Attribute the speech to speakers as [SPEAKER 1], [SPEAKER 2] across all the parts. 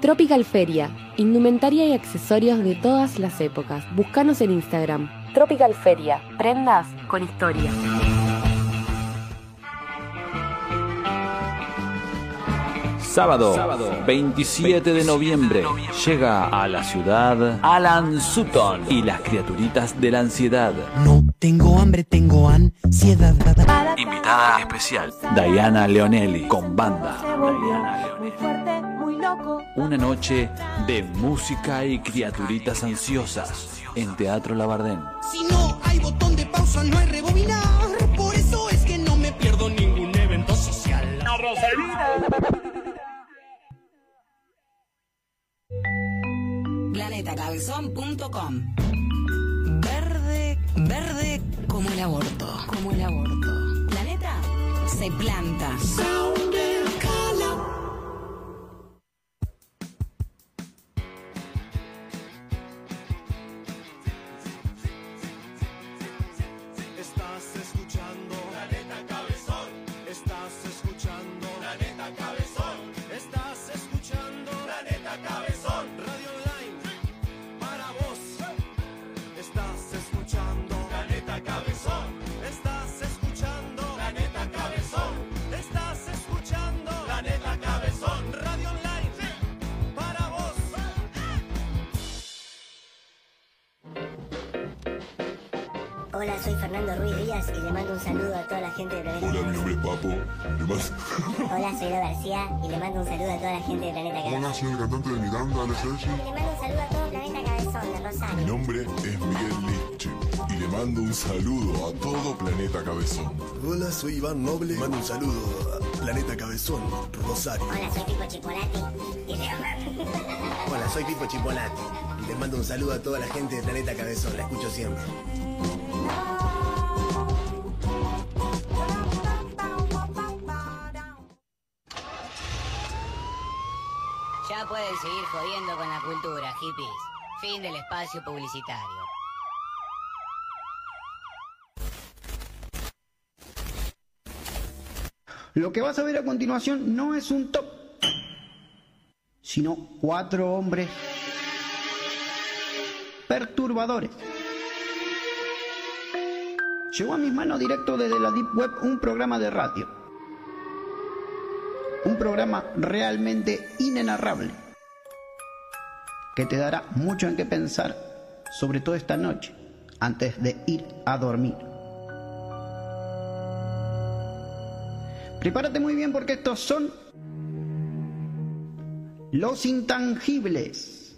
[SPEAKER 1] Tropical Feria, indumentaria y accesorios de todas las épocas. Búscanos en Instagram. Tropical Feria, prendas con historia.
[SPEAKER 2] Sábado, 27 de noviembre, llega a la ciudad Alan Sutton y las criaturitas de la ansiedad.
[SPEAKER 3] No tengo hambre, tengo ansiedad.
[SPEAKER 2] Invitada especial, Diana Leonelli, con banda. Diana Una noche de música y criaturitas ansiosas en Teatro Labardén.
[SPEAKER 3] Si no hay botón de pausa, no hay rebobinar. Por eso es que no me pierdo ningún evento social.
[SPEAKER 4] planetacabezón.com Verde, verde como el aborto, como el aborto. Planeta se planta.
[SPEAKER 5] Estás escuchando Planeta Cabezón. Estás escuchando Planeta Cabezón. Estás escuchando Planeta Cabezón. Radio Online para vos. Estás escuchando Planeta Cabezón. Estás escuchando Planeta Cabezón. Estás escuchando Planeta Cabezón. Radio Online para vos.
[SPEAKER 6] Hola, soy Fernando Ruiz Díaz y le mando un saludo a toda la gente de Planeta
[SPEAKER 7] Hola, mi
[SPEAKER 6] Cabezón.
[SPEAKER 7] nombre es Papo. Le mando-
[SPEAKER 6] Hola, soy Lo García y le mando un saludo a toda la gente de Planeta
[SPEAKER 7] Hola,
[SPEAKER 6] Cabezón.
[SPEAKER 7] soy el cantante de Miranda, Alex Elche.
[SPEAKER 6] Le mando un saludo a todo Planeta Cabezón de
[SPEAKER 7] Mi
[SPEAKER 6] Rosario.
[SPEAKER 7] nombre es Miguel Liche. Y le mando un saludo a todo Planeta Cabezón.
[SPEAKER 5] Hola, soy Iván Noble. Mando un saludo a Planeta Cabezón, Rosario.
[SPEAKER 6] Hola, soy Pipo Chipolati y le
[SPEAKER 5] Hola, soy Pipo Chipolati y les mando un saludo a toda la gente de Planeta Cabezón, la escucho siempre.
[SPEAKER 4] Ya pueden seguir jodiendo con la cultura, hippies. Fin del espacio publicitario.
[SPEAKER 8] Lo que vas a ver a continuación no es un top, sino cuatro hombres perturbadores. Llegó a mis manos directo desde la Deep Web un programa de radio. Un programa realmente inenarrable que te dará mucho en qué pensar, sobre todo esta noche, antes de ir a dormir. Prepárate muy bien porque estos son los intangibles.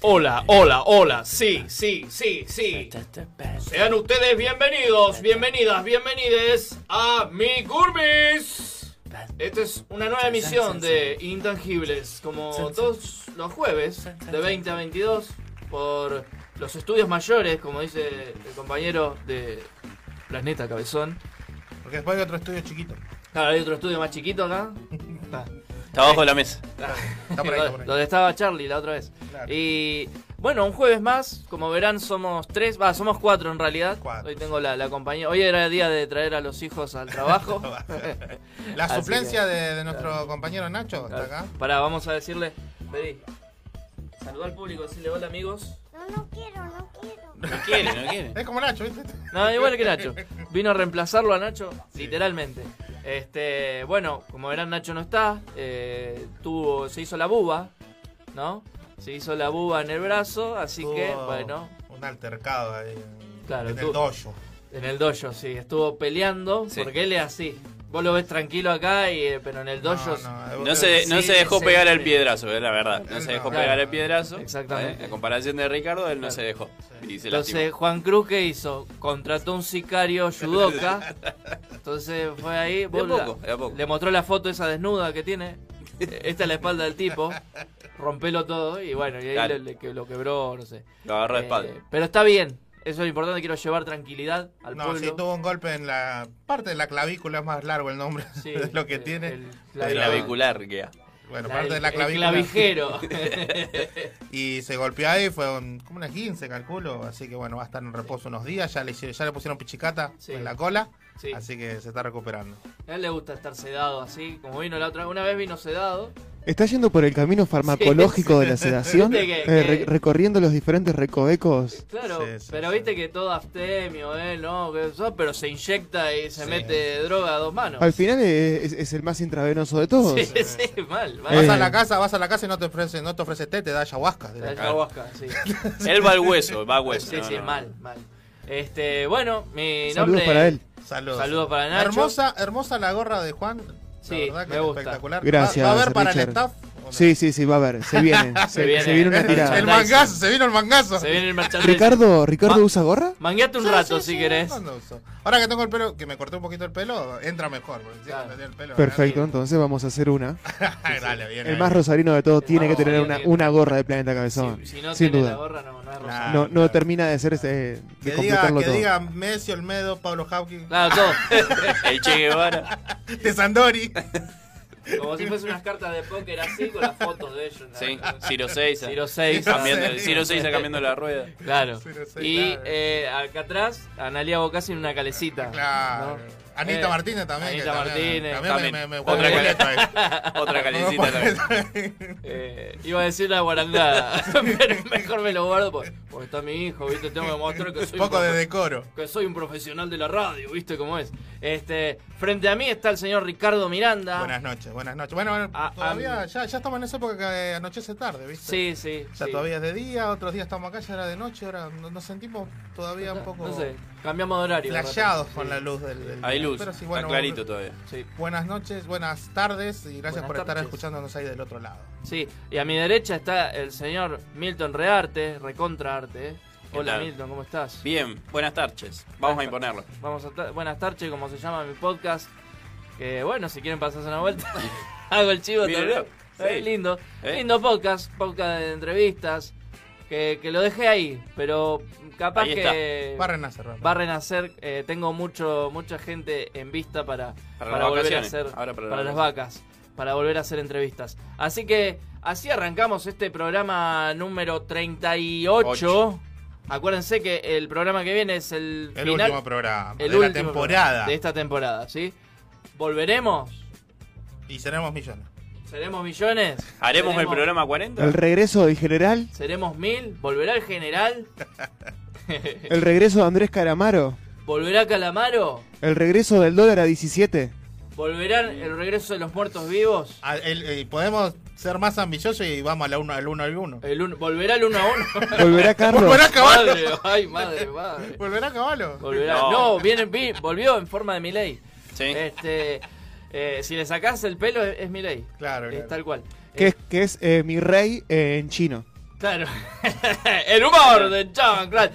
[SPEAKER 9] Hola, hola, hola, sí, sí, sí, sí. Sean ustedes bienvenidos, bienvenidas, bienvenides a Mi Gourmis. Esta es una nueva emisión de Intangibles, como todos los jueves, de 20 a 22, por los estudios mayores, como dice el compañero de Planeta Cabezón.
[SPEAKER 10] Porque después hay otro estudio chiquito.
[SPEAKER 9] Claro, hay otro estudio más chiquito acá.
[SPEAKER 11] Está abajo de la mesa.
[SPEAKER 10] Está por ahí, está por ahí.
[SPEAKER 9] Donde estaba Charlie la otra vez.
[SPEAKER 10] Claro.
[SPEAKER 9] Y bueno, un jueves más, como verán, somos tres, va, somos cuatro en realidad.
[SPEAKER 10] Cuatro,
[SPEAKER 9] Hoy tengo la, la compañía. Hoy era el día de traer a los hijos al trabajo.
[SPEAKER 10] La
[SPEAKER 9] Así
[SPEAKER 10] suplencia
[SPEAKER 9] que-
[SPEAKER 10] de, de nuestro compañero Nacho está acá.
[SPEAKER 9] Pará, vamos a decirle. Vení. Saludar al público, decirle hola amigos.
[SPEAKER 6] No, no quiero, no quiero.
[SPEAKER 11] No quiere, no quiere.
[SPEAKER 10] Es como Nacho, ¿viste?
[SPEAKER 9] No, igual que Nacho. Vino a reemplazarlo a Nacho, literalmente. Este, bueno, como verán, Nacho no está. eh, tuvo, se hizo la buba, ¿no? Se hizo la buba en el brazo, así que,
[SPEAKER 10] Tuvo
[SPEAKER 9] bueno,
[SPEAKER 10] Un altercado ahí. en-
[SPEAKER 9] Claro,
[SPEAKER 10] en
[SPEAKER 9] tú-
[SPEAKER 10] el dojo.
[SPEAKER 9] En el dojo, sí, estuvo peleando
[SPEAKER 11] Sí.
[SPEAKER 9] porque él es así. Vos lo ves tranquilo acá, y, eh, pero en el dojo.
[SPEAKER 10] no,
[SPEAKER 11] No se, no
[SPEAKER 9] Sí,
[SPEAKER 11] se dejó
[SPEAKER 9] sí,
[SPEAKER 11] pegar
[SPEAKER 9] sí.
[SPEAKER 11] al piedrazo, es la verdad. No se dejó
[SPEAKER 10] Claro.
[SPEAKER 11] pegar al piedrazo.
[SPEAKER 9] Exactamente.
[SPEAKER 11] A comparación de Ricardo, él no se dejó. Y se
[SPEAKER 9] Entonces,
[SPEAKER 11] lastimó.
[SPEAKER 9] Juan Cruz, ¿qué hizo? Contrató un sicario yudoka. Entonces fue ahí. vos la-
[SPEAKER 11] poco, de a poco.
[SPEAKER 9] Le mostró la foto esa desnuda que tiene. Eh, Esta es la espalda del tipo. Rompelo todo y bueno, y ahí
[SPEAKER 11] Claro.
[SPEAKER 9] le- le que- lo quebró, no sé.
[SPEAKER 11] Lo agarró de espalda.
[SPEAKER 9] Eh, pero está bien. Eso es lo importante. Quiero llevar tranquilidad al
[SPEAKER 10] No,
[SPEAKER 9] pueblo.
[SPEAKER 10] sí, tuvo un golpe en la parte de la clavícula, es más largo el nombre
[SPEAKER 9] Sí,
[SPEAKER 10] de lo que
[SPEAKER 9] el-
[SPEAKER 10] tiene.
[SPEAKER 9] el
[SPEAKER 10] Pero-
[SPEAKER 11] Clavicular, que
[SPEAKER 10] Bueno,
[SPEAKER 9] La-
[SPEAKER 10] parte de la
[SPEAKER 9] el
[SPEAKER 10] clavícula.
[SPEAKER 9] clavijero.
[SPEAKER 10] y se golpeó ahí, fue un- como una 15, calculo. Así que bueno, va a estar en reposo unos días. Ya le, hicieron- ya le pusieron pichicata en la cola. Así que se está recuperando.
[SPEAKER 9] A él le gusta estar sedado así, como vino la otra. Una vez vino sedado.
[SPEAKER 12] ¿Está yendo por el camino farmacológico de la sedación?
[SPEAKER 9] Viste que-
[SPEAKER 12] Eh,
[SPEAKER 9] que-
[SPEAKER 12] re- recorriendo los diferentes recovecos.
[SPEAKER 9] Claro, pero viste que todo aftemio, él, ¿no? Que eso, Pero se inyecta y se mete droga a dos manos.
[SPEAKER 12] Al final es, es- es el más intravenoso de todos.
[SPEAKER 9] Sí, sí, mal. mal.
[SPEAKER 10] Vas a
[SPEAKER 12] Eh.
[SPEAKER 10] la casa, vas a la casa y no te ofrece, no te ofrece té, te da ayahuasca.
[SPEAKER 9] La ayahuasca, sí.
[SPEAKER 11] Él va al hueso, va al hueso.
[SPEAKER 9] Sí,
[SPEAKER 11] no,
[SPEAKER 9] sí,
[SPEAKER 11] no.
[SPEAKER 9] mal, mal. Este, bueno, mi
[SPEAKER 12] Saludos
[SPEAKER 9] nombre.
[SPEAKER 12] para él.
[SPEAKER 9] Saludos. para Nacho.
[SPEAKER 10] Hermosa, hermosa la gorra de Juan. Sí, la verdad que
[SPEAKER 9] me gusta.
[SPEAKER 10] espectacular.
[SPEAKER 12] Gracias.
[SPEAKER 10] Va, va a haber para
[SPEAKER 12] Richard.
[SPEAKER 10] el staff.
[SPEAKER 12] Sí, sí, sí, va a haber. Se viene. se, se viene. una tirada.
[SPEAKER 10] El mangazo, se vino el mangazo.
[SPEAKER 9] Se viene el merchandising.
[SPEAKER 12] Ricardo,
[SPEAKER 10] Ah.
[SPEAKER 12] ¿Ricardo usa gorra?
[SPEAKER 9] Mangueate un rato si querés.
[SPEAKER 10] ¿Cuándo uso? Ahora que tengo el pelo, que me corté un poquito el pelo, entra mejor. porque si no, tenía el pelo,
[SPEAKER 12] Perfecto, entonces vamos a hacer una.
[SPEAKER 10] Ay, dale, bien, eh.
[SPEAKER 12] El
[SPEAKER 10] ahí.
[SPEAKER 12] más rosarino de todos tiene que
[SPEAKER 10] Vamos,
[SPEAKER 12] tener
[SPEAKER 10] bien,
[SPEAKER 12] una,
[SPEAKER 10] bien.
[SPEAKER 12] una gorra de Planeta Cabezón.
[SPEAKER 10] Si- si no
[SPEAKER 12] sin
[SPEAKER 10] tiene
[SPEAKER 12] duda.
[SPEAKER 10] la gorra, no- no es rosarino.
[SPEAKER 12] No- no termina de ser ese, de
[SPEAKER 10] Que diga,
[SPEAKER 12] completarlo
[SPEAKER 10] que
[SPEAKER 12] todo.
[SPEAKER 10] diga Messi, Olmedo, Pablo Hawking.
[SPEAKER 9] Claro, todo.
[SPEAKER 11] El Che Guevara.
[SPEAKER 10] De Sandori.
[SPEAKER 9] Como si fuese unas cartas de póker así con las fotos de ellos. ¿no?
[SPEAKER 11] Sí, Ciro Seiza.
[SPEAKER 9] Ciro Seiza.
[SPEAKER 11] Cambiando- Ciro Seiza cambiando la rueda.
[SPEAKER 9] Claro.
[SPEAKER 11] Ciro Seiza,
[SPEAKER 9] Y eh, acá atrás, Analia Bocasi en una calecita. Eh,
[SPEAKER 10] Claro. Anita Martínez también, que
[SPEAKER 9] Anita
[SPEAKER 10] también-
[SPEAKER 9] Martínez.
[SPEAKER 10] también me- También. me- me juega Otra boleta ahí. cale- otra calecita Me juega también. boleta.
[SPEAKER 9] Eh, iba a decir la guarangada, pero mejor me lo guardo porque, porque está mi hijo, ¿viste? Tengo que mostrar que soy... un
[SPEAKER 10] Poco de
[SPEAKER 9] profe-
[SPEAKER 10] decoro.
[SPEAKER 9] Que soy un profesional de la radio, ¿viste cómo es? Este, frente a mí está el señor Ricardo Miranda.
[SPEAKER 10] Buenas noches, buenas noches. Bueno, bueno,
[SPEAKER 9] Ah,
[SPEAKER 10] todavía
[SPEAKER 9] ah,
[SPEAKER 10] ya, ya estamos en esa época que anochece tarde, ¿viste?
[SPEAKER 9] Sí, sí.
[SPEAKER 10] Ya
[SPEAKER 9] sí.
[SPEAKER 10] todavía es de día, otros días estamos acá, ya era de noche, ahora no- nos sentimos todavía un poco
[SPEAKER 9] No sé, cambiamos de horario. de
[SPEAKER 10] flasheados
[SPEAKER 9] repente.
[SPEAKER 10] con
[SPEAKER 9] Sí.
[SPEAKER 10] la luz del, del
[SPEAKER 11] Hay
[SPEAKER 10] día.
[SPEAKER 11] luz,
[SPEAKER 10] Pero sí,
[SPEAKER 11] está
[SPEAKER 10] bueno,
[SPEAKER 11] clarito
[SPEAKER 10] bueno,
[SPEAKER 11] todavía.
[SPEAKER 10] Buenas noches, buenas tardes y gracias
[SPEAKER 9] Buenas
[SPEAKER 10] por estar
[SPEAKER 9] tardes.
[SPEAKER 10] escuchándonos ahí del otro lado.
[SPEAKER 9] Sí, y a mi derecha está el señor Milton Rearte, recontra Arte. ¿eh?
[SPEAKER 11] ¿Qué
[SPEAKER 9] Hola
[SPEAKER 11] tal?
[SPEAKER 9] Milton, ¿cómo estás?
[SPEAKER 11] Bien, buenas tardes. Vamos a imponerlo.
[SPEAKER 9] Vamos a ta- buenas tardes, como se llama mi podcast. Que bueno, si quieren pasarse una vuelta, hago el chivo
[SPEAKER 11] Mírenlo,
[SPEAKER 9] también. Eh,
[SPEAKER 11] sí. ¿Eh?
[SPEAKER 9] lindo, lindo podcast, podcast de entrevistas. Que, que lo dejé ahí, pero capaz
[SPEAKER 11] Ahí está.
[SPEAKER 9] que.
[SPEAKER 10] Va a renacer, va a
[SPEAKER 9] Va a renacer. eh, tengo mucho, mucha gente en vista para, para,
[SPEAKER 11] Para las
[SPEAKER 9] volver a
[SPEAKER 11] vacaciones,
[SPEAKER 9] hacer.
[SPEAKER 11] ahora para
[SPEAKER 9] para
[SPEAKER 11] las
[SPEAKER 9] las vacas. Para volver a hacer entrevistas. Así que así arrancamos este programa número 38.
[SPEAKER 10] Ocho.
[SPEAKER 9] Acuérdense que el programa que viene es el,
[SPEAKER 10] El
[SPEAKER 9] final-
[SPEAKER 10] último programa
[SPEAKER 9] el
[SPEAKER 10] de la
[SPEAKER 9] último
[SPEAKER 10] temporada.
[SPEAKER 9] programa De este esta temporada, ¿sí? ¿Volveremos?
[SPEAKER 10] Y seremos millones.
[SPEAKER 9] ¿Seremos millones?
[SPEAKER 11] ¿Haremos el
[SPEAKER 9] ¿Seremos-
[SPEAKER 11] programa 40?
[SPEAKER 12] El regreso del general.
[SPEAKER 9] ¿Seremos mil? ¿Volverá el general?
[SPEAKER 12] El regreso de Andrés Caramaro.
[SPEAKER 9] ¿Volverá Calamaro?
[SPEAKER 12] El regreso del dólar a 17.
[SPEAKER 9] ¿Volverán el regreso de los muertos vivos?
[SPEAKER 10] Ah, el- el- podemos ser más ambiciosos y vamos a la uno, al uno al uno.
[SPEAKER 9] El uno- ¿Volverá el uno a uno?
[SPEAKER 12] Volverá Carlos.
[SPEAKER 10] Volverá Caballo.
[SPEAKER 9] Madre, ay, madre, madre.
[SPEAKER 10] Volverá Caballo.
[SPEAKER 9] Volverá. No, viene, vi- volvió en forma de Miley.
[SPEAKER 11] Sí.
[SPEAKER 9] Este, eh, si le sacás el pelo es, es Milei.
[SPEAKER 10] Claro,
[SPEAKER 9] Es tal cual.
[SPEAKER 12] Que es, que es eh, mi rey eh, en chino.
[SPEAKER 9] Claro. el humor de John Grice.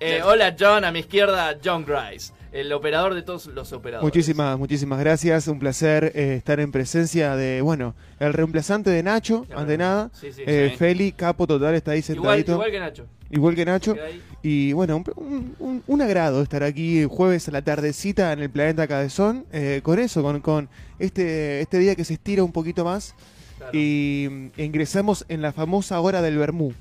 [SPEAKER 9] Eh, hola John, a mi izquierda John Grice, el operador de todos los operadores.
[SPEAKER 12] Muchísimas, muchísimas gracias. Un placer eh, estar en presencia de, bueno, el reemplazante de Nacho, ante nada.
[SPEAKER 9] Sí, sí,
[SPEAKER 12] Eh,
[SPEAKER 9] sí.
[SPEAKER 12] Feli, capo total, está ahí
[SPEAKER 9] Igual,
[SPEAKER 12] sentadito.
[SPEAKER 9] igual que Nacho.
[SPEAKER 12] Igual que Nacho.
[SPEAKER 9] Queda ahí.
[SPEAKER 12] Y bueno, un, un- un- un agrado estar aquí jueves a la tardecita en el planeta Cabezón. eh, con eso, con, con este, este día que se estira un poquito más. Y mm, ingresamos en la famosa hora del Bermú.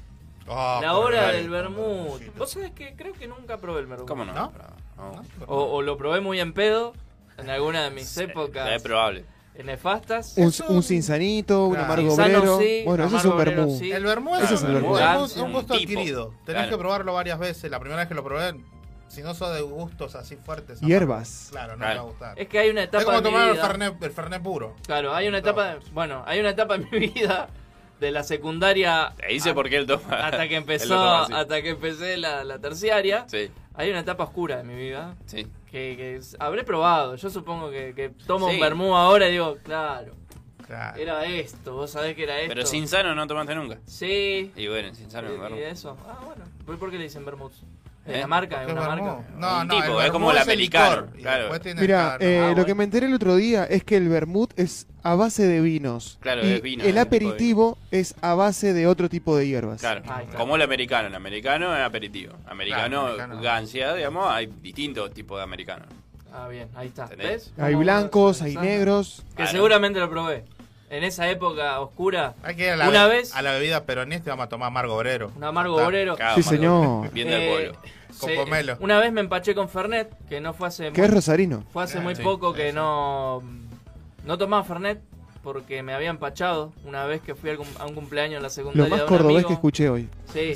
[SPEAKER 13] Ah.
[SPEAKER 11] Ah,
[SPEAKER 9] La hora del vermut. Vos sabés que creo que nunca probé el vermut.
[SPEAKER 11] ¿Cómo no?
[SPEAKER 9] ¿No? O, o lo probé muy en pedo en alguna de mis épocas.
[SPEAKER 11] Es probable.
[SPEAKER 9] Nefastas.
[SPEAKER 12] Un, un cinsanito, un amargo obrero. bueno, eso es un Bermú.
[SPEAKER 10] El vermú es,
[SPEAKER 12] Ese es el
[SPEAKER 10] un-
[SPEAKER 12] vermú.
[SPEAKER 10] es un- es un gusto
[SPEAKER 11] Un tipo.
[SPEAKER 10] adquirido. Tenés
[SPEAKER 11] Claro.
[SPEAKER 10] que probarlo varias veces. La primera vez que lo probé, si no sos de gustos así fuertes. amargos,
[SPEAKER 12] Hierbas.
[SPEAKER 10] Claro, no me
[SPEAKER 11] Claro.
[SPEAKER 10] va a gustar.
[SPEAKER 9] Es que hay una etapa
[SPEAKER 10] Es como
[SPEAKER 9] de mi
[SPEAKER 10] tomar el
[SPEAKER 9] vida-
[SPEAKER 10] fernet, el fernet puro.
[SPEAKER 9] Claro, hay una etapa, bueno, hay una etapa en mi vida de la secundaria
[SPEAKER 11] Te dice por qué él toma.
[SPEAKER 9] hasta que
[SPEAKER 11] él lo
[SPEAKER 9] empezó,
[SPEAKER 11] toma así.
[SPEAKER 9] hasta que empecé la, la terciaria.
[SPEAKER 11] Sí.
[SPEAKER 9] Hay una etapa oscura de mi vida
[SPEAKER 11] Sí.
[SPEAKER 9] que, que s- habré probado. Yo supongo que, que tomo
[SPEAKER 11] Sí.
[SPEAKER 9] un vermú ahora y digo, claro,
[SPEAKER 10] Claro.
[SPEAKER 9] era esto, vos sabés que era esto.
[SPEAKER 11] Pero sin sano no tomaste nunca.
[SPEAKER 9] Sí.
[SPEAKER 11] Y bueno, sin sano no
[SPEAKER 9] Y, y
[SPEAKER 11] vermú.
[SPEAKER 9] eso. Ah, bueno. ¿Por por qué le dicen vermut? ¿Es
[SPEAKER 11] ¿Eh?
[SPEAKER 9] una marca? ¿Es
[SPEAKER 10] ¿Qué
[SPEAKER 9] una
[SPEAKER 10] vermú?
[SPEAKER 9] marca?
[SPEAKER 10] No,
[SPEAKER 11] Un
[SPEAKER 10] no,
[SPEAKER 11] tipo,
[SPEAKER 10] el
[SPEAKER 11] es como
[SPEAKER 10] vermú
[SPEAKER 11] la
[SPEAKER 10] es el
[SPEAKER 11] Pelicano,
[SPEAKER 10] licor, y
[SPEAKER 11] claro.
[SPEAKER 10] después tiene el
[SPEAKER 12] Mira,
[SPEAKER 10] carro.
[SPEAKER 11] Ah,
[SPEAKER 12] eh, lo que me enteré el otro día es que el vermut es a base de vinos.
[SPEAKER 11] Claro,
[SPEAKER 12] y
[SPEAKER 11] es vino, es
[SPEAKER 12] El
[SPEAKER 11] un tipo de
[SPEAKER 12] aperitivo es a base de otro tipo de hierbas.
[SPEAKER 11] Claro, como el americano. El americano es aperitivo. Americano,
[SPEAKER 9] americano.
[SPEAKER 11] gancia, digamos, hay distintos tipos de americano.
[SPEAKER 9] Ah, bien, ahí está.
[SPEAKER 11] ¿Entendés?
[SPEAKER 9] ¿Ves?
[SPEAKER 12] Hay blancos, hay negros.
[SPEAKER 9] Que seguramente lo probé. en esa época oscura.
[SPEAKER 10] Hay que ir a la,
[SPEAKER 9] una
[SPEAKER 10] be-
[SPEAKER 9] vez,
[SPEAKER 10] a la bebida peronista vamos a tomar amargo obrero.
[SPEAKER 9] un amargo
[SPEAKER 10] Está.
[SPEAKER 9] obrero.
[SPEAKER 12] Sí, señor.
[SPEAKER 11] Viendo
[SPEAKER 9] Eh,
[SPEAKER 11] el pueblo.
[SPEAKER 9] se-
[SPEAKER 10] Cocomelo.
[SPEAKER 9] una vez me empaché con Fernet, que no fue hace.
[SPEAKER 12] Que es rosarino.
[SPEAKER 9] Fue hace
[SPEAKER 12] Ah,
[SPEAKER 9] muy
[SPEAKER 12] sí,
[SPEAKER 9] poco que no. No tomaba Fernet porque me había empachado una vez que fui al cum- a un cumpleaños en la secundaria.
[SPEAKER 12] Lo más
[SPEAKER 9] de un
[SPEAKER 12] cordobés
[SPEAKER 9] amigo.
[SPEAKER 12] que escuché hoy.
[SPEAKER 9] Sí.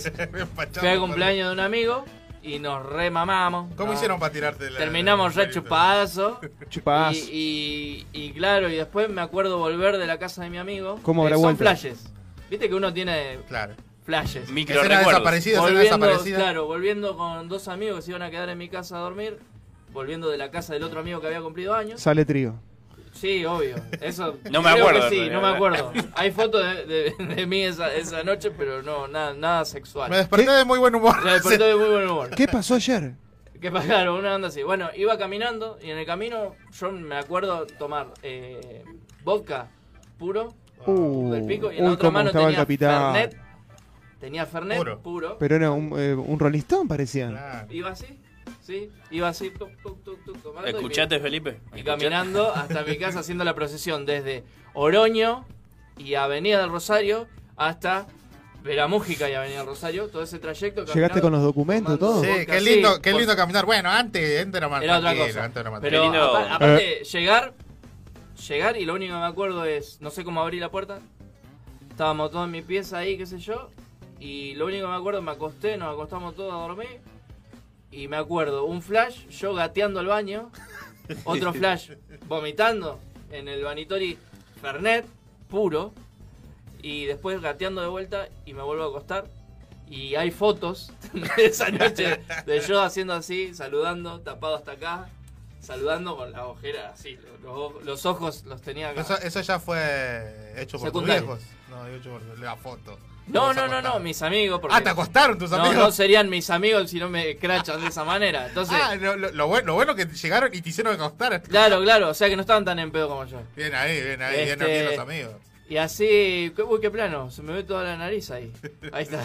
[SPEAKER 9] Fui al cumpleaños de un amigo y nos remamamos.
[SPEAKER 10] ¿Cómo
[SPEAKER 9] No.
[SPEAKER 10] hicieron para tirarte la-
[SPEAKER 9] Terminamos
[SPEAKER 10] la-
[SPEAKER 9] re chupadazo.
[SPEAKER 12] Chupadazo.
[SPEAKER 9] Y, y- y claro, y después me acuerdo volver de la casa de mi amigo.
[SPEAKER 12] ¿Cómo habrá
[SPEAKER 9] Eh, Son
[SPEAKER 12] vuelto?
[SPEAKER 9] flashes. Viste que uno tiene
[SPEAKER 10] claro.
[SPEAKER 9] flashes.
[SPEAKER 11] Micro Escena recuerdos. desaparecida, escena
[SPEAKER 9] Volviendo-
[SPEAKER 11] desaparecida.
[SPEAKER 9] Claro, volviendo con dos amigos que se iban a quedar en mi casa a dormir. Volviendo de la casa del otro amigo que había cumplido años.
[SPEAKER 12] Sale trío.
[SPEAKER 9] Sí, obvio. Eso
[SPEAKER 11] No me
[SPEAKER 9] creo
[SPEAKER 11] acuerdo,
[SPEAKER 9] que sí,
[SPEAKER 11] pero-
[SPEAKER 9] no me acuerdo. Hay fotos de, de- de mí esa, esa noche, pero no, nada, nada sexual.
[SPEAKER 10] Me desperté de muy buen humor.
[SPEAKER 9] Me desperté de muy buen humor.
[SPEAKER 12] ¿Qué pasó ayer?
[SPEAKER 9] Que pagaron una onda así. Bueno, iba caminando y en el camino yo me acuerdo tomar eh, vodka puro
[SPEAKER 12] Uh,
[SPEAKER 9] del pico y en
[SPEAKER 12] uy,
[SPEAKER 9] la otra
[SPEAKER 12] cómo
[SPEAKER 9] mano
[SPEAKER 12] gustaba el
[SPEAKER 9] tenía
[SPEAKER 12] capitán.
[SPEAKER 9] Fernet. Tenía Fernet puro.
[SPEAKER 12] Pero era un, eh, un rolistón, parecía.
[SPEAKER 9] Iba así, sí, iba así, tuc, tuc, tuc, tuc, tomando y me-
[SPEAKER 11] ¿Escuchaste, Felipe?
[SPEAKER 9] Y
[SPEAKER 11] ¿Escuchaste?
[SPEAKER 9] caminando hasta mi casa haciendo la procesión desde Oroño y Avenida del Rosario hasta Veramújica y Avenida del Rosario, todo ese trayecto
[SPEAKER 12] Llegaste
[SPEAKER 9] caminado.
[SPEAKER 12] con los documentos, todo.
[SPEAKER 10] Sí,
[SPEAKER 9] Vodka,
[SPEAKER 10] qué lindo,
[SPEAKER 9] sí,
[SPEAKER 10] qué
[SPEAKER 9] por-
[SPEAKER 10] lindo caminar. Bueno, antes, antes era más
[SPEAKER 9] Era otra
[SPEAKER 10] tranquilo,
[SPEAKER 9] cosa.
[SPEAKER 10] antes era más
[SPEAKER 9] Pero
[SPEAKER 10] tranquilo.
[SPEAKER 9] apa- aparte, llegar, llegar y lo único que me acuerdo es, no sé cómo abrí la puerta. Estábamos todos en mi pieza ahí, qué sé yo. Y lo único que me acuerdo, me acosté, nos acostamos todos a dormir. Y me acuerdo, un flash, yo gateando al baño. Otro flash, vomitando en el vanitori Fernet, puro. Y después gateando de vuelta y me vuelvo a acostar. Y hay fotos de esa noche de yo haciendo así, saludando, tapado hasta acá, saludando con la ojera así. Los, los ojos- los ojos los tenía acá.
[SPEAKER 10] Eso, eso ya fue hecho por tus
[SPEAKER 9] Secundario.
[SPEAKER 10] viejos. No, hecho por la foto.
[SPEAKER 9] No,
[SPEAKER 10] Los
[SPEAKER 9] no, no, no,
[SPEAKER 10] acostaron.
[SPEAKER 9] mis amigos.
[SPEAKER 10] Ah, ¿te acostaron tus
[SPEAKER 9] no,
[SPEAKER 10] amigos?
[SPEAKER 9] No, serían mis amigos si no me crachan de esa manera. Entonces,
[SPEAKER 10] Ah, lo, lo- lo bueno, lo bueno que llegaron y te hicieron acostar.
[SPEAKER 9] claro, claro, o sea que no estaban tan en pedo como yo.
[SPEAKER 10] Bien ahí, bien ahí, bien,
[SPEAKER 9] Este,
[SPEAKER 10] bien los amigos.
[SPEAKER 9] Y así, qué- uy, qué plano, se me ve toda la nariz ahí. Ahí está.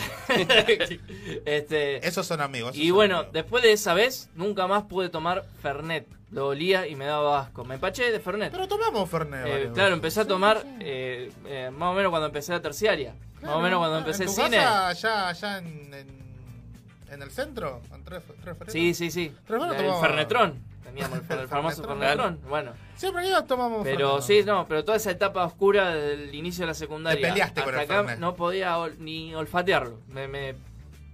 [SPEAKER 9] este,
[SPEAKER 10] esos son amigos. esos
[SPEAKER 9] Y
[SPEAKER 10] son
[SPEAKER 9] bueno, después de esa vez, nunca más pude tomar Fernet. Lo olía y me daba asco. Me empaché de Fernet.
[SPEAKER 10] Pero tomamos Fernet.
[SPEAKER 9] Eh,
[SPEAKER 10] varias veces.
[SPEAKER 9] claro, empecé a tomar eh, eh, más o menos cuando empecé la terciaria. más o menos cuando
[SPEAKER 10] Ah,
[SPEAKER 9] empecé
[SPEAKER 10] ¿en tu
[SPEAKER 9] cine.
[SPEAKER 10] Casa, allá, allá en, en, en el centro, en tres, tres Fernet.
[SPEAKER 9] Sí, sí, sí.
[SPEAKER 10] Tres Fernet
[SPEAKER 9] el
[SPEAKER 10] tomaba.
[SPEAKER 9] Fernetrón. Teníamos el, fer- el famoso
[SPEAKER 10] Fernetrón.
[SPEAKER 9] Fernetrón. Bueno.
[SPEAKER 10] Siempre iba, tomamos
[SPEAKER 9] Pero
[SPEAKER 10] Fernet.
[SPEAKER 9] sí, no, pero toda esa etapa oscura del inicio de la secundaria.
[SPEAKER 10] Te peleaste con
[SPEAKER 9] hasta
[SPEAKER 10] el
[SPEAKER 9] acá
[SPEAKER 10] Fernet.
[SPEAKER 9] no podía ol- ni olfatearlo. Me, me,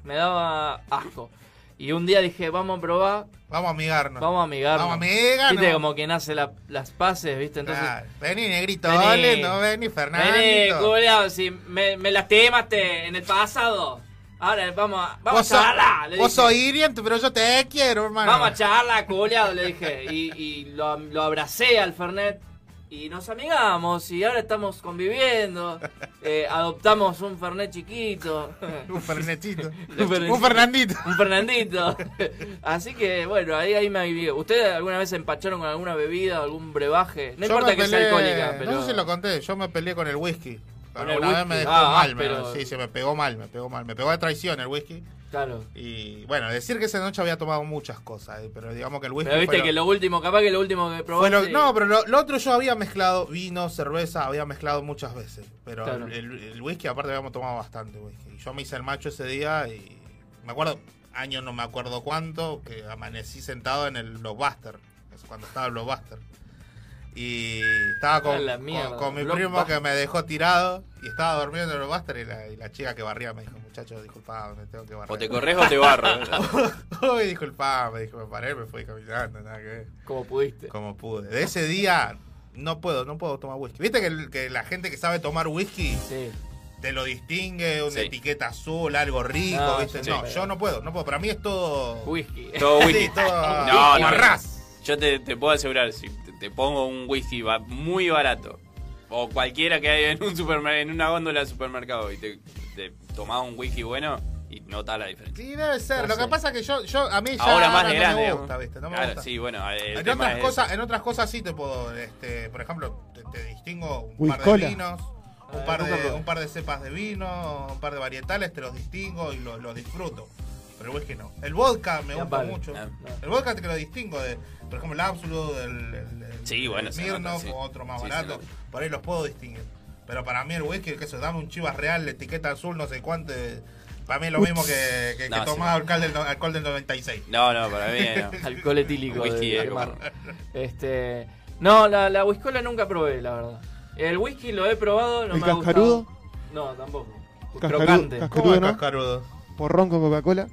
[SPEAKER 9] me daba asco. Y un día dije, vamos a probar.
[SPEAKER 10] Vamos a amigarnos.
[SPEAKER 9] Vamos a amigarnos.
[SPEAKER 10] Vamos a amigarnos.
[SPEAKER 9] Viste, como quien hace la- las paces, ¿viste? Entonces.
[SPEAKER 10] Claro. Vení, negrito, dale, no vení, Fernando.
[SPEAKER 9] Vení, culiao, si me, me lastimaste en el pasado. Ahora vamos a, vamos
[SPEAKER 10] Vos,
[SPEAKER 9] a
[SPEAKER 10] sos-
[SPEAKER 9] charlar. le
[SPEAKER 10] vos
[SPEAKER 9] dije.
[SPEAKER 10] sos hiriente, pero yo te quiero, hermano.
[SPEAKER 9] Vamos a charlar, culiao, le dije. Y, y lo, lo abracé al Fernet. Y nos amigamos. Y ahora estamos conviviendo. Eh, adoptamos un Fernet chiquito.
[SPEAKER 10] Un Fernetito.
[SPEAKER 9] Un Fernet-
[SPEAKER 10] Un Fernandito.
[SPEAKER 9] Un Fernandito. Así que, bueno, ahí, ahí me vivido. ¿Ustedes alguna vez se empacharon con alguna bebida, algún brebaje?
[SPEAKER 10] Yo
[SPEAKER 9] No importa
[SPEAKER 10] me
[SPEAKER 9] que sea
[SPEAKER 10] peleé-
[SPEAKER 9] alcohólica, pero...
[SPEAKER 10] No sé si lo conté, yo me peleé con el whisky.
[SPEAKER 9] Con
[SPEAKER 10] Una
[SPEAKER 9] el
[SPEAKER 10] vez
[SPEAKER 9] whisky.
[SPEAKER 10] me dejó
[SPEAKER 9] Ah,
[SPEAKER 10] mal, me-
[SPEAKER 9] pero-
[SPEAKER 10] sí, se me pegó mal, me pegó mal. Me pegó de traición el whisky.
[SPEAKER 9] Claro.
[SPEAKER 10] Y bueno, decir que esa noche había tomado muchas cosas, eh, pero digamos que el whisky
[SPEAKER 9] Pero viste
[SPEAKER 10] fue
[SPEAKER 9] que
[SPEAKER 10] lo-
[SPEAKER 9] lo último, capaz que lo último que
[SPEAKER 10] fue
[SPEAKER 9] probaste...
[SPEAKER 10] lo- No, pero lo, lo otro yo había mezclado vino, cerveza, había mezclado muchas veces. Pero
[SPEAKER 9] Claro.
[SPEAKER 10] el, el whisky, aparte, habíamos tomado bastante whisky. Y Yo me hice el macho ese día y me acuerdo, año no me acuerdo cuánto, que amanecí sentado en el Blockbuster. Es cuando estaba el Blockbuster. Y estaba
[SPEAKER 9] A
[SPEAKER 10] con,
[SPEAKER 9] la
[SPEAKER 10] con-
[SPEAKER 9] mierda,
[SPEAKER 10] con mi
[SPEAKER 9] Blockbuster.
[SPEAKER 10] primo que me dejó tirado y estaba durmiendo en el Blockbuster. Y la, y la chica que barría me dijo, muchacho, disculpame, tengo que barrer.
[SPEAKER 11] O te corres o te barro, ¿verdad?
[SPEAKER 10] Uy, disculpame, dijo, me paré, me fui caminando, nada que ver.
[SPEAKER 9] Como pudiste.
[SPEAKER 10] Como pude. De ese día no puedo, no puedo tomar whisky. ¿Viste que, el- que la gente que sabe tomar whisky te lo distingue, una etiqueta azul, algo rico,
[SPEAKER 9] No,
[SPEAKER 10] ¿viste?
[SPEAKER 11] sí,
[SPEAKER 10] no,
[SPEAKER 11] pero-
[SPEAKER 10] yo no puedo, no puedo. Para mí es todo
[SPEAKER 9] Whisky.
[SPEAKER 11] Todo
[SPEAKER 10] Sí,
[SPEAKER 11] whisky.
[SPEAKER 10] todo-
[SPEAKER 11] No, no.
[SPEAKER 10] Marrás.
[SPEAKER 11] Yo te, te puedo asegurar, si te, te pongo un whisky va- muy barato, o cualquiera que hay en un supermer- en una góndola de supermercado, y te, te tomás un whisky bueno y notas la diferencia.
[SPEAKER 10] Sí, debe ser.
[SPEAKER 11] No
[SPEAKER 10] lo
[SPEAKER 11] sé.
[SPEAKER 10] que pasa es que yo, yo a mí ya
[SPEAKER 11] Ahora más de
[SPEAKER 10] no
[SPEAKER 11] grande.
[SPEAKER 10] me
[SPEAKER 11] digamos.
[SPEAKER 10] gusta, ¿viste? No me
[SPEAKER 11] claro,
[SPEAKER 10] gusta.
[SPEAKER 11] sí, bueno. el
[SPEAKER 10] En
[SPEAKER 11] tema
[SPEAKER 10] otras,
[SPEAKER 11] es
[SPEAKER 10] cosas, en otras cosas sí te puedo, este, por ejemplo, te, te distingo un
[SPEAKER 12] Whisky
[SPEAKER 10] par de
[SPEAKER 12] cola.
[SPEAKER 10] vinos, un
[SPEAKER 9] Ah,
[SPEAKER 10] par
[SPEAKER 9] nunca
[SPEAKER 10] de,
[SPEAKER 9] probé.
[SPEAKER 10] un par de cepas de vino, un par de varietales, te los distingo y los disfruto. Pero el whisky no. El vodka me
[SPEAKER 9] Ya
[SPEAKER 10] gusta
[SPEAKER 9] vale.
[SPEAKER 10] mucho.
[SPEAKER 9] Ah,
[SPEAKER 10] El vodka te lo distingo de, por ejemplo, el Absolut, el, el, el-
[SPEAKER 11] Sí, bueno,
[SPEAKER 10] el
[SPEAKER 11] se nota,
[SPEAKER 10] Smirnoff
[SPEAKER 11] sí.
[SPEAKER 10] o otro más
[SPEAKER 11] Sí, se
[SPEAKER 10] barato.
[SPEAKER 11] nota.
[SPEAKER 10] Por ahí los puedo distinguir. Pero para mí el whisky, que se dame un chivas real, etiqueta azul, no sé cuánto. eh, Para mí es lo mismo que, que, que
[SPEAKER 11] No, sí.
[SPEAKER 10] tomar alcohol, del, no- alcohol del 96.
[SPEAKER 11] No, no, para mí no.
[SPEAKER 9] Alcohol etílico.
[SPEAKER 11] Whisky,
[SPEAKER 9] de
[SPEAKER 11] eh,
[SPEAKER 9] Palmar. este, no, la, la whiscola nunca probé, la verdad. El whisky lo he probado, no
[SPEAKER 12] ¿El
[SPEAKER 9] me ha
[SPEAKER 12] cascarudo?
[SPEAKER 9] gustado. No, tampoco.
[SPEAKER 12] Cascarudo,
[SPEAKER 9] Crocante.
[SPEAKER 12] cascarudo, ¿no? Porrón con Coca-Cola.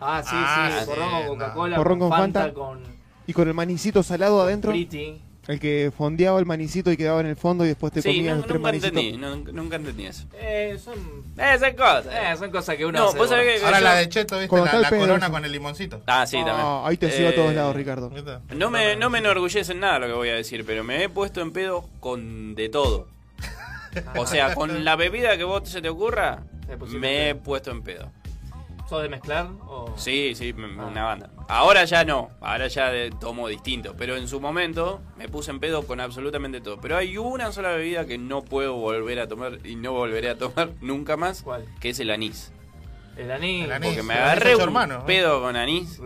[SPEAKER 9] Ah, sí,
[SPEAKER 10] Ah,
[SPEAKER 9] sí,
[SPEAKER 10] sí,
[SPEAKER 9] porrón con
[SPEAKER 10] no.
[SPEAKER 9] Coca-Cola,
[SPEAKER 12] Porrón con Fanta.
[SPEAKER 9] con...
[SPEAKER 12] Y con el manicito salado adentro.
[SPEAKER 9] Pretty.
[SPEAKER 12] El que fondeaba el manicito y quedaba en el fondo y después te
[SPEAKER 11] Sí,
[SPEAKER 12] comías
[SPEAKER 11] no-
[SPEAKER 12] los tres
[SPEAKER 11] nunca
[SPEAKER 12] manicitos.
[SPEAKER 11] entendí, no- nunca entendí eso.
[SPEAKER 9] Eh, son...
[SPEAKER 11] Eh, son cosas.
[SPEAKER 9] Eh, son cosas que uno
[SPEAKER 11] No,
[SPEAKER 9] hace,
[SPEAKER 11] vos sabés
[SPEAKER 9] bueno.
[SPEAKER 11] que-
[SPEAKER 10] Ahora
[SPEAKER 11] yo-
[SPEAKER 10] la de Cheto, ¿viste?
[SPEAKER 12] Cuando
[SPEAKER 10] La,
[SPEAKER 12] está el
[SPEAKER 10] la
[SPEAKER 12] pedo,
[SPEAKER 10] corona
[SPEAKER 12] sí.
[SPEAKER 10] con el limoncito.
[SPEAKER 11] Ah, sí, también.
[SPEAKER 12] Ah, ahí te sigo a
[SPEAKER 11] Eh,
[SPEAKER 12] todos lados, Ricardo.
[SPEAKER 11] No me, no me enorgullece en nada lo que voy a decir, pero me he puesto en pedo con de todo. O sea, con la bebida que vos se te ocurra,
[SPEAKER 9] Te pusiste Oh.
[SPEAKER 11] me he puesto en pedo.
[SPEAKER 9] ¿Sos de mezclar o...?
[SPEAKER 11] Sí, sí, me-
[SPEAKER 9] Ah.
[SPEAKER 11] una banda. Ahora ya no, ahora ya de- tomo distinto, pero en su momento me puse en pedo con absolutamente todo. Pero hay una sola bebida que no puedo volver a tomar y no volveré a tomar nunca más, que es el anís.
[SPEAKER 9] El anís.
[SPEAKER 11] Porque me agarré un
[SPEAKER 10] ¿eh?
[SPEAKER 11] pedo con anís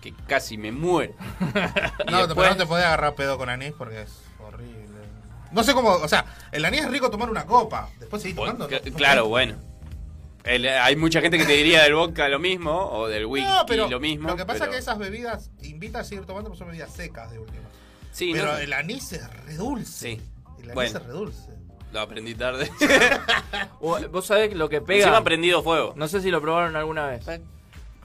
[SPEAKER 11] que casi me muero. Y
[SPEAKER 10] No,
[SPEAKER 11] después-
[SPEAKER 10] pero no te podés agarrar pedo con anís porque es horrible. No sé cómo, o sea, el anís es rico tomar una copa, después seguir tomando.
[SPEAKER 11] C- Claro, bueno. El- hay mucha gente que te diría del vodka lo mismo o del whisky
[SPEAKER 10] No, pero
[SPEAKER 11] lo mismo.
[SPEAKER 10] Lo que pasa
[SPEAKER 11] pero-
[SPEAKER 10] es que esas bebidas invitan a seguir tomando, porque son bebidas secas de última.
[SPEAKER 11] Sí,
[SPEAKER 10] pero
[SPEAKER 11] no.
[SPEAKER 10] el anís es redulce.
[SPEAKER 11] Sí.
[SPEAKER 10] El anís
[SPEAKER 11] Bueno.
[SPEAKER 10] es redulce.
[SPEAKER 11] Lo aprendí tarde.
[SPEAKER 9] Vos- Vos sabés lo que pega.
[SPEAKER 11] Encima prendido fuego.
[SPEAKER 9] No sé si lo probaron alguna vez.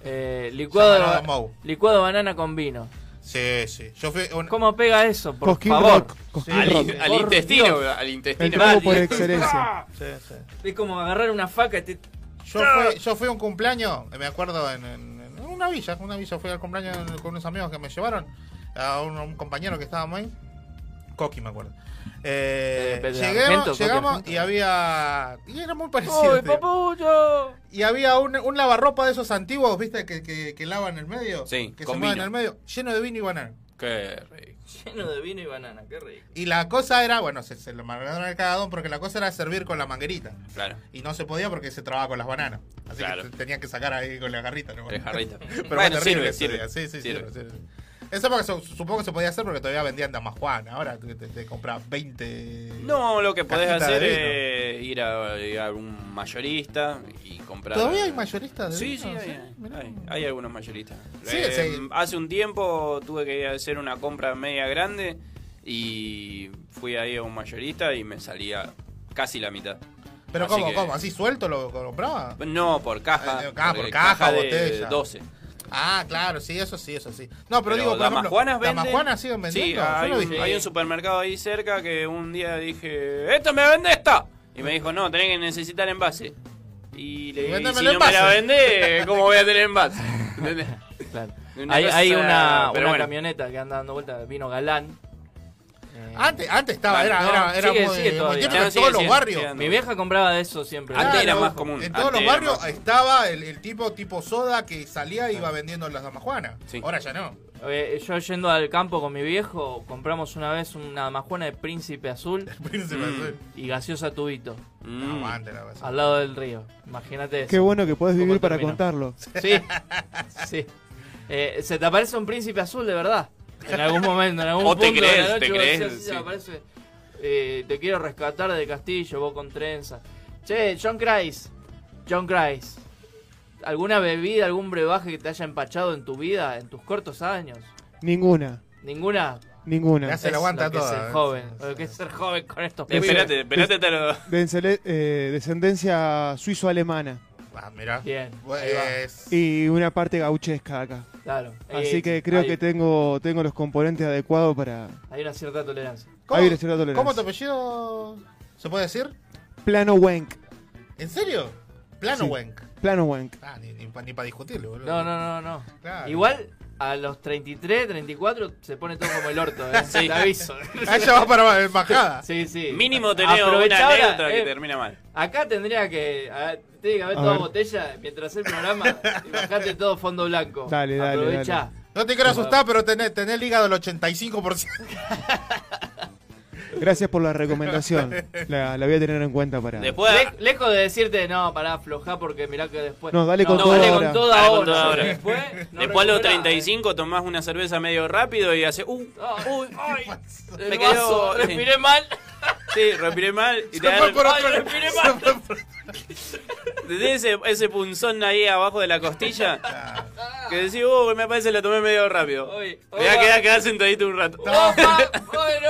[SPEAKER 9] Eh, licuado, de,
[SPEAKER 10] Llamarada
[SPEAKER 9] ba-
[SPEAKER 10] Mau.
[SPEAKER 9] licuado de banana con vino.
[SPEAKER 10] Sí, sí. Yo fui un-
[SPEAKER 9] ¿Cómo pega eso? Por
[SPEAKER 12] Cosquín
[SPEAKER 9] favor.
[SPEAKER 12] rock,
[SPEAKER 11] Al, al
[SPEAKER 9] Por
[SPEAKER 11] intestino,
[SPEAKER 9] Dios.
[SPEAKER 11] al intestino.
[SPEAKER 12] El trago por excelencia.
[SPEAKER 10] Sí, sí.
[SPEAKER 9] Es como agarrar una faca y te...
[SPEAKER 10] Yo fui, yo fui a un cumpleaños, eh, me acuerdo, en, en- en una villa, en una villa fui al cumpleaños con unos amigos que me llevaron, a un, un compañero que estábamos ahí, Coqui me acuerdo. Eh,
[SPEAKER 9] Eh, pero
[SPEAKER 10] lleguemos-
[SPEAKER 9] Argento, Coqui
[SPEAKER 10] llegamos
[SPEAKER 9] Argento.
[SPEAKER 10] y había... Y era muy parecido.
[SPEAKER 9] ¡Uy,
[SPEAKER 10] tío.
[SPEAKER 9] papucho!
[SPEAKER 10] y había un, un lavarropa de esos antiguos, viste, que, que, que lavan en el medio.
[SPEAKER 11] Sí,
[SPEAKER 10] que se
[SPEAKER 11] con
[SPEAKER 10] mueven en
[SPEAKER 11] vino.
[SPEAKER 10] el medio, lleno de vino y banana.
[SPEAKER 11] Qué rico.
[SPEAKER 9] Lleno de vino y banana, qué rico.
[SPEAKER 10] Y la cosa era, bueno, se, se lo mandaron al cagadón porque la cosa era servir con la manguerita.
[SPEAKER 11] Claro.
[SPEAKER 10] Y no se podía porque se trababa con las bananas. Así
[SPEAKER 11] Claro.
[SPEAKER 10] que te- tenían que sacar ahí con la garrita. ¿no?
[SPEAKER 11] Tres jarritas.
[SPEAKER 10] Pero
[SPEAKER 11] Bueno,
[SPEAKER 10] fue terrible
[SPEAKER 11] sirve,
[SPEAKER 10] ese día.
[SPEAKER 11] sirve,
[SPEAKER 10] Sí, sí,
[SPEAKER 11] sirve.
[SPEAKER 10] sirve, sirve. Esa época su- supongo que se podía hacer porque todavía vendían damas Juan. Ahora te, te, te compras 20.
[SPEAKER 11] No, lo que podés
[SPEAKER 10] cajitas de
[SPEAKER 11] hacer
[SPEAKER 10] vino.
[SPEAKER 11] es ir a, ir a un mayorista y comprar.
[SPEAKER 10] ¿Todavía hay mayoristas de
[SPEAKER 11] Sí,
[SPEAKER 10] vino?
[SPEAKER 11] sí, hay, hay, hay, hay algunos mayoristas.
[SPEAKER 10] Sí,
[SPEAKER 11] Eh,
[SPEAKER 10] sí.
[SPEAKER 11] Hace un tiempo tuve que hacer una compra media grande y fui ahí a un mayorista y me salía casi la mitad.
[SPEAKER 10] Pero
[SPEAKER 11] Así
[SPEAKER 10] ¿cómo,
[SPEAKER 11] que-
[SPEAKER 10] cómo? ¿Así suelto lo compraba?
[SPEAKER 11] No, por caja.
[SPEAKER 10] Eh, ah, por
[SPEAKER 11] porque
[SPEAKER 10] caja,
[SPEAKER 11] de
[SPEAKER 10] botella.
[SPEAKER 11] 12.
[SPEAKER 10] Ah, claro, sí, eso sí, eso sí. No, pero,
[SPEAKER 11] Pero
[SPEAKER 10] digo, por
[SPEAKER 11] Damas
[SPEAKER 10] ejemplo,
[SPEAKER 11] Juanas venden.
[SPEAKER 10] Damas Juanas siguen
[SPEAKER 11] Sí,
[SPEAKER 10] vendiendo. Yo
[SPEAKER 11] hay
[SPEAKER 10] lo
[SPEAKER 11] un,
[SPEAKER 10] dije.
[SPEAKER 11] hay un supermercado ahí cerca que un día dije, ¡esto me vende esta! Y me dijo, no, tenés que necesitar envase. Y le dije,
[SPEAKER 10] Véndemelo
[SPEAKER 11] si no me
[SPEAKER 10] envase".
[SPEAKER 11] la vendés, ¿cómo voy a tener envase? ¿Entendés?
[SPEAKER 9] Claro.
[SPEAKER 11] Una
[SPEAKER 9] Hay,
[SPEAKER 11] cosa-
[SPEAKER 9] hay una,
[SPEAKER 11] pero
[SPEAKER 9] una
[SPEAKER 11] bueno.
[SPEAKER 9] camioneta que anda dando vueltas, vino galán. Eh,
[SPEAKER 10] Antes, antes estaba, era,
[SPEAKER 9] no,
[SPEAKER 10] era, era
[SPEAKER 9] sigue-
[SPEAKER 10] muy,
[SPEAKER 9] sigue
[SPEAKER 10] muy
[SPEAKER 9] todavía.
[SPEAKER 10] típico
[SPEAKER 11] No,
[SPEAKER 10] en
[SPEAKER 11] sigue
[SPEAKER 10] todos los
[SPEAKER 11] siendo,
[SPEAKER 10] barrios.
[SPEAKER 11] sigue andando.
[SPEAKER 9] Mi vieja compraba de eso siempre.
[SPEAKER 11] Antes
[SPEAKER 10] Claro,
[SPEAKER 11] era más común.
[SPEAKER 10] En todos los
[SPEAKER 11] antes era
[SPEAKER 10] barrios
[SPEAKER 11] más-
[SPEAKER 10] estaba el, el tipo tipo soda que salía y iba vendiendo las damas Juanas.
[SPEAKER 11] Sí.
[SPEAKER 10] Ahora ya no.
[SPEAKER 9] Eh, yo yendo al campo con mi viejo, compramos una vez una majuana de príncipe azul
[SPEAKER 10] Príncipe Azul.
[SPEAKER 9] y gaseosa tubito
[SPEAKER 10] No, aguante la cosa.
[SPEAKER 9] al lado del río. Imagínate eso.
[SPEAKER 12] Qué bueno que podés
[SPEAKER 9] ¿Cómo
[SPEAKER 12] vivir para
[SPEAKER 9] terminó?
[SPEAKER 12] contarlo.
[SPEAKER 9] Sí, sí. Eh, se te aparece un príncipe azul de verdad. En algún momento, en algún
[SPEAKER 11] O te
[SPEAKER 9] punto de
[SPEAKER 11] crees,
[SPEAKER 9] la noche,
[SPEAKER 11] te
[SPEAKER 9] vos
[SPEAKER 11] crees,
[SPEAKER 9] decís,
[SPEAKER 11] sí.
[SPEAKER 9] aparece, eh, te quiero rescatar de Castillo, vos con trenza. Che, John Christ, John Christ. ¿Alguna bebida, algún brebaje que te haya empachado en tu vida, en tus cortos años?
[SPEAKER 12] Ninguna,
[SPEAKER 9] ¿Ninguna?
[SPEAKER 12] ninguna.
[SPEAKER 10] Se la aguanta
[SPEAKER 9] Es lo que
[SPEAKER 10] toda,
[SPEAKER 9] Es ser
[SPEAKER 10] ¿eh?
[SPEAKER 9] joven, lo que es ser joven con estos pibes.
[SPEAKER 11] Esperate, esperate hasta los-
[SPEAKER 12] De encele- eh, descendencia suizo-alemana
[SPEAKER 10] Ah, mirá.
[SPEAKER 9] Bien,
[SPEAKER 10] Pues,
[SPEAKER 9] ahí va.
[SPEAKER 12] y una parte gauchesca acá.
[SPEAKER 9] Claro.
[SPEAKER 12] Así
[SPEAKER 9] Eh,
[SPEAKER 12] que creo
[SPEAKER 9] hay-
[SPEAKER 12] que tengo, tengo los componentes adecuados para...
[SPEAKER 9] Hay una cierta tolerancia.
[SPEAKER 12] Hay una cierta tolerancia.
[SPEAKER 10] ¿Cómo tu apellido se puede decir?
[SPEAKER 12] Plano Wenk.
[SPEAKER 10] ¿En serio? Plano
[SPEAKER 12] Sí.
[SPEAKER 10] Wenk.
[SPEAKER 12] Plano Wenk.
[SPEAKER 10] Ah, ni, para discutirlo, boludo.
[SPEAKER 9] No, no, no, no.
[SPEAKER 10] Claro.
[SPEAKER 9] Igual a los 33, 34 se pone todo como el orto, ¿eh?
[SPEAKER 11] Sí.
[SPEAKER 9] te aviso.
[SPEAKER 10] Ah, ya va para embajada.
[SPEAKER 9] Sí, sí.
[SPEAKER 11] Mínimo tenés
[SPEAKER 9] Aprovechá
[SPEAKER 11] una
[SPEAKER 9] ahora,
[SPEAKER 11] anécdota que
[SPEAKER 9] eh,
[SPEAKER 11] termina mal.
[SPEAKER 9] Acá tendría que, a- tiene que haber
[SPEAKER 12] A
[SPEAKER 9] toda
[SPEAKER 12] ver.
[SPEAKER 9] botella mientras el programa y bajate todo fondo blanco.
[SPEAKER 12] Dale, dale, dale.
[SPEAKER 9] Aprovechá.
[SPEAKER 10] No te quiero asustar, pero tenés, tenés el hígado del 85%.
[SPEAKER 12] Gracias por la recomendación. La, la voy a tener en cuenta para...
[SPEAKER 11] Después,
[SPEAKER 9] Le- lejos de decirte, no, pará, aflojá porque mirá que después.
[SPEAKER 12] No, dale con todo
[SPEAKER 9] dale
[SPEAKER 12] ahora.
[SPEAKER 9] con todo
[SPEAKER 11] Dale con
[SPEAKER 9] ahora.
[SPEAKER 11] todo ahora.
[SPEAKER 9] Después, no
[SPEAKER 11] después a los
[SPEAKER 9] recuperás.
[SPEAKER 11] 35 tomás una cerveza medio rápido y hace, uh,
[SPEAKER 9] Ah,
[SPEAKER 11] uy,
[SPEAKER 9] ay,
[SPEAKER 11] me
[SPEAKER 9] el
[SPEAKER 11] quedó-
[SPEAKER 9] vaso, respiré mal.
[SPEAKER 11] Sí, respiré mal y
[SPEAKER 9] Se
[SPEAKER 11] te
[SPEAKER 9] fue
[SPEAKER 11] agarra-
[SPEAKER 9] por otro
[SPEAKER 11] ¡Ay,
[SPEAKER 9] lado!
[SPEAKER 11] respiré mal! Desde ese, ese punzón ahí abajo de la costilla que decís, uh, me parece que la tomé medio rápido.
[SPEAKER 9] Oye,
[SPEAKER 11] Me voy a
[SPEAKER 9] opa.
[SPEAKER 11] quedar, quedar sentadito un rato.
[SPEAKER 9] Oh, bueno.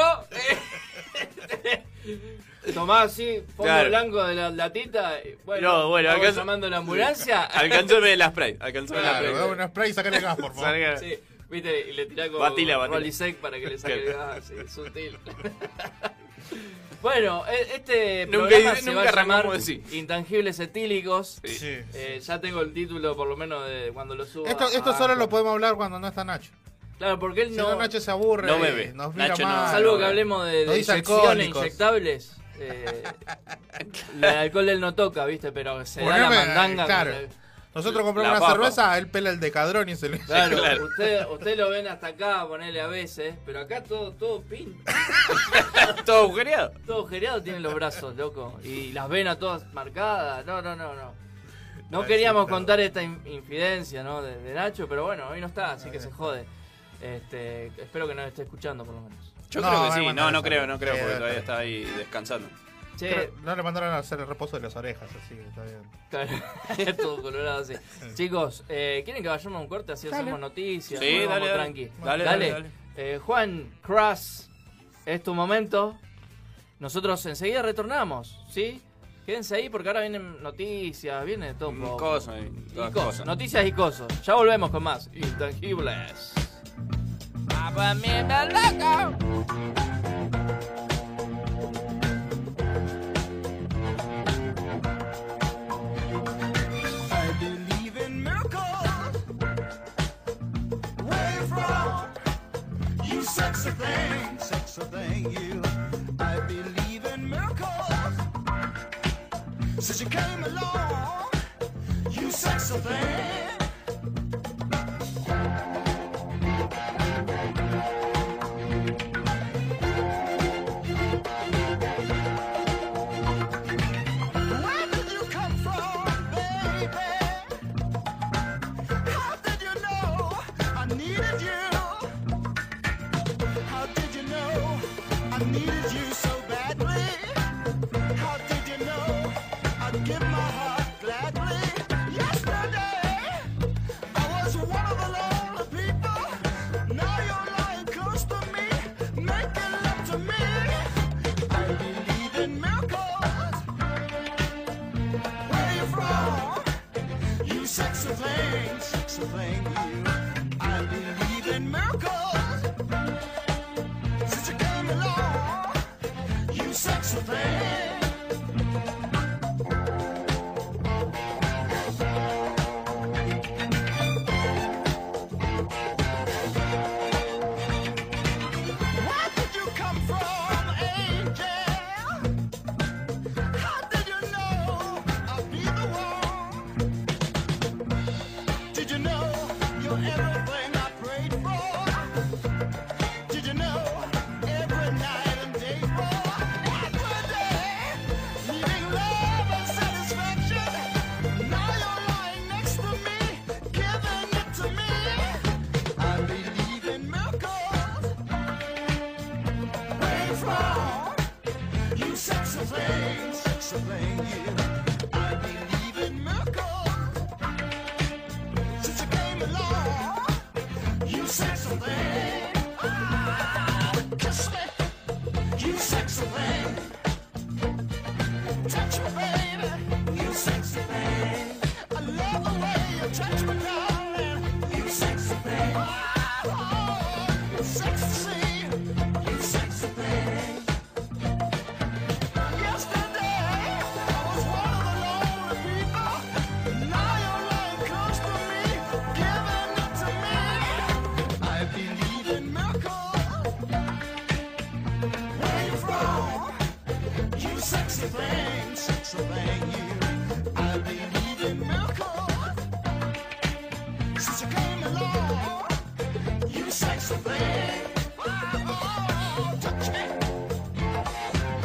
[SPEAKER 9] Tomás así, fondo
[SPEAKER 11] Claro.
[SPEAKER 9] blanco de la latita. y Bueno,
[SPEAKER 11] No, bueno,
[SPEAKER 9] vamos
[SPEAKER 11] alcanza-
[SPEAKER 9] llamando a la ambulancia.
[SPEAKER 11] Alcánzame el spray. Alcánzame el spray.
[SPEAKER 10] Claro, un spray y sacale gas, por favor.
[SPEAKER 11] Salga.
[SPEAKER 9] Sí, viste, y le tirá con
[SPEAKER 11] Batila, batila.
[SPEAKER 9] Rolisec para que le saque el
[SPEAKER 11] Claro.
[SPEAKER 9] gas, sí, sutil. bueno, e- este
[SPEAKER 11] Nunca-
[SPEAKER 9] programa se
[SPEAKER 11] nunca
[SPEAKER 9] va a llamar
[SPEAKER 11] arrancamos así.
[SPEAKER 9] Intangibles Etílicos.
[SPEAKER 11] Sí. Sí.
[SPEAKER 9] Eh, ya tengo el título, por lo menos, de cuando lo suba.
[SPEAKER 10] Esto, esto
[SPEAKER 9] Ah,
[SPEAKER 10] solo lo podemos hablar cuando no está Nacho.
[SPEAKER 9] Claro, porque él
[SPEAKER 10] Si
[SPEAKER 9] no...
[SPEAKER 10] no, Nacho se aburre.
[SPEAKER 11] No bebe.
[SPEAKER 10] Nos mira
[SPEAKER 11] Nacho no-
[SPEAKER 10] mal.
[SPEAKER 9] Salvo que hablemos de,
[SPEAKER 10] Nos
[SPEAKER 9] de
[SPEAKER 10] dice
[SPEAKER 9] inyecciones,
[SPEAKER 10] alcohólicos.
[SPEAKER 9] inyectables. eh, el alcohol él no toca, viste, pero se da
[SPEAKER 10] Poneme-
[SPEAKER 9] la mandanga.
[SPEAKER 10] claro.
[SPEAKER 9] con el-
[SPEAKER 10] Nosotros
[SPEAKER 9] La
[SPEAKER 10] compramos una
[SPEAKER 9] papa.
[SPEAKER 10] cerveza, él pela el de cadrón y se lo
[SPEAKER 9] Claro, Usted, usted lo ven hasta acá, ponele a veces, pero acá todo, todo pinta.
[SPEAKER 11] todo agujereado.
[SPEAKER 9] Todo agujereado tienen los brazos, loco. Y las venas todas marcadas. No, no, no, no. No
[SPEAKER 11] Ay,
[SPEAKER 9] queríamos
[SPEAKER 11] sí, perdón.
[SPEAKER 9] contar esta in- infidencia, ¿no? De, de Nacho, pero bueno, hoy no está, así que se jode. Este, espero que nos esté escuchando por lo menos.
[SPEAKER 11] Yo creo que sí. No, no
[SPEAKER 10] esa.
[SPEAKER 11] creo, no creo,
[SPEAKER 10] Sí,
[SPEAKER 11] porque
[SPEAKER 10] debe
[SPEAKER 11] todavía
[SPEAKER 10] estar.
[SPEAKER 11] está ahí descansando.
[SPEAKER 10] Creo- No le mandaron a hacer el reposo de las orejas, así que está bien.
[SPEAKER 9] Claro, todo colorado así. Chicos, eh, ¿quieren que vayamos a un corte? Así
[SPEAKER 11] Dale.
[SPEAKER 9] hacemos noticias.
[SPEAKER 11] Sí,
[SPEAKER 9] luego
[SPEAKER 11] dale,
[SPEAKER 9] vamos
[SPEAKER 11] dale.
[SPEAKER 9] tranqui.
[SPEAKER 11] Dale, dale, dale.
[SPEAKER 9] Eh, Juan Cross, es tu momento. Nosotros enseguida retornamos, ¿sí? Quédense ahí porque ahora vienen noticias, viene de todo un poco.
[SPEAKER 11] Mm, Cosas, y
[SPEAKER 9] Y
[SPEAKER 11] todas
[SPEAKER 9] cosas,
[SPEAKER 11] cosas.
[SPEAKER 9] Noticias y cosas. Ya volvemos con más. Intangibles.
[SPEAKER 14] Papa me the loco. I believe in miracles. Where you from? You sexy thing, sexy thing, you. I believe in miracles. Since you came along, you sexy thing. Where did you come from, baby? How did you know I needed you? How did you know I needed you so badly? How did you know I'd give my heart gladly? Yesterday I was one of the lonely people. Now you're lying close to me, making love to me. I believe in miracles. Where you from? You sexy thing, sexy thing, you. I believe in miracles. Since you came along, you sexy thing. Where did you come from, angel? How did you know I'd be the one? Did you know you're everything? Oh,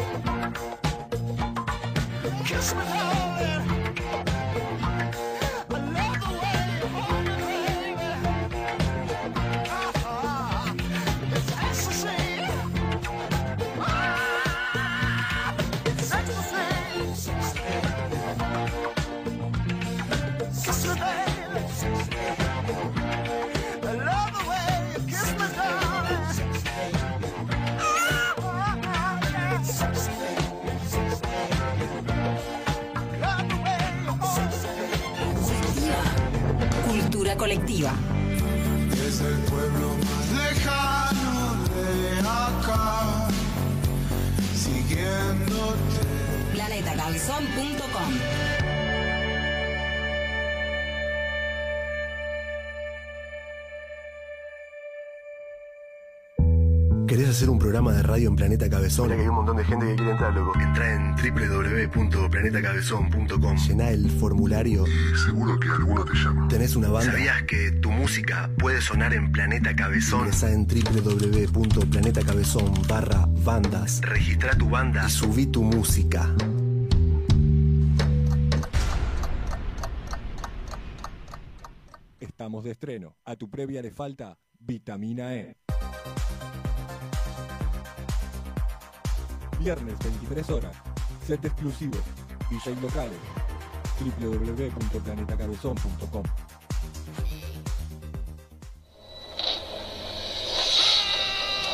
[SPEAKER 14] Ah, ah.
[SPEAKER 4] cultura colectiva.
[SPEAKER 13] Es el pueblo más lejano de acá, siguiéndote.
[SPEAKER 4] Planetacabezón.com
[SPEAKER 7] ¿Querés hacer un programa de radio en Planeta Cabezón? que hay un montón de gente que quiere entrar, loco. Entra en www.planetacabezón.com. Llená el formulario. Seguro que alguno te llama. ¿Tenés una banda? ¿Sabías que tu música puede sonar en Planeta Cabezón? Ingresá en www.planetacabezón barra bandas. Registra tu banda. Y subí tu música.
[SPEAKER 15] Estamos de estreno. A tu previa le falta vitamina E. Viernes 23 horas. Set exclusivo. DJs locales. www.planetacabezón.com.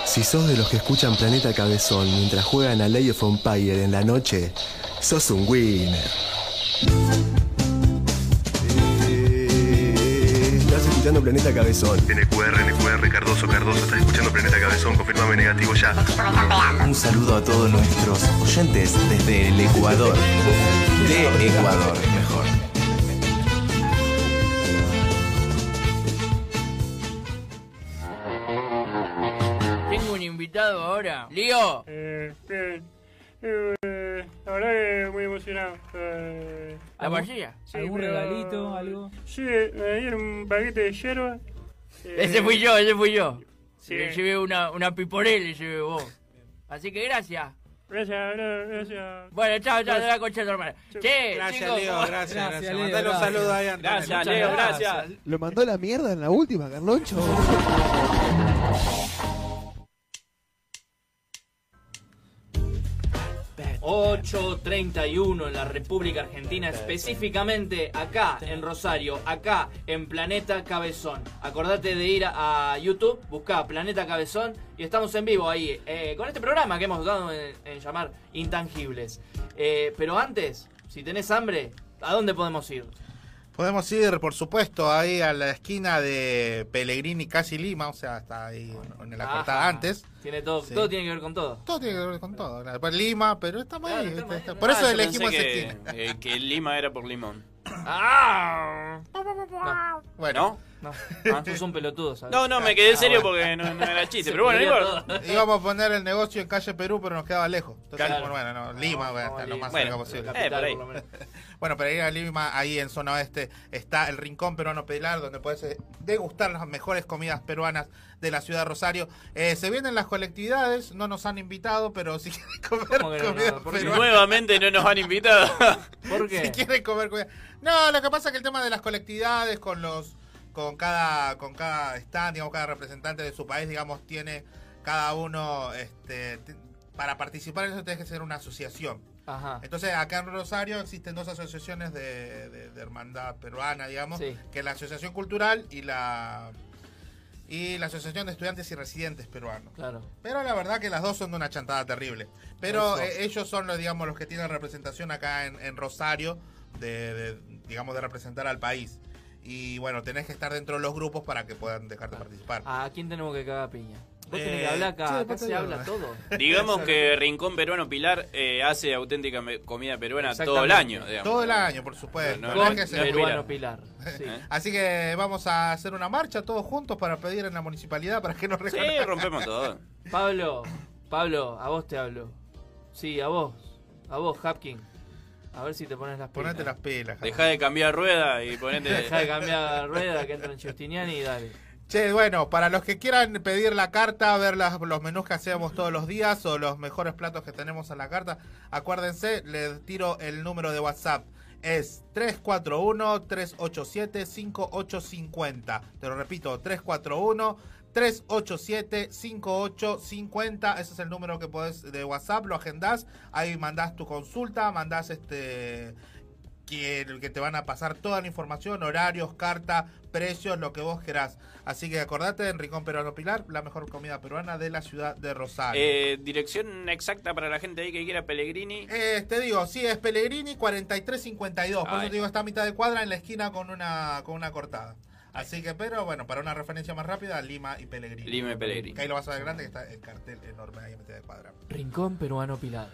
[SPEAKER 7] Si sos de los que escuchan Planeta Cabezón mientras juegan a Ley of Empire en la noche, sos un winner. Eh, Estás escuchando Planeta Cabezón. NQR, NQR, Cardoso, Cardoso, estás escuchando Planeta Cabezón, confirmame negativo ya.
[SPEAKER 16] Un saludo a todos nuestros oyentes desde el Ecuador. De Ecuador, mejor.
[SPEAKER 9] Tengo un invitado ahora. Lío.
[SPEAKER 17] Eh, la verdad que muy emocionado. Eh,
[SPEAKER 9] La vajilla.
[SPEAKER 17] ¿Algún regalito, algo? Sí, me dieron un paquete de yerba. Eh,
[SPEAKER 9] Ese fui yo, ese fui yo.
[SPEAKER 17] Sí.
[SPEAKER 9] Le llevé una, una piporel, le llevé vos. Así que gracias.
[SPEAKER 17] Gracias, gra- gracias.
[SPEAKER 9] Bueno, chao, chao,
[SPEAKER 17] Gracias.
[SPEAKER 9] te voy a conchar, hermana. Che,
[SPEAKER 17] Gracias,
[SPEAKER 9] chicos,
[SPEAKER 17] Leo,
[SPEAKER 9] ¿cómo-
[SPEAKER 17] gracias, Gracias, gracias. Leo,
[SPEAKER 12] Mandale un gracias. saludo ahí a Antonella.
[SPEAKER 9] Gracias,
[SPEAKER 12] Muchas
[SPEAKER 9] Leo,
[SPEAKER 12] gracias.
[SPEAKER 9] gracias.
[SPEAKER 12] Lo mandó a la mierda en la última, Carloncho.
[SPEAKER 9] Perfecto. 8.31 en la República Argentina, específicamente acá en Rosario, acá en Planeta Cabezón. Acordate de ir a, a YouTube, busca Planeta Cabezón y estamos en vivo ahí eh, con este programa que hemos dado en, en llamar Intangibles. Eh, pero antes, si tenés hambre, ¿a dónde podemos ir?
[SPEAKER 10] Podemos ir, por supuesto, ahí a la esquina de Pellegrini casi Lima, o sea, está ahí en la
[SPEAKER 9] Ajá.
[SPEAKER 10] cortada antes.
[SPEAKER 9] Tiene todo,
[SPEAKER 10] Sí.
[SPEAKER 9] todo tiene que ver con todo.
[SPEAKER 10] Todo tiene que ver con todo. Después Lima, pero estamos ahí. está- está- Por
[SPEAKER 11] Ah,
[SPEAKER 10] eso
[SPEAKER 11] yo
[SPEAKER 10] elegimos este
[SPEAKER 11] pensé
[SPEAKER 10] esa
[SPEAKER 11] que,
[SPEAKER 10] esquina.
[SPEAKER 11] eh, que Lima era por limón.
[SPEAKER 10] Bueno.
[SPEAKER 9] No, Ah, sos un pelotudo, ¿sabes? Ah,
[SPEAKER 11] No, no, me quedé serio porque no, no era chiste.
[SPEAKER 10] Se
[SPEAKER 11] Pero bueno,
[SPEAKER 10] pudrió
[SPEAKER 11] no importa.
[SPEAKER 10] todo. Íbamos a poner el negocio en calle Perú, pero nos quedaba lejos. Entonces,
[SPEAKER 11] Claro.
[SPEAKER 10] bueno, bueno, no, Lima, bueno,
[SPEAKER 11] Vamos, vamos
[SPEAKER 10] está
[SPEAKER 11] a
[SPEAKER 10] lo
[SPEAKER 11] Lima.
[SPEAKER 10] más
[SPEAKER 11] Bueno,
[SPEAKER 10] cerca posible.
[SPEAKER 11] la capital, Eh, por ahí.
[SPEAKER 10] bueno, para ir a Lima, ahí en zona oeste, está el Rincón Peruano Pilar, donde puedes eh, degustar las mejores comidas peruanas de la ciudad de Rosario. Eh, se vienen las colectividades, no nos han invitado, pero si quieren comer comida peruana.
[SPEAKER 11] Nuevamente no nos han invitado.
[SPEAKER 9] ¿Por
[SPEAKER 10] Si quieren comer comida. No, lo que pasa es que el tema de las colectividades con los con cada con cada stand, digamos, cada representante de su país, digamos, tiene cada uno este t- para participar en eso tienes que ser una asociación.
[SPEAKER 9] Ajá.
[SPEAKER 10] Entonces, acá en Rosario existen dos asociaciones de, de- de hermandad peruana, digamos,
[SPEAKER 9] Sí.
[SPEAKER 10] que es la Asociación Cultural y la y la Asociación de Estudiantes y Residentes Peruanos.
[SPEAKER 9] Claro.
[SPEAKER 10] Pero la verdad que las dos son de una chantada terrible. Pero
[SPEAKER 9] Eso.
[SPEAKER 10] eh, ellos son los, digamos, los que tienen representación acá en, en Rosario, de, de, digamos, de representar al país. Y bueno, tenés que estar dentro de los grupos para que puedan dejarte participar.
[SPEAKER 9] ¿A quién tenemos que cagar piña? Vos tenés que
[SPEAKER 10] Eh,
[SPEAKER 9] hablar acá,
[SPEAKER 10] sí,
[SPEAKER 9] acá
[SPEAKER 10] después
[SPEAKER 9] se
[SPEAKER 10] te digo.
[SPEAKER 9] habla todo.
[SPEAKER 11] Digamos que Rincón Peruano Pilar eh, hace auténtica me- comida peruana todo el año. digamos.
[SPEAKER 10] Todo el año, por supuesto.
[SPEAKER 11] No,
[SPEAKER 10] Tenés
[SPEAKER 11] no, no,
[SPEAKER 10] que
[SPEAKER 11] no
[SPEAKER 10] ser-
[SPEAKER 11] es Peruano
[SPEAKER 9] Pilar. Sí.
[SPEAKER 10] Así que vamos a hacer una marcha todos juntos para pedir en la municipalidad para que nos
[SPEAKER 11] Sí,
[SPEAKER 10] reconozcan.
[SPEAKER 11] rompemos todo.
[SPEAKER 9] Pablo, Pablo, a vos te hablo. Sí, a vos. A vos, Hapkin. A ver si te pones las pilas.
[SPEAKER 10] Ponete las pilas.
[SPEAKER 11] Deja de cambiar rueda y ponete.
[SPEAKER 9] Dejá de cambiar rueda que entran Justiniani y dale.
[SPEAKER 10] Che, bueno, para los que quieran pedir la carta, ver las- los menús que hacemos todos los días o los mejores platos que tenemos a la carta, acuérdense, les tiro el número de WhatsApp. Es 341-387-5850. Te lo repito, 341-387-5850. Ese es el número que podés de WhatsApp, lo agendás. Ahí mandás tu consulta, mandás este que, que te van a pasar toda la información, horarios, carta, precios, lo que vos querás. Así que acordate en Rincón Peruano Pilar, la mejor comida peruana de la ciudad de Rosario.
[SPEAKER 11] Eh, dirección exacta para la gente ahí que quiera Pellegrini.
[SPEAKER 10] Eh, te digo, sí, es Pellegrini 4352. Por
[SPEAKER 11] Ay.
[SPEAKER 10] eso te digo, está a mitad de cuadra en la esquina con una, con una cortada. Así que, pero bueno, para una referencia más rápida, Lima y Pellegrini.
[SPEAKER 11] Lima y Pellegrini.
[SPEAKER 10] Que ahí lo vas a ver grande, que está el cartel enorme ahí a mitad de cuadra.
[SPEAKER 9] Rincón peruano Pilar.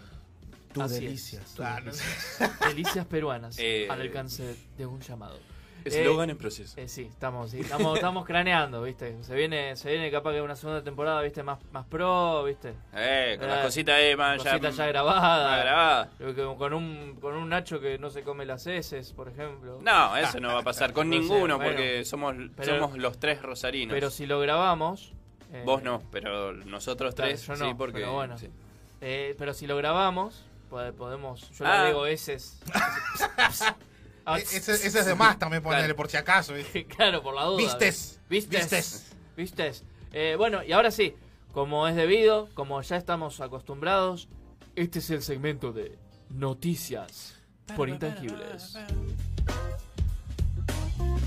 [SPEAKER 10] Tú
[SPEAKER 9] Así
[SPEAKER 10] delicias,
[SPEAKER 9] es.
[SPEAKER 10] tú Ah, no
[SPEAKER 9] delicias. Delicias peruanas
[SPEAKER 11] Eh,
[SPEAKER 9] al alcance de un llamado.
[SPEAKER 11] Eslogan
[SPEAKER 9] Eh,
[SPEAKER 11] en proceso.
[SPEAKER 9] eh, sí, estamos, sí, estamos, estamos craneando, ¿viste? Se viene, se viene capaz que una segunda temporada, ¿viste? Más, más pro, ¿viste?
[SPEAKER 11] Eh, con
[SPEAKER 9] Eh,
[SPEAKER 11] las cositas ahí, man, ya-
[SPEAKER 9] cositas ya grabadas.
[SPEAKER 11] ya grabadas.
[SPEAKER 9] Creo que Con un, con un Nacho que no se come las heces, por ejemplo.
[SPEAKER 11] No, eso no va a pasar con
[SPEAKER 9] Ah, No sé,
[SPEAKER 11] ninguno
[SPEAKER 9] bueno,
[SPEAKER 11] porque somos,
[SPEAKER 9] pero-
[SPEAKER 11] somos los tres rosarinos.
[SPEAKER 9] Pero si lo grabamos. eh,
[SPEAKER 11] Vos no, pero nosotros
[SPEAKER 9] claro,
[SPEAKER 11] tres
[SPEAKER 9] yo
[SPEAKER 11] sí,
[SPEAKER 9] no,
[SPEAKER 11] porque
[SPEAKER 9] pero bueno.
[SPEAKER 11] sí.
[SPEAKER 9] Eh, pero si lo grabamos, pode- podemos. Yo le
[SPEAKER 11] Ah.
[SPEAKER 9] agrego heces. Ah,
[SPEAKER 10] E- ese- ese es de más también, ponele, por si acaso.
[SPEAKER 9] claro, por la duda.
[SPEAKER 10] Vistes.
[SPEAKER 9] Vistes.
[SPEAKER 10] Vistes.
[SPEAKER 9] Vistes. Eh, bueno, y ahora sí, como es debido, como ya estamos acostumbrados, este es el segmento de noticias por intangibles.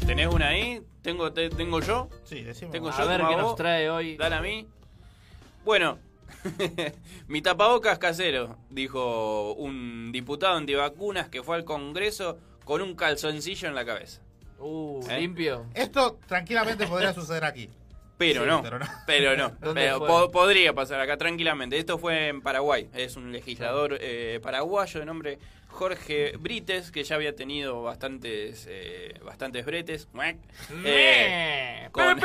[SPEAKER 11] ¿Tenés una ahí? ¿Tengo, te- tengo yo?
[SPEAKER 10] Sí, decime.
[SPEAKER 11] Tengo
[SPEAKER 9] A
[SPEAKER 11] yo
[SPEAKER 9] ver
[SPEAKER 11] como
[SPEAKER 9] qué
[SPEAKER 11] vos.
[SPEAKER 9] nos trae hoy.
[SPEAKER 11] Dale a mí. Bueno, mi tapabocas casero, dijo un diputado antivacunas que fue al Congreso con un calzoncillo en la cabeza.
[SPEAKER 9] Uh,
[SPEAKER 11] ¿Eh?
[SPEAKER 9] limpio.
[SPEAKER 10] Esto tranquilamente podría suceder aquí.
[SPEAKER 11] Pero
[SPEAKER 10] Sí,
[SPEAKER 11] no,
[SPEAKER 10] pero no.
[SPEAKER 11] pero no,
[SPEAKER 10] ¿Dónde
[SPEAKER 11] pero
[SPEAKER 10] fue?
[SPEAKER 11] po- podría pasar acá tranquilamente. Esto fue en Paraguay. Es un legislador eh, paraguayo de nombre Jorge Brites que ya había tenido bastantes, eh, bastantes bretes. Muac. Eh, con,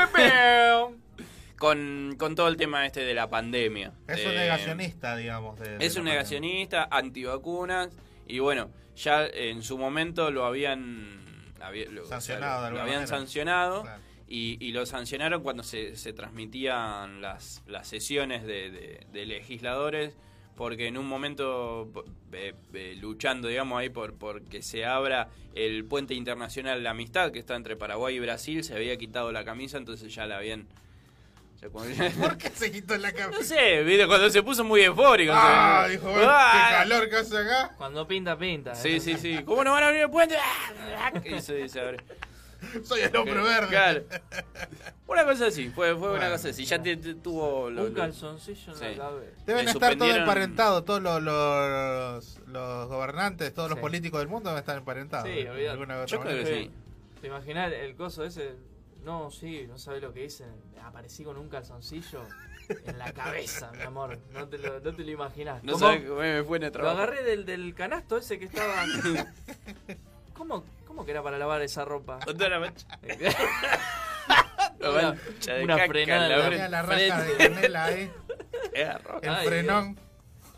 [SPEAKER 11] con, con todo el tema este de la pandemia.
[SPEAKER 10] Es un
[SPEAKER 11] Eh,
[SPEAKER 10] negacionista, digamos. de- de
[SPEAKER 11] Es un
[SPEAKER 10] la
[SPEAKER 11] negacionista, antivacunas, y bueno, ya en su momento lo habían había- lo, o sea,
[SPEAKER 10] Sancionado de
[SPEAKER 11] lo- lo
[SPEAKER 10] alguna
[SPEAKER 11] habían
[SPEAKER 10] manera.
[SPEAKER 11] sancionado y, y lo sancionaron cuando se, se transmitían las, las sesiones de, de- de legisladores, porque en un momento eh, eh, luchando, digamos, ahí por, por que se abra el puente internacional de la amistad que está entre Paraguay y Brasil, se había quitado la camisa, entonces ya la habían... o sea, cuando-
[SPEAKER 10] ¿Por qué se quitó la cabeza?
[SPEAKER 11] no sé, viste, cuando se puso muy eufórico.
[SPEAKER 10] Ah,
[SPEAKER 11] se-
[SPEAKER 10] dijo, bueno,
[SPEAKER 11] Ah.
[SPEAKER 10] qué calor que hace acá.
[SPEAKER 9] Cuando pinta, pinta. eh.
[SPEAKER 11] Sí, sí, sí. ¿Cómo no van a abrir el puente? Ah, ah, y se- se abre.
[SPEAKER 10] Soy el hombre verde.
[SPEAKER 11] Claro. Una cosa así, fue, fue una
[SPEAKER 10] Bueno,
[SPEAKER 11] cosa así. Ya te, te- tuvo lo-
[SPEAKER 9] Un
[SPEAKER 11] lo-
[SPEAKER 9] calzoncillo en la
[SPEAKER 11] Sí.
[SPEAKER 9] cabeza.
[SPEAKER 10] Deben
[SPEAKER 11] Le
[SPEAKER 10] estar todos
[SPEAKER 11] suspendieron-
[SPEAKER 10] emparentados, todos los, los, los gobernantes, todos los
[SPEAKER 9] Sí.
[SPEAKER 10] políticos del mundo deben estar emparentados.
[SPEAKER 9] Sí,
[SPEAKER 10] de
[SPEAKER 9] olvidate.
[SPEAKER 10] alguna u otra
[SPEAKER 11] Yo creo que
[SPEAKER 10] manera.
[SPEAKER 11] sí.
[SPEAKER 9] ¿Te imaginas el coso ese? No, sí, no sabes lo que dicen. Aparecí con un calzoncillo en la cabeza, mi amor. No te lo, no te lo imaginas.
[SPEAKER 11] No
[SPEAKER 9] ¿Cómo?
[SPEAKER 11] sabés que me fue en el
[SPEAKER 9] Lo
[SPEAKER 11] trabajo.
[SPEAKER 9] agarré del, del canasto ese que estaba. ¿Cómo, ¿Cómo que era para lavar esa ropa?
[SPEAKER 11] Toda la mancha.
[SPEAKER 9] Una-
[SPEAKER 11] mancha de
[SPEAKER 9] una
[SPEAKER 11] caca,
[SPEAKER 9] frenada.
[SPEAKER 11] la
[SPEAKER 10] Mira
[SPEAKER 11] verdad.
[SPEAKER 10] la raja de
[SPEAKER 9] Frente.
[SPEAKER 10] canela ahí,
[SPEAKER 11] Era rojo.
[SPEAKER 10] el
[SPEAKER 9] Ay,
[SPEAKER 10] frenón,
[SPEAKER 9] Dios.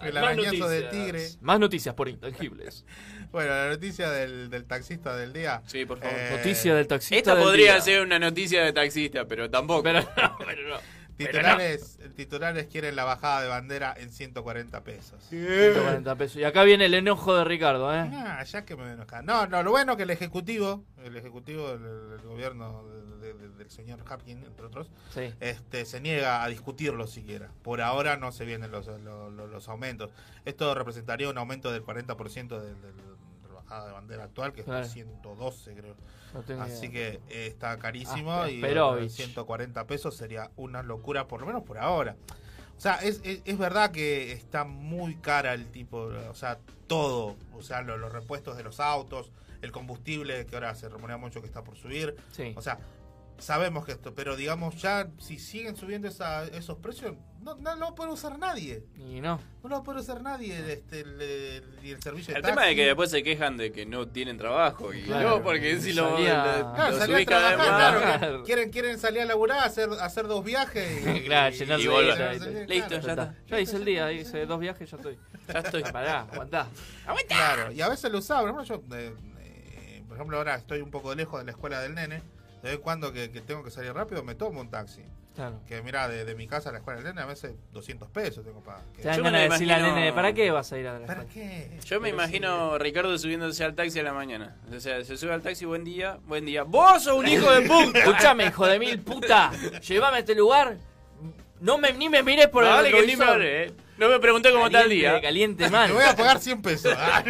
[SPEAKER 10] el
[SPEAKER 9] Más
[SPEAKER 10] arañazo de
[SPEAKER 9] noticias.
[SPEAKER 10] tigre.
[SPEAKER 9] Más noticias por intangibles.
[SPEAKER 10] Bueno, la noticia del, del taxista del día. Eh,
[SPEAKER 11] Sí, por favor.
[SPEAKER 9] Noticia del taxista
[SPEAKER 11] Esta
[SPEAKER 9] del
[SPEAKER 11] podría
[SPEAKER 9] día.
[SPEAKER 11] ser una noticia de taxista, pero tampoco.
[SPEAKER 9] Pero no, pero no.
[SPEAKER 10] Titulares, titulares quieren la bajada de bandera en 140 pesos.
[SPEAKER 9] 140 pesos. Y acá viene el enojo de Ricardo, ¿eh?
[SPEAKER 10] Ah, ya que me enoja. No, no, lo bueno que el Ejecutivo, el Ejecutivo del, del gobierno de- de- del señor Hapkin, entre otros,
[SPEAKER 9] Sí.
[SPEAKER 10] este, se niega a discutirlo siquiera. Por ahora no se vienen los, los, los- los aumentos. Esto representaría un aumento del 40% del, del- de la bajada de bandera actual, que
[SPEAKER 9] Claro.
[SPEAKER 10] es 112, creo.
[SPEAKER 9] No tengo
[SPEAKER 10] Así
[SPEAKER 9] idea.
[SPEAKER 10] que eh, está carísimo
[SPEAKER 9] Ah,
[SPEAKER 10] y
[SPEAKER 9] Asperovich.
[SPEAKER 10] 140 pesos sería una locura, por lo menos por ahora. O sea, es, es, es verdad que está muy cara el tipo, o sea, todo. O sea, lo- los repuestos de los autos, el combustible, que ahora se rumorea mucho que está por subir.
[SPEAKER 9] Sí.
[SPEAKER 10] O sea, sabemos que esto, pero digamos, ya si siguen subiendo esa- esos precios, no, no lo puede usar nadie.
[SPEAKER 9] Y no.
[SPEAKER 10] No lo puede usar nadie, este, el, el- el servicio de
[SPEAKER 11] El tema
[SPEAKER 10] taxi.
[SPEAKER 11] es que después se quejan de que no tienen trabajo. Y
[SPEAKER 9] Claro.
[SPEAKER 11] no, porque si lo,
[SPEAKER 9] Salía-
[SPEAKER 11] lo-
[SPEAKER 10] Claro,
[SPEAKER 11] lo
[SPEAKER 10] salir a
[SPEAKER 11] subís cada vez
[SPEAKER 10] trabajar,
[SPEAKER 11] más.
[SPEAKER 10] claro, que Quieren, quieren salir a laburar, hacer, hacer dos viajes. y-
[SPEAKER 9] Claro,
[SPEAKER 10] y-
[SPEAKER 9] llenarse
[SPEAKER 10] y
[SPEAKER 9] de
[SPEAKER 10] volver.
[SPEAKER 9] guita,
[SPEAKER 10] Llenarse de-
[SPEAKER 9] ¿viste?
[SPEAKER 10] claro.
[SPEAKER 9] Ya hice el día, hice dos viajes, ya estoy.
[SPEAKER 11] Ya estoy.
[SPEAKER 9] Pará, aguantá.
[SPEAKER 10] Claro, y a veces lo usaba. Por ejemplo, yo, eh, eh, por ejemplo, ahora estoy un poco lejos de la escuela del nene. De vez en cuando que, que tengo que salir rápido, me tomo un taxi.
[SPEAKER 9] Claro.
[SPEAKER 10] Que mira, de, de mi casa a la escuela del nene a veces 200 pesos tengo para... que-
[SPEAKER 9] Te dan
[SPEAKER 11] Yo me
[SPEAKER 9] ganas de
[SPEAKER 11] lo
[SPEAKER 9] decirle al
[SPEAKER 11] imagino-
[SPEAKER 9] nene, ¿para qué vas a ir a la escuela?
[SPEAKER 11] Yo me imagino a Ricardo subiéndose al taxi a la mañana. O sea, se sube al taxi, buen día, buen día. ¡Vos sos un hijo de puta!
[SPEAKER 9] Escuchame, hijo de mil puta. Llévame a este lugar. No me, ni me mires por
[SPEAKER 11] Vale
[SPEAKER 9] el
[SPEAKER 11] que ni me
[SPEAKER 9] retrovisor.
[SPEAKER 11] hable, eh. No me pregunté cómo está el
[SPEAKER 9] Caliente,
[SPEAKER 11] día.
[SPEAKER 9] Caliente, man.
[SPEAKER 10] Te voy a pagar 100 pesos. Ah,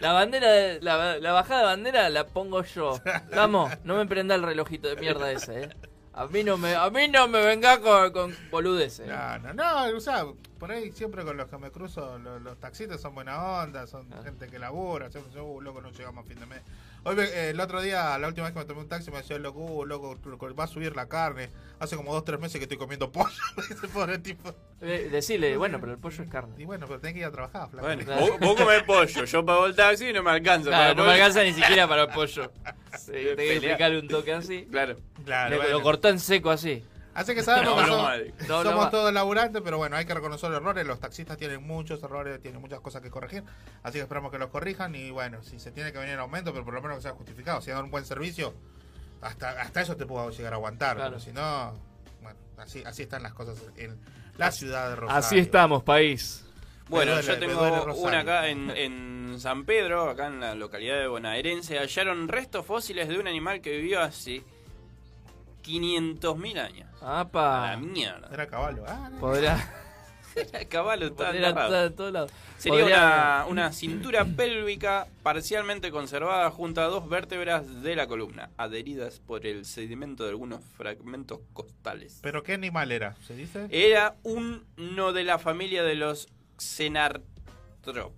[SPEAKER 9] La bandera, de- la, la bajada de bandera la pongo yo. Vamos, no me prenda el relojito de mierda ese, eh. A mí no me, a mí no me venga con, con boludeces.
[SPEAKER 10] No, no, no, o sea, por ahí siempre con los que me cruzo, lo- los, taxistas son buena onda, son
[SPEAKER 9] Ah.
[SPEAKER 10] gente que labura, siempre dicen, "Uh, loco, no llegamos a fin de mes. Hoy me- eh, el otro día, la última vez que me tomé un taxi, me decía, loco, uh, loco, tu- va a subir la carne. Hace como dos, tres meses que estoy comiendo pollo, me dice, pobre tipo.
[SPEAKER 9] Eh, decile, bueno, pero el pollo es carne.
[SPEAKER 10] Y bueno, pero tenés que ir a trabajar, flaco.
[SPEAKER 11] Bueno, vos, vos comés pollo, yo pago el taxi y no me alcanza.
[SPEAKER 9] Claro,
[SPEAKER 11] para
[SPEAKER 9] no me
[SPEAKER 11] comer.
[SPEAKER 9] alcanza ni siquiera para el pollo. Sí, tengo que
[SPEAKER 11] Pelea.
[SPEAKER 9] explicarle un toque así.
[SPEAKER 11] Claro.
[SPEAKER 10] Claro,
[SPEAKER 9] Le-
[SPEAKER 10] bueno.
[SPEAKER 9] Lo cortó en seco así.
[SPEAKER 10] Así que sabemos que somos,
[SPEAKER 9] No, no
[SPEAKER 10] somos
[SPEAKER 9] más.
[SPEAKER 10] todos laburantes, pero bueno, hay que reconocer los errores. Los taxistas tienen muchos errores, tienen muchas cosas que corregir. Así que esperamos que los corrijan y bueno, si se tiene que venir en aumento, pero por lo menos que sea justificado. Si dan un buen servicio, hasta, hasta eso te puedo llegar a aguantar. Pero si no, bueno, así, así están las cosas en la ciudad de Rosario.
[SPEAKER 9] Así estamos, país.
[SPEAKER 11] Bueno,
[SPEAKER 10] Me duele,
[SPEAKER 11] yo
[SPEAKER 10] me duele
[SPEAKER 11] tengo
[SPEAKER 10] Rosario.
[SPEAKER 11] una acá en, en San Pedro, acá en la localidad de Bonaerense, hallaron restos fósiles de un animal que vivió hace 500.000 años.
[SPEAKER 9] Apa.
[SPEAKER 11] A la mierda.
[SPEAKER 10] Era caballo, ah, no.
[SPEAKER 9] Podrá.
[SPEAKER 11] Era caballo, estaba
[SPEAKER 9] Podría
[SPEAKER 11] enterrado.
[SPEAKER 9] estar en todos lados.
[SPEAKER 11] Sería
[SPEAKER 9] Podría-
[SPEAKER 11] una, una cintura pélvica parcialmente conservada junto a dos vértebras de la columna, adheridas por el sedimento de algunos fragmentos costales.
[SPEAKER 10] ¿Pero qué animal era? ¿Se dice?
[SPEAKER 11] Era uno de la familia de los Xenartro.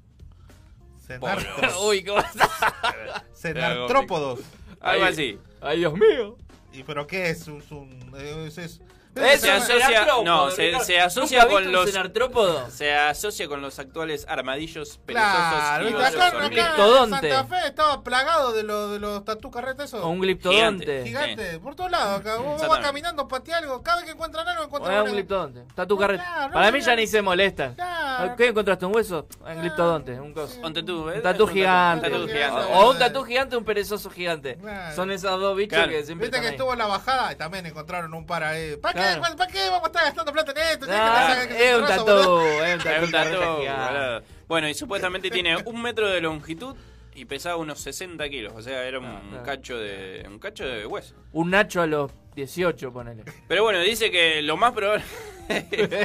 [SPEAKER 10] Xenartros.
[SPEAKER 11] Uy, ¿cómo está?
[SPEAKER 10] Xenartrópodos.
[SPEAKER 11] Algo así.
[SPEAKER 9] Ay, Dios mío.
[SPEAKER 10] ¿Y pero qué es? ¿Un- un- es, es-
[SPEAKER 11] Eh, Se asocia, no, se, se asocia
[SPEAKER 9] ¿Nunca
[SPEAKER 11] con
[SPEAKER 9] viste un
[SPEAKER 11] los
[SPEAKER 9] xenartrópodo?
[SPEAKER 11] se asocia con los actuales armadillos perezosos
[SPEAKER 10] Claro,
[SPEAKER 11] y
[SPEAKER 10] ¿viste?
[SPEAKER 11] osos
[SPEAKER 10] acá, acá en
[SPEAKER 11] hormigas.
[SPEAKER 10] Santa Fe estaba plagado de, los de los tatucarretes esos.
[SPEAKER 9] O un gliptodonte.
[SPEAKER 10] Gigante, por todos lados. Acá. Vos vas
[SPEAKER 9] Exactamente.
[SPEAKER 10] caminando, patea algo. Cada vez que encuentran algo, encuentran
[SPEAKER 9] O es
[SPEAKER 10] una-
[SPEAKER 9] un gliptodonte. Está tu
[SPEAKER 10] No,
[SPEAKER 9] carrete.
[SPEAKER 10] claro,
[SPEAKER 9] Para
[SPEAKER 10] no,
[SPEAKER 9] mí
[SPEAKER 10] no,
[SPEAKER 9] ya
[SPEAKER 10] no.
[SPEAKER 9] ni se molesta.
[SPEAKER 10] Claro.
[SPEAKER 9] ¿Qué encontraste? ¿Un hueso? Un gliptodonte. Un, coso.
[SPEAKER 11] Un tatú, ¿eh?
[SPEAKER 9] Un tatú
[SPEAKER 11] Un
[SPEAKER 9] gigante.
[SPEAKER 11] tatú gigante.
[SPEAKER 9] O un tatú gigante un perezoso gigante.
[SPEAKER 10] Claro.
[SPEAKER 9] Son esos dos bichos
[SPEAKER 11] Claro.
[SPEAKER 9] que siempre.
[SPEAKER 10] Viste que
[SPEAKER 9] están ahí.
[SPEAKER 10] estuvo en la bajada y también encontraron un par ahí. ¿Para
[SPEAKER 9] Claro.
[SPEAKER 10] qué? ¿Para qué vamos a estar gastando plata en esto? Tiene que
[SPEAKER 9] Ah,
[SPEAKER 10] pasar que se
[SPEAKER 9] es un
[SPEAKER 10] trazo,
[SPEAKER 9] tatú.
[SPEAKER 10] boludo.
[SPEAKER 9] Es un
[SPEAKER 11] Es
[SPEAKER 9] tatú.
[SPEAKER 11] un tatú,
[SPEAKER 9] gigante.
[SPEAKER 11] boludo. Bueno, y supuestamente tiene un metro de longitud y pesaba unos 60 kilos. O sea, era un,
[SPEAKER 9] Ah, claro.
[SPEAKER 11] cacho de un cacho de hueso.
[SPEAKER 9] Un Nacho a los 18, ponele.
[SPEAKER 11] Pero bueno, dice que lo más probable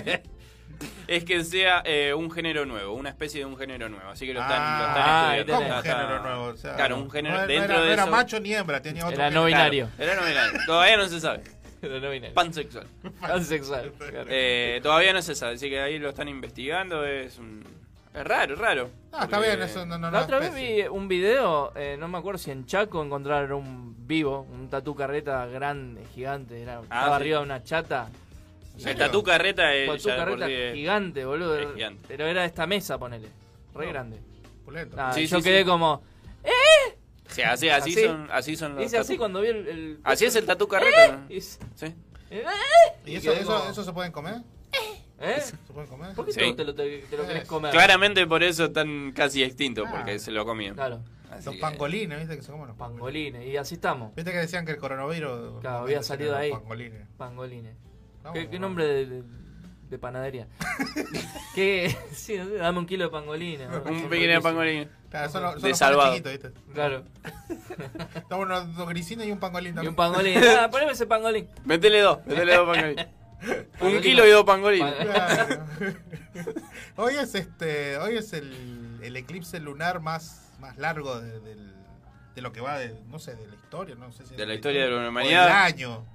[SPEAKER 11] es que sea eh, un género nuevo, una especie de un género nuevo. Así que lo están, lo están
[SPEAKER 9] Ah, ahí
[SPEAKER 11] estudiando.
[SPEAKER 9] tenés. ¿Cómo
[SPEAKER 11] Está-
[SPEAKER 9] un
[SPEAKER 11] está-
[SPEAKER 9] género nuevo? O sea,
[SPEAKER 11] claro, un género
[SPEAKER 10] no era-
[SPEAKER 11] dentro
[SPEAKER 10] no era,
[SPEAKER 11] de
[SPEAKER 10] no era
[SPEAKER 11] eso-
[SPEAKER 10] macho ni hembra, tenía otro.
[SPEAKER 9] Era
[SPEAKER 10] género.
[SPEAKER 9] no binario.
[SPEAKER 11] Claro, era no binario. Todavía no se sabe.
[SPEAKER 9] Pero no vine.
[SPEAKER 11] Pansexual.
[SPEAKER 9] Pansexual. claro.
[SPEAKER 11] Eh, todavía no se sabe, así que ahí lo están investigando. Es, un- es raro, es raro.
[SPEAKER 10] Ah, está
[SPEAKER 11] Porque-
[SPEAKER 10] bien, eso no, no,
[SPEAKER 9] la
[SPEAKER 10] no
[SPEAKER 9] otra
[SPEAKER 10] es
[SPEAKER 9] vez vi un video, eh, no me acuerdo si en Chaco encontraron un vivo, un tatú carreta grande, gigante, era, estaba
[SPEAKER 11] Ah, sí.
[SPEAKER 9] arriba de una chata.
[SPEAKER 11] El tatú carreta es
[SPEAKER 9] Tatú
[SPEAKER 11] ya de
[SPEAKER 9] carreta
[SPEAKER 11] por sí es-
[SPEAKER 9] gigante, boludo.
[SPEAKER 11] es gigante.
[SPEAKER 9] Pero era esta mesa, ponele. Re grande.
[SPEAKER 10] Pulento.
[SPEAKER 9] Nada,
[SPEAKER 11] Sí,
[SPEAKER 9] yo
[SPEAKER 11] sí,
[SPEAKER 9] quedé
[SPEAKER 11] sí.
[SPEAKER 9] como.
[SPEAKER 11] Sí, así, así,
[SPEAKER 9] Así.
[SPEAKER 11] Son, así son los
[SPEAKER 9] Hice así
[SPEAKER 11] tatú.
[SPEAKER 9] cuando vi el. el-
[SPEAKER 11] Así es el tatú carreta.
[SPEAKER 9] Y s-
[SPEAKER 11] Sí.
[SPEAKER 9] ¿Eh?
[SPEAKER 10] ¿Y
[SPEAKER 9] Y
[SPEAKER 10] eso,
[SPEAKER 9] quedé
[SPEAKER 10] eso,
[SPEAKER 9] como,
[SPEAKER 10] eso se pueden comer?
[SPEAKER 9] ¿Eh?
[SPEAKER 10] ¿Se pueden comer?
[SPEAKER 9] ¿Por qué
[SPEAKER 11] Sí.
[SPEAKER 9] te lo, te, te lo querés comer? Ah.
[SPEAKER 11] Claramente por eso están casi extintos, porque se lo comían.
[SPEAKER 9] Claro.
[SPEAKER 11] Así
[SPEAKER 10] Los
[SPEAKER 11] que-
[SPEAKER 10] pangolines, ¿viste que se comen los pangolines?
[SPEAKER 9] Pangolines, y así estamos.
[SPEAKER 10] ¿Viste que decían que el coronavirus.
[SPEAKER 9] Claro, había
[SPEAKER 10] los
[SPEAKER 9] salido ahí.
[SPEAKER 10] Pangolines.
[SPEAKER 9] Pangolines.
[SPEAKER 10] No,
[SPEAKER 9] ¿Qué, qué
[SPEAKER 10] bueno.
[SPEAKER 9] nombre de, de- de panadería? ¿Qué? Sí, no sé, dame un kilo de pangolines. ¿no? Son
[SPEAKER 11] Un pequeño de
[SPEAKER 9] riquísimos.
[SPEAKER 11] pangolín.
[SPEAKER 10] Claro, son los, son
[SPEAKER 11] De
[SPEAKER 10] los
[SPEAKER 11] salvado.
[SPEAKER 10] panes chiquitos, ¿viste?
[SPEAKER 9] Claro.
[SPEAKER 10] Está bueno, dos grisines y un pangolín
[SPEAKER 9] Y
[SPEAKER 10] también.
[SPEAKER 9] un pangolín. Ah, poneme ese pangolín.
[SPEAKER 11] Metele dos, metele dos pangolín. Un
[SPEAKER 9] Pangolín.
[SPEAKER 11] kilo y dos pangolín.
[SPEAKER 10] Claro. hoy es este, hoy es el, el eclipse lunar más, más largo de, del- de lo que va de, no sé, de la historia, no sé si
[SPEAKER 11] De la historia de la
[SPEAKER 10] o
[SPEAKER 11] humanidad.
[SPEAKER 10] del año,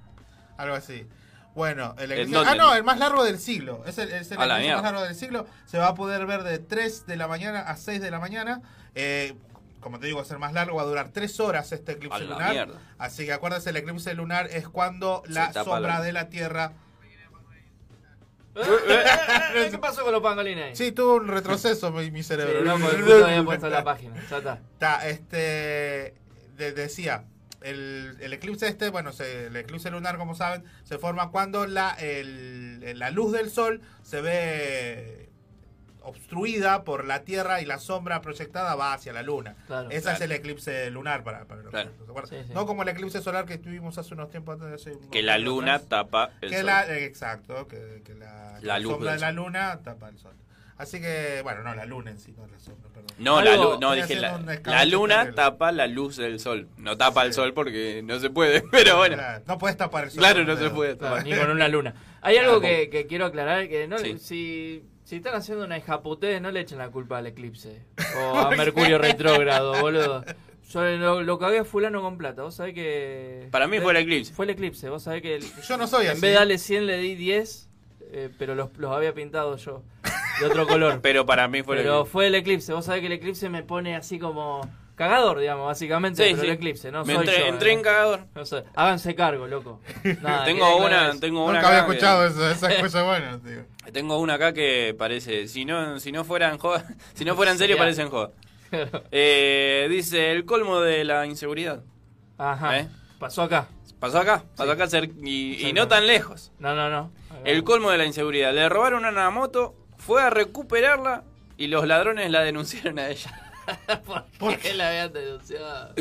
[SPEAKER 10] algo así. Bueno, el
[SPEAKER 11] ¿En
[SPEAKER 10] eclipse,
[SPEAKER 11] dónde?
[SPEAKER 10] ah no, el más largo del siglo, es el, es el
[SPEAKER 11] A
[SPEAKER 10] eclipse
[SPEAKER 11] la
[SPEAKER 10] más
[SPEAKER 11] mierda.
[SPEAKER 10] largo del siglo, se va a poder ver de 3 de la mañana a 6 de la mañana. Eh, como te digo, va a ser más largo, va a durar 3 horas este
[SPEAKER 11] A
[SPEAKER 10] eclipse
[SPEAKER 11] la
[SPEAKER 10] lunar.
[SPEAKER 11] mierda.
[SPEAKER 10] Así que acuérdense, el eclipse lunar es cuando la
[SPEAKER 11] tapa
[SPEAKER 10] sombra
[SPEAKER 11] la-
[SPEAKER 10] de la Tierra
[SPEAKER 9] Eh, ¿Qué pasó con los pangolines ahí?
[SPEAKER 10] Sí, tuvo un retroceso mi, mi
[SPEAKER 9] Sí,
[SPEAKER 10] cerebro.
[SPEAKER 9] no, porque justo había puesto la página. Ya está.
[SPEAKER 10] Está, este. de- decía. El, el eclipse este, bueno, se- el eclipse lunar, como saben, se forma cuando la, el- la luz del sol se ve obstruida por la Tierra y la sombra proyectada va hacia la Luna.
[SPEAKER 9] Claro.
[SPEAKER 10] Ese
[SPEAKER 11] Claro.
[SPEAKER 10] es el eclipse lunar, para, para los que
[SPEAKER 11] Claro.
[SPEAKER 10] se acuerdan.
[SPEAKER 9] Sí, sí.
[SPEAKER 10] No como el eclipse solar que tuvimos hace unos tiempos antes. hace unos
[SPEAKER 11] Que la
[SPEAKER 10] años
[SPEAKER 11] luna
[SPEAKER 10] atrás.
[SPEAKER 11] tapa el
[SPEAKER 10] Que
[SPEAKER 11] sol.
[SPEAKER 10] la- eh, exacto, que, que la,
[SPEAKER 11] La
[SPEAKER 10] la
[SPEAKER 11] luz
[SPEAKER 10] sombra de
[SPEAKER 11] del
[SPEAKER 10] la
[SPEAKER 11] sol.
[SPEAKER 10] luna tapa el sol. Así que, bueno, no, la luna en sí, no la sombra, perdón.
[SPEAKER 11] No, la
[SPEAKER 9] Algo-
[SPEAKER 11] luna, no,
[SPEAKER 10] Estoy
[SPEAKER 11] dije la,
[SPEAKER 10] haciendo un
[SPEAKER 11] la
[SPEAKER 10] escabeche
[SPEAKER 11] luna
[SPEAKER 10] terrible.
[SPEAKER 11] tapa la luz del sol. No tapa el sol porque no se puede, pero bueno.
[SPEAKER 10] Claro, Eh, No puedes tapar el sol.
[SPEAKER 11] Claro,
[SPEAKER 10] con
[SPEAKER 11] no
[SPEAKER 10] un
[SPEAKER 11] se
[SPEAKER 10] dedo.
[SPEAKER 11] puede
[SPEAKER 9] Claro,
[SPEAKER 11] tapar.
[SPEAKER 9] ni con una luna. Hay algo
[SPEAKER 11] Claro.
[SPEAKER 9] que, que quiero aclarar, que no,
[SPEAKER 11] Sí.
[SPEAKER 9] si, si están haciendo una hijaputé, no le echen la culpa al eclipse o a Mercurio retrógrado, boludo. Yo lo, lo cagué a fulano con plata, vos sabés que...
[SPEAKER 11] Para mí fue el eclipse.
[SPEAKER 9] Fue el eclipse, vos sabés que... el-
[SPEAKER 10] Yo no soy
[SPEAKER 9] en
[SPEAKER 10] así.
[SPEAKER 9] vez de darle 100 le di 10, eh, pero los, los había pintado yo. de otro color.
[SPEAKER 11] Pero para mí fue el
[SPEAKER 9] Pero
[SPEAKER 11] eclipse.
[SPEAKER 9] fue el eclipse. Vos sabés que el eclipse me pone así como cagador, digamos, básicamente.
[SPEAKER 11] Sí,
[SPEAKER 9] pero
[SPEAKER 11] sí.
[SPEAKER 9] el eclipse, ¿no?
[SPEAKER 11] Me
[SPEAKER 9] soy
[SPEAKER 11] entré-
[SPEAKER 9] yo,
[SPEAKER 11] entré
[SPEAKER 9] ¿no?
[SPEAKER 11] en cagador.
[SPEAKER 9] No soy- Háganse cargo, loco. Nada,
[SPEAKER 11] tengo
[SPEAKER 9] que-
[SPEAKER 11] una, tengo una
[SPEAKER 10] Nunca había
[SPEAKER 11] acá que-
[SPEAKER 10] escuchado eso, esas cosas buenas, tío.
[SPEAKER 11] Tengo una acá que parece, si no, si no fueran joda, si no fueran serio
[SPEAKER 9] Sería.
[SPEAKER 11] parecen joda. Eh, dice el colmo de la inseguridad.
[SPEAKER 9] Ajá.
[SPEAKER 11] ¿Eh?
[SPEAKER 9] Pasó acá.
[SPEAKER 11] Pasó acá, pasó acá cer- y, y no tan lejos.
[SPEAKER 9] No, no, no.
[SPEAKER 11] El colmo de la inseguridad. Le robaron una moto, fue a recuperarla y los ladrones la denunciaron a ella.
[SPEAKER 9] ¿Por qué la habían denunciado?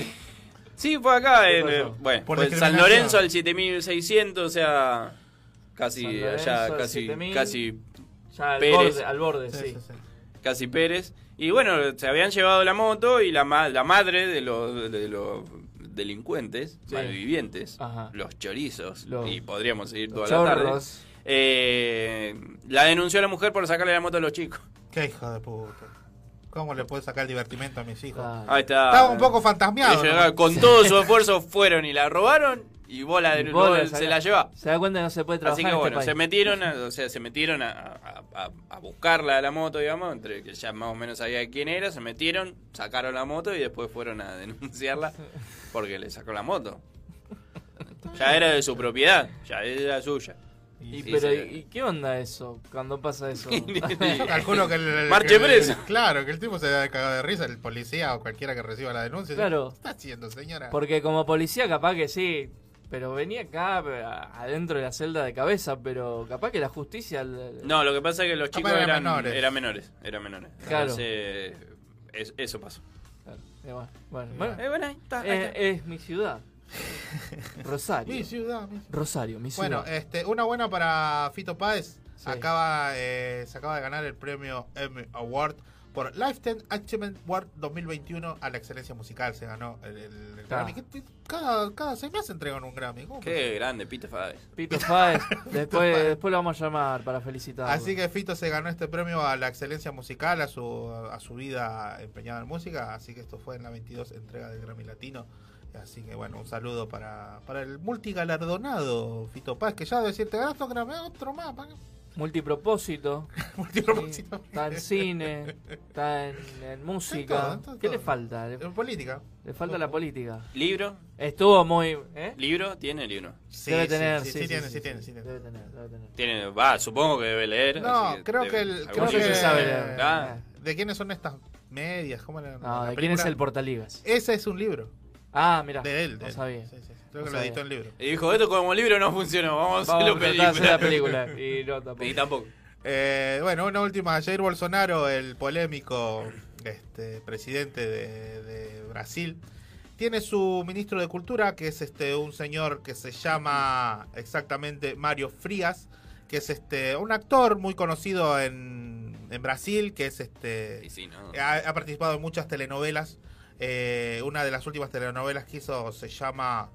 [SPEAKER 11] Sí, fue acá.
[SPEAKER 9] ¿Qué
[SPEAKER 11] en,
[SPEAKER 9] pasó?
[SPEAKER 11] eh, bueno,
[SPEAKER 9] Por
[SPEAKER 11] fue en San
[SPEAKER 9] discriminación.
[SPEAKER 11] Lorenzo al 7600, o sea, casi
[SPEAKER 9] San Lorenzo
[SPEAKER 11] allá,
[SPEAKER 9] al
[SPEAKER 11] casi,
[SPEAKER 9] 7000.
[SPEAKER 11] casi
[SPEAKER 9] Ya al
[SPEAKER 11] Pérez.
[SPEAKER 9] borde, al borde, sí.
[SPEAKER 11] Casi Pérez. Y bueno, se habían llevado la moto y la, ma- la madre de los, de los delincuentes,
[SPEAKER 9] Sí.
[SPEAKER 11] malvivientes,
[SPEAKER 9] Ajá.
[SPEAKER 11] los chorizos,
[SPEAKER 9] Los-
[SPEAKER 11] y podríamos seguir toda
[SPEAKER 9] los
[SPEAKER 11] la tarde.
[SPEAKER 9] chorros.
[SPEAKER 11] eh, la denunció a la mujer por sacarle la moto a los chicos.
[SPEAKER 10] Qué hija de puta. ¿Cómo le puedo sacar el divertimento a mis hijos?
[SPEAKER 11] Ahí está.
[SPEAKER 10] Estaba un poco fantasmeado.
[SPEAKER 11] Ellos
[SPEAKER 10] ¿no?
[SPEAKER 11] llegaron, Con todo su esfuerzo fueron y la robaron y vos la
[SPEAKER 9] Y
[SPEAKER 11] denun-
[SPEAKER 9] vos
[SPEAKER 11] vos
[SPEAKER 9] la
[SPEAKER 11] se
[SPEAKER 9] sacás.
[SPEAKER 11] la llevás.
[SPEAKER 9] Se da cuenta que no se puede trabajar
[SPEAKER 11] Así que
[SPEAKER 9] en este
[SPEAKER 11] bueno,
[SPEAKER 9] país.
[SPEAKER 11] se metieron, a, o sea, se metieron a, a- a- a buscarla de la moto, digamos, entre que ya más o menos sabía quién era, se metieron, sacaron la moto y después fueron a denunciarla porque le sacó la moto. Ya era de su propiedad, ya era suya.
[SPEAKER 9] Y,
[SPEAKER 11] Sí,
[SPEAKER 9] pero,
[SPEAKER 11] se-
[SPEAKER 9] ¿y qué onda eso? Cuando pasa eso.
[SPEAKER 10] Yo calculo que el, el-
[SPEAKER 11] Marche
[SPEAKER 10] que-
[SPEAKER 11] preso.
[SPEAKER 10] Claro, que el tipo se da cagado de risa, el policía o cualquiera que reciba la denuncia.
[SPEAKER 9] Claro.
[SPEAKER 10] ¿Qué está haciendo, señora?
[SPEAKER 9] Porque como policía capaz que sí, pero venía acá a- adentro de la celda de cabeza, pero capaz que la justicia... el-
[SPEAKER 11] No, lo que pasa es que los chicos
[SPEAKER 9] eran
[SPEAKER 11] eran
[SPEAKER 9] menores.
[SPEAKER 11] menores. Eran menores, eran menores.
[SPEAKER 9] Claro.
[SPEAKER 11] Entonces, es- eso pasó.
[SPEAKER 9] eh, bueno, bueno, bueno.
[SPEAKER 11] Eh, bueno, ahí está, ahí
[SPEAKER 9] Eh,
[SPEAKER 11] está.
[SPEAKER 9] es mi ciudad. Rosario.
[SPEAKER 10] Mi ciudad, mi ciudad.
[SPEAKER 9] Rosario, mi ciudad.
[SPEAKER 10] Bueno, este, una buena para Fito Páez. Acaba, eh, se acaba de ganar el premio Emmy Award por Lifetime Achievement Award 2021 a la excelencia musical. Se ganó el, el- el
[SPEAKER 9] Ta.
[SPEAKER 10] Grammy. Que te- cada, cada seis meses entregan un Grammy. ¿Cómo?
[SPEAKER 9] pues.
[SPEAKER 11] Qué grande, Pito Fades.
[SPEAKER 9] Pito Fáez, después,
[SPEAKER 10] Fáez.
[SPEAKER 9] después lo vamos a llamar para felicitarlo.
[SPEAKER 10] Así que Fito se ganó este premio a la excelencia musical, a su, a su vida empeñada en música. Así que esto fue en la 22 entrega del Grammy Latino. Así que bueno, un saludo para, para el multigalardonado Fito Paz, que ya debe decirte, ganaste un Grammy, otro más. pa".
[SPEAKER 9] Multipropósito.
[SPEAKER 10] Multipropósito.
[SPEAKER 9] Sí, Está en cine, está en, en música.
[SPEAKER 10] Está en todo, está en
[SPEAKER 9] ¿Qué
[SPEAKER 10] todo.
[SPEAKER 9] le falta? Le-
[SPEAKER 10] En política.
[SPEAKER 9] Le falta la política.
[SPEAKER 11] ¿Libro?
[SPEAKER 9] Estuvo muy... ¿eh?
[SPEAKER 11] ¿Libro? ¿Tiene libro?
[SPEAKER 9] debe tener, sí, sí,
[SPEAKER 10] tiene,
[SPEAKER 9] sí,
[SPEAKER 10] sí
[SPEAKER 9] sí,
[SPEAKER 10] tiene,
[SPEAKER 9] sí,
[SPEAKER 10] sí tiene.
[SPEAKER 9] Debe tener, debe tener.
[SPEAKER 11] Tiene, va, supongo que debe leer.
[SPEAKER 10] No,
[SPEAKER 11] así
[SPEAKER 10] creo
[SPEAKER 11] debe-
[SPEAKER 10] que el-
[SPEAKER 11] algún
[SPEAKER 10] creo
[SPEAKER 11] libro
[SPEAKER 10] que-
[SPEAKER 11] se sabe leer. Ah,
[SPEAKER 10] ¿De quiénes son estas medias? ¿Cómo eran?
[SPEAKER 9] No,
[SPEAKER 10] La
[SPEAKER 9] ¿de quién es
[SPEAKER 10] película-
[SPEAKER 9] el portaligas?
[SPEAKER 10] Ese es un libro.
[SPEAKER 9] Ah, mira.
[SPEAKER 10] De él, de
[SPEAKER 9] No
[SPEAKER 10] él.
[SPEAKER 9] sabía.
[SPEAKER 10] Sí, sí, sí. Creo
[SPEAKER 9] No
[SPEAKER 10] que lo
[SPEAKER 9] sabía.
[SPEAKER 10] editó en libro.
[SPEAKER 11] Y dijo, esto como libro no funcionó, vamos, a hacerlo
[SPEAKER 9] Vamos a tratar de
[SPEAKER 11] película.
[SPEAKER 9] hacer la película. Y no, tampoco.
[SPEAKER 11] Y tampoco.
[SPEAKER 10] Eh, bueno, una última. Jair Bolsonaro, el polémico este, presidente de, de Brasil, tiene su ministro de Cultura, que es este un señor que se llama exactamente Mario Frías, que es este un actor muy conocido en, en Brasil, que es este ha, ha participado en muchas telenovelas. Eh, una de las últimas telenovelas que hizo se llama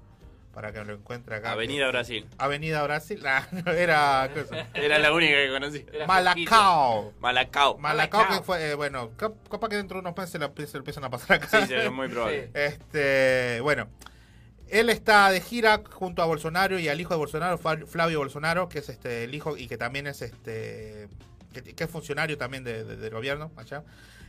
[SPEAKER 10] para que lo encuentre acá.
[SPEAKER 11] Avenida Brasil.
[SPEAKER 10] Avenida Brasil. Ah, no, era cosa.
[SPEAKER 11] Era la única que conocí.
[SPEAKER 10] Malacao.
[SPEAKER 11] Malacao.
[SPEAKER 10] Malacao, que fue, eh, bueno, cap- capaz que dentro de unos meses se lo, empiece- lo empiezan a pasar acá.
[SPEAKER 11] Sí, sí, es muy probable.
[SPEAKER 10] Este, bueno, él está de gira junto a Bolsonaro y al hijo de Bolsonaro, Fa- Flavio Bolsonaro, que es este el hijo y que también es este que, que es funcionario también de- de- del gobierno allá.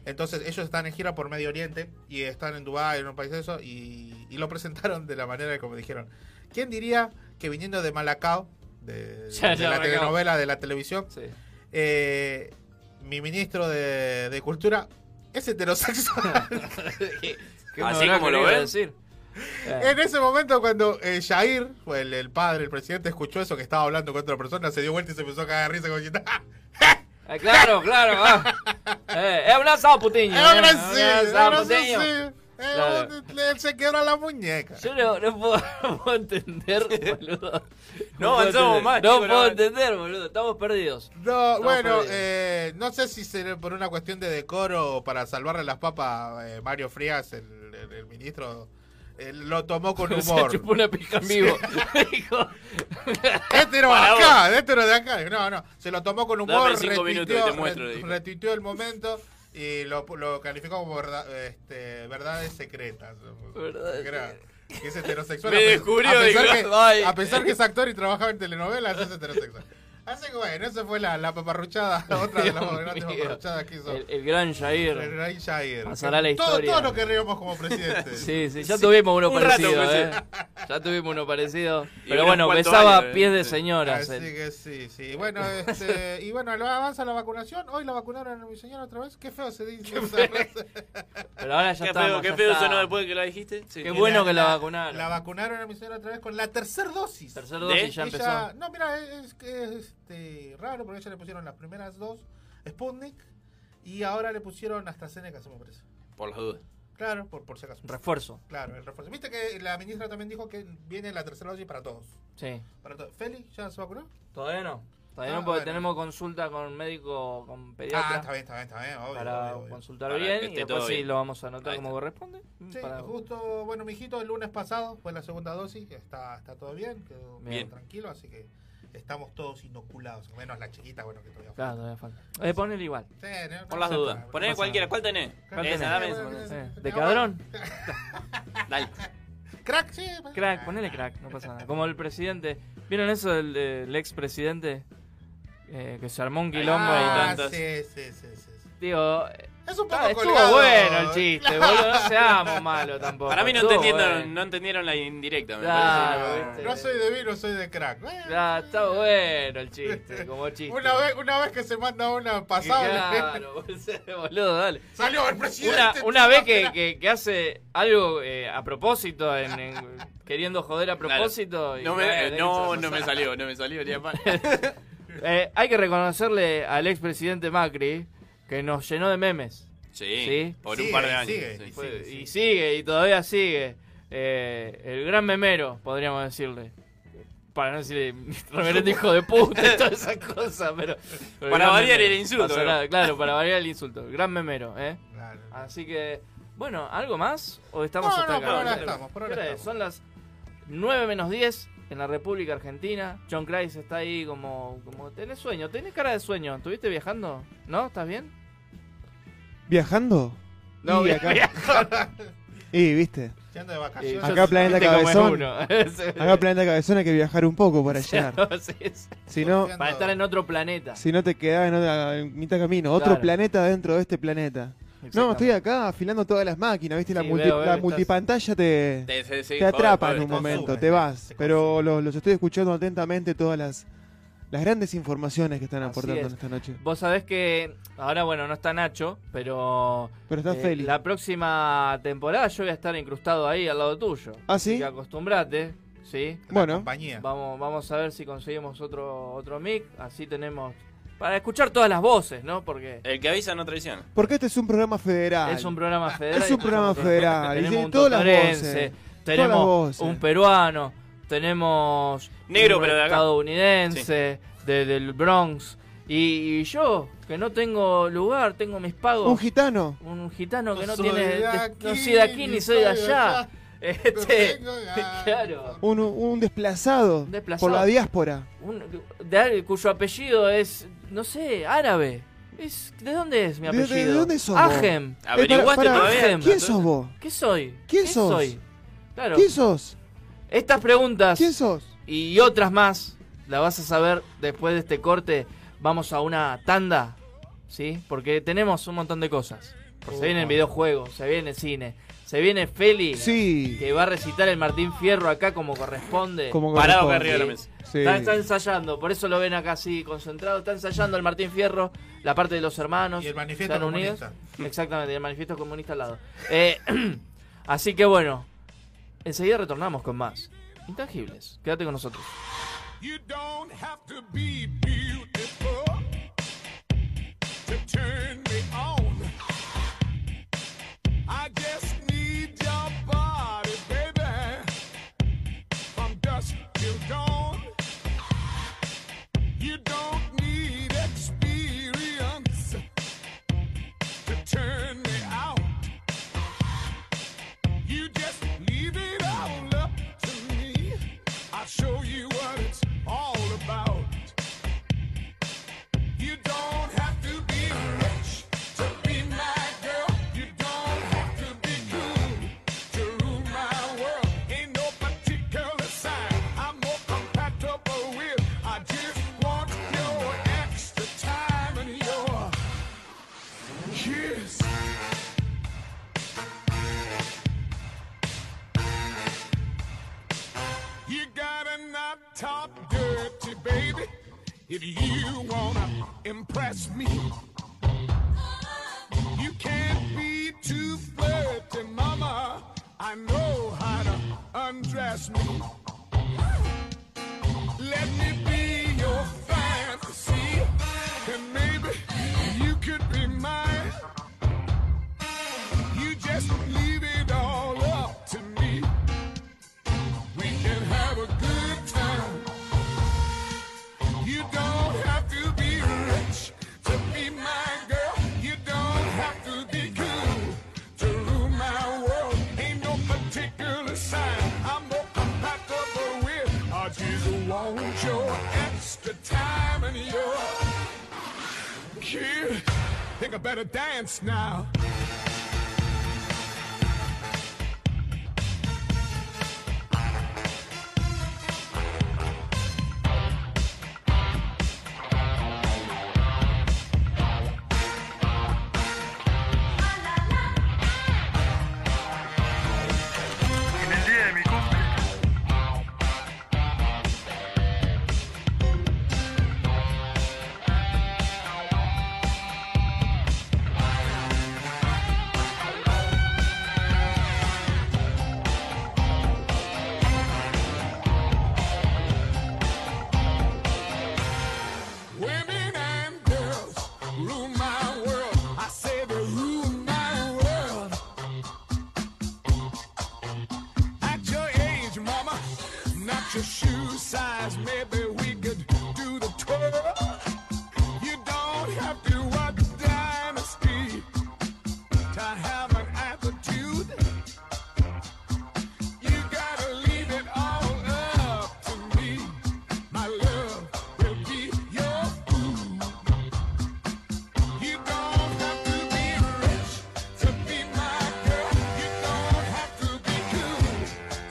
[SPEAKER 10] Entonces ellos están en gira por Medio Oriente y están en Dubái, en un país de eso, y, y lo presentaron de la manera como dijeron. ¿Quién diría que viniendo de Malacao, de,
[SPEAKER 9] Ya,
[SPEAKER 10] de
[SPEAKER 9] ya,
[SPEAKER 10] la
[SPEAKER 9] Malacao.
[SPEAKER 10] telenovela, de la televisión, eh, mi ministro de, de Cultura es heterosexual?
[SPEAKER 9] ¿Qué me habrá querido decir? Eh.
[SPEAKER 10] En ese momento, cuando eh, Jair, o el, el padre, el presidente, escuchó eso que estaba hablando con otra persona, se dio vuelta y se empezó a cagar de risa como diciendo, "Ah,
[SPEAKER 9] Eh, claro, claro. ah. Eh, es un asado putiño.
[SPEAKER 10] ¡Es un
[SPEAKER 9] eh,
[SPEAKER 10] así!
[SPEAKER 9] asado
[SPEAKER 10] ¡Es un
[SPEAKER 9] putiño.
[SPEAKER 10] así! Eh,
[SPEAKER 9] Claro.
[SPEAKER 10] un- Él se quiebra la muñeca.
[SPEAKER 9] Yo no, no puedo, no puedo entender, boludo.
[SPEAKER 11] No
[SPEAKER 9] puedo
[SPEAKER 11] avanzamos
[SPEAKER 9] entender.
[SPEAKER 11] más,
[SPEAKER 9] No
[SPEAKER 11] chico,
[SPEAKER 9] puedo
[SPEAKER 11] no-
[SPEAKER 9] entender, boludo. Estamos perdidos.
[SPEAKER 10] No,
[SPEAKER 9] Estamos
[SPEAKER 10] bueno,
[SPEAKER 9] perdidos.
[SPEAKER 10] eh, no sé si será por una cuestión de decoro o para salvarle las papas, eh, Mario Frías, el, el- el ministro, eh, lo tomó con
[SPEAKER 9] Se
[SPEAKER 10] humor.
[SPEAKER 9] chupó una pija en vivo.
[SPEAKER 10] Este era
[SPEAKER 9] Para
[SPEAKER 10] de acá, este era de acá. No, no, se lo tomó con humor,
[SPEAKER 11] Dame cinco minutos y te muestro,
[SPEAKER 10] re-
[SPEAKER 11] dijo.
[SPEAKER 10] retuiteó el momento y lo, lo calificó como verdad- este, verdades secretas.
[SPEAKER 9] Verdades
[SPEAKER 10] Que era- que es heterosexual.
[SPEAKER 11] Me
[SPEAKER 10] a pe-
[SPEAKER 11] descubrió,
[SPEAKER 10] a pesar,
[SPEAKER 11] dijo,
[SPEAKER 10] que,
[SPEAKER 11] "Ay".
[SPEAKER 10] a pesar que es actor y trabajaba en telenovelas, es heterosexual. Así que bueno, esa fue la, la paparruchada, la otra de las
[SPEAKER 9] Dios
[SPEAKER 10] grandes
[SPEAKER 9] mío.
[SPEAKER 10] paparruchadas que hizo.
[SPEAKER 9] El, el gran Jair.
[SPEAKER 10] El gran Jair.
[SPEAKER 9] Pasará la
[SPEAKER 10] Todo-
[SPEAKER 9] historia.
[SPEAKER 10] Todo, lo que reíamos como presidente.
[SPEAKER 9] Sí, sí, ya tuvimos uno
[SPEAKER 10] Un rato pues,
[SPEAKER 9] parecido,
[SPEAKER 10] fue
[SPEAKER 9] ¿eh?
[SPEAKER 10] ese.
[SPEAKER 9] Ya tuvimos uno parecido.
[SPEAKER 10] Y
[SPEAKER 9] Pero
[SPEAKER 10] unos
[SPEAKER 9] bueno,
[SPEAKER 10] cuantos
[SPEAKER 9] besaba
[SPEAKER 10] años, ¿eh?
[SPEAKER 9] pies de señoras.
[SPEAKER 10] Así
[SPEAKER 9] él.
[SPEAKER 10] que sí, sí. Bueno, este, y bueno, lo- avanza la vacunación. Hoy la vacunaron a mi señora otra vez. Qué feo se dice. esa frase.
[SPEAKER 9] Pero ahora ya
[SPEAKER 11] Qué
[SPEAKER 9] estamos.
[SPEAKER 11] feo, qué
[SPEAKER 9] ya
[SPEAKER 11] feo
[SPEAKER 9] está.
[SPEAKER 11] sonó después que la dijiste. Sí.
[SPEAKER 9] Qué bueno que la vacunaron.
[SPEAKER 10] La vacunaron a mi señora otra vez con la tercera dosis.
[SPEAKER 9] Tercer dosis
[SPEAKER 11] ¿De?
[SPEAKER 9] ya
[SPEAKER 10] Y
[SPEAKER 9] empezó.
[SPEAKER 10] ya- no, mira, es, es que es este, raro porque ella le pusieron las primeras dos Sputnik y ahora le pusieron AstraZeneca, se me parece.
[SPEAKER 11] Por las dudas.
[SPEAKER 10] Claro, por, por si acaso.
[SPEAKER 9] Refuerzo.
[SPEAKER 10] Claro, el refuerzo. Viste que la ministra también dijo que viene la tercera dosis para todos.
[SPEAKER 9] Sí.
[SPEAKER 10] Para todos. ¿Feli ya se vacunó?
[SPEAKER 9] Todavía no. Todavía
[SPEAKER 10] Ah,
[SPEAKER 9] no, porque
[SPEAKER 10] bueno.
[SPEAKER 9] tenemos consulta con médico, con pediatra.
[SPEAKER 10] Ah, está bien, está bien, está bien. Obvio,
[SPEAKER 9] para
[SPEAKER 10] obvio, obvio.
[SPEAKER 9] consultar
[SPEAKER 11] Para
[SPEAKER 9] bien
[SPEAKER 11] que
[SPEAKER 9] y
[SPEAKER 11] esté
[SPEAKER 9] después
[SPEAKER 11] todo
[SPEAKER 9] sí
[SPEAKER 11] bien.
[SPEAKER 9] lo vamos a anotar
[SPEAKER 11] Ahí
[SPEAKER 9] como corresponde.
[SPEAKER 10] Sí,
[SPEAKER 9] Mm, Para-
[SPEAKER 10] justo, bueno, mijito, el lunes pasado fue la segunda dosis, que está, está todo bien, quedó
[SPEAKER 9] Bien.
[SPEAKER 10] todo tranquilo, así que estamos todos inoculados, menos la chiquita, bueno, que todavía
[SPEAKER 9] Claro, todavía falta. Eh, ponele igual.
[SPEAKER 10] Sí, no, no
[SPEAKER 11] Por las
[SPEAKER 10] pasa
[SPEAKER 11] dudas.
[SPEAKER 10] nada,
[SPEAKER 11] Poné
[SPEAKER 10] no pasa
[SPEAKER 11] cualquiera.
[SPEAKER 10] nada.
[SPEAKER 11] ¿Cuál tenés?
[SPEAKER 9] ¿Cuál
[SPEAKER 11] Esa,
[SPEAKER 9] tenés?
[SPEAKER 11] dame
[SPEAKER 10] Bueno,
[SPEAKER 11] esa.
[SPEAKER 9] Eh, ¿De
[SPEAKER 10] bueno.
[SPEAKER 9] cadrón?
[SPEAKER 11] Dale.
[SPEAKER 10] Crack, sí. pues.
[SPEAKER 9] Crack, ponele crack, no pasa nada. Como el presidente. ¿Vieron eso del, del expresidente? Eh, que se armó un quilombo
[SPEAKER 10] Ah,
[SPEAKER 9] y tantas.
[SPEAKER 10] sí, sí, sí, sí, sí.
[SPEAKER 9] Digo, eh,
[SPEAKER 10] Es un poco
[SPEAKER 9] está- estuvo
[SPEAKER 10] colgado. ¿eh?
[SPEAKER 9] bueno el chiste,
[SPEAKER 10] Claro.
[SPEAKER 9] boludo. No seamos malos tampoco.
[SPEAKER 11] Para mí no
[SPEAKER 9] Estuvo
[SPEAKER 11] entendieron,
[SPEAKER 9] bueno.
[SPEAKER 11] no entendieron la indirecta. Me
[SPEAKER 9] Claro,
[SPEAKER 11] parece.
[SPEAKER 9] viste.
[SPEAKER 10] No soy de vino, soy de crack. Bueno,
[SPEAKER 9] Ah, está bueno el chiste, como chiste.
[SPEAKER 10] Una vez, una vez que se manda una pasable,
[SPEAKER 9] Claro, boludo, dale.
[SPEAKER 10] salió el presidente.
[SPEAKER 9] Una, una vez que, que- que hace algo eh, a propósito, en, en- queriendo joder a
[SPEAKER 11] Claro.
[SPEAKER 9] propósito. y
[SPEAKER 11] No,
[SPEAKER 9] bueno,
[SPEAKER 11] me,
[SPEAKER 9] eso
[SPEAKER 11] no, no
[SPEAKER 9] sale.
[SPEAKER 11] me salió, no me salió ni a palo.
[SPEAKER 9] Eh, hay que reconocerle al expresidente Macri que nos llenó de memes.
[SPEAKER 11] Sí,
[SPEAKER 9] Sí.
[SPEAKER 11] por
[SPEAKER 10] Sigue,
[SPEAKER 11] un par de años.
[SPEAKER 10] sigue,
[SPEAKER 11] sí.
[SPEAKER 10] sigue, sigue.
[SPEAKER 9] Y sigue, y todavía sigue. Eh, el gran memero, podríamos decirle. Para no decirle reverendo hijo de puta y todas esas cosas, pero. pero
[SPEAKER 11] Para
[SPEAKER 9] gran
[SPEAKER 11] variar
[SPEAKER 9] memero.
[SPEAKER 11] el insulto,
[SPEAKER 9] Pasó
[SPEAKER 11] ¿no?
[SPEAKER 9] nada, claro, para variar el insulto. El gran memero, ¿eh?
[SPEAKER 10] Claro.
[SPEAKER 9] Así que, bueno, ¿algo más? ¿O estamos
[SPEAKER 10] No,
[SPEAKER 9] hasta
[SPEAKER 10] no,
[SPEAKER 9] acá?
[SPEAKER 10] por ahora
[SPEAKER 9] ¿Qué hora
[SPEAKER 10] estamos, por ahora
[SPEAKER 9] es?
[SPEAKER 10] estamos.
[SPEAKER 9] Son las 9 menos 10 en la República Argentina. John Christ está ahí como, como. Tenés sueño, tenés cara de sueño. ¿Estuviste viajando? ¿No? ¿Estás bien?
[SPEAKER 12] ¿Viajando? y acá. Y viste.
[SPEAKER 10] Se anda de vacaciones.
[SPEAKER 12] Acá Planeta
[SPEAKER 9] viste cómo es
[SPEAKER 12] Cabezón.
[SPEAKER 9] uno.
[SPEAKER 12] acá Planeta Cabezón hay que viajar un poco para llegar.
[SPEAKER 9] Sí, sí.
[SPEAKER 12] Si no,
[SPEAKER 9] Para estar en otro planeta.
[SPEAKER 12] si no te quedás en, otra- en mitad camino, otro
[SPEAKER 9] Claro.
[SPEAKER 12] planeta dentro de este planeta. No,
[SPEAKER 9] Exactamente.
[SPEAKER 12] estoy acá afilando todas las máquinas, viste, la,
[SPEAKER 9] Sí,
[SPEAKER 12] multi-
[SPEAKER 9] veo, veo,
[SPEAKER 12] la
[SPEAKER 9] estás-
[SPEAKER 12] multipantalla te,
[SPEAKER 11] Te- se- se
[SPEAKER 12] te
[SPEAKER 11] jode,
[SPEAKER 12] atrapa
[SPEAKER 11] jode,
[SPEAKER 12] en un
[SPEAKER 11] te
[SPEAKER 12] momento,
[SPEAKER 11] consume,
[SPEAKER 12] te vas. Pero los, los estoy escuchando atentamente todas las, las grandes informaciones que están aportando
[SPEAKER 9] es.
[SPEAKER 12] en esta noche.
[SPEAKER 9] Vos sabés que ahora, bueno, no está Nacho, pero. eh,
[SPEAKER 12] Pero está Feli.
[SPEAKER 9] La próxima temporada yo voy a estar incrustado ahí al lado tuyo.
[SPEAKER 12] ¿Ah, sí?
[SPEAKER 9] Así que acostumbrate, ¿sí?
[SPEAKER 12] Bueno,
[SPEAKER 10] compañía.
[SPEAKER 9] Vamos, vamos a ver si conseguimos otro, otro mic. Así tenemos. Para escuchar todas las voces, ¿no? Porque
[SPEAKER 11] El que avisa no traiciona.
[SPEAKER 12] porque este es un programa federal.
[SPEAKER 9] es un programa federal.
[SPEAKER 12] Ah, Es un programa federal, y
[SPEAKER 9] Tenemos
[SPEAKER 12] tiene
[SPEAKER 9] un
[SPEAKER 12] Ah, todas las
[SPEAKER 9] totorense,
[SPEAKER 12] voces,
[SPEAKER 9] Tenemos
[SPEAKER 12] todas las voces.
[SPEAKER 9] un peruano. Tenemos.
[SPEAKER 11] Negro,
[SPEAKER 9] un
[SPEAKER 11] pero de acá.
[SPEAKER 9] Estadounidense, de- del Bronx. Y, y yo, que no tengo lugar, tengo mis pagos.
[SPEAKER 12] Un gitano.
[SPEAKER 9] un gitano que no,
[SPEAKER 10] Soy
[SPEAKER 9] tiene.
[SPEAKER 10] de
[SPEAKER 9] de-
[SPEAKER 10] aquí,
[SPEAKER 9] no soy de aquí ni soy de allá.
[SPEAKER 10] No
[SPEAKER 9] Este,
[SPEAKER 10] tengo ganas.
[SPEAKER 9] claro.
[SPEAKER 12] Un, un desplazado,
[SPEAKER 9] desplazado.
[SPEAKER 12] por la diáspora.
[SPEAKER 9] Un- de alguien cuyo apellido es, no sé, árabe. Es, ¿De dónde es mi
[SPEAKER 12] ¿De- de-
[SPEAKER 9] apellido?
[SPEAKER 12] de dónde sos vos?
[SPEAKER 9] Ajem.
[SPEAKER 12] Eh, ¿Averiguaste para- para- todavía?
[SPEAKER 9] Ajem.
[SPEAKER 12] ¿Quién sos vos?
[SPEAKER 9] ¿Qué soy?
[SPEAKER 12] ¿Quién
[SPEAKER 9] ¿Qué
[SPEAKER 12] sos?
[SPEAKER 9] soy? Claro.
[SPEAKER 12] ¿Quién sos?
[SPEAKER 9] Estas preguntas
[SPEAKER 12] ¿Quién sos?
[SPEAKER 9] y otras más las vas a saber después de este corte. Vamos a una tanda, ¿sí? Porque tenemos un montón de cosas. Porque se viene el videojuego, se viene cine, se viene Feli,
[SPEAKER 12] Sí.
[SPEAKER 9] que va a recitar el Martín Fierro acá como corresponde.
[SPEAKER 12] Como
[SPEAKER 11] Parado
[SPEAKER 12] corresponde.
[SPEAKER 11] acá arriba de la mesa.
[SPEAKER 12] Sí.
[SPEAKER 9] Está, está ensayando, por eso lo ven acá así concentrado. Está ensayando el Martín Fierro, la parte de los hermanos.
[SPEAKER 10] Y el manifiesto
[SPEAKER 9] están unidos.
[SPEAKER 10] comunista.
[SPEAKER 9] Exactamente, y el manifiesto comunista al lado. Eh, así que bueno, enseguida retornamos con más. Intangibles, quédate con nosotros.
[SPEAKER 13] You don't have to be beautiful to turn me on. I just need your body, baby, from dusk till dawn. You don't need experience to turn me out. You just leave it all up to me. I'll show you what it's all about. You don't have to be rich top dirty, baby. If you wanna impress me, you can't be too flirty, mama. I know how to undress me. Let me be your fantasy, and maybe you could be mine. You just leave it all up to me. We can have a good time. You don't have to be rich to be my girl. You don't have to be cool to rule my world. Ain't no particular sign I'm more compatible with. I just want your extra time and your kid. Think I better dance now.
[SPEAKER 17] En el día de mi cumple.
[SPEAKER 13] Women and girls rule my world. I say they rule my world. At your age, mama, not your shoe size. Maybe we could do the twirl. You don't have to walk dynasty to have an attitude. You gotta leave it all up to me. My love will be your food. You don't have to be rich to be my girl. You don't have to be cool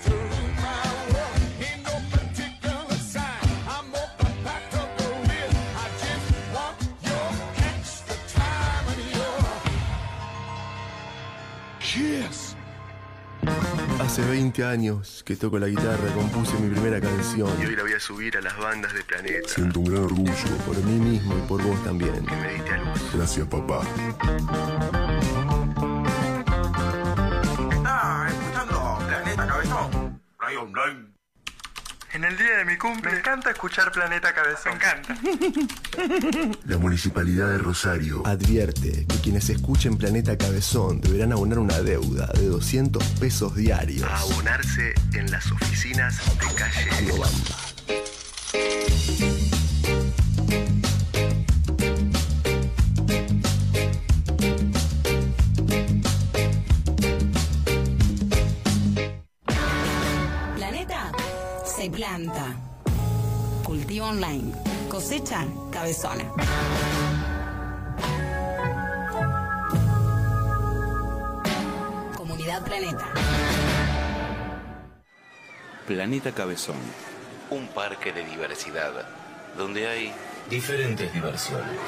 [SPEAKER 13] to rule my world. Ain't no particular sign I'm more compatible with. I just want your extra time and your kiss.
[SPEAKER 7] Hace 20 años que toco la guitarra, compuse mi primera canción.
[SPEAKER 13] Y hoy la voy a subir a las bandas de planeta.
[SPEAKER 7] Siento un gran orgullo por mí mismo y por vos también.
[SPEAKER 18] Gracias, papá.
[SPEAKER 13] Está escuchando Oh, Planeta Cabezón. En el día de mi cumple. Me encanta escuchar Planeta Cabezón. Me encanta.
[SPEAKER 7] La Municipalidad de Rosario advierte que quienes escuchen Planeta Cabezón deberán abonar una deuda de 200 pesos diarios.
[SPEAKER 16] A abonarse
[SPEAKER 7] en las oficinas de calle
[SPEAKER 4] Planeta se planta. Cultivo online. Cosecha cabezona. Comunidad Planeta.
[SPEAKER 16] Planeta Cabezón. Un parque de diversidad, donde hay diferentes diversiones.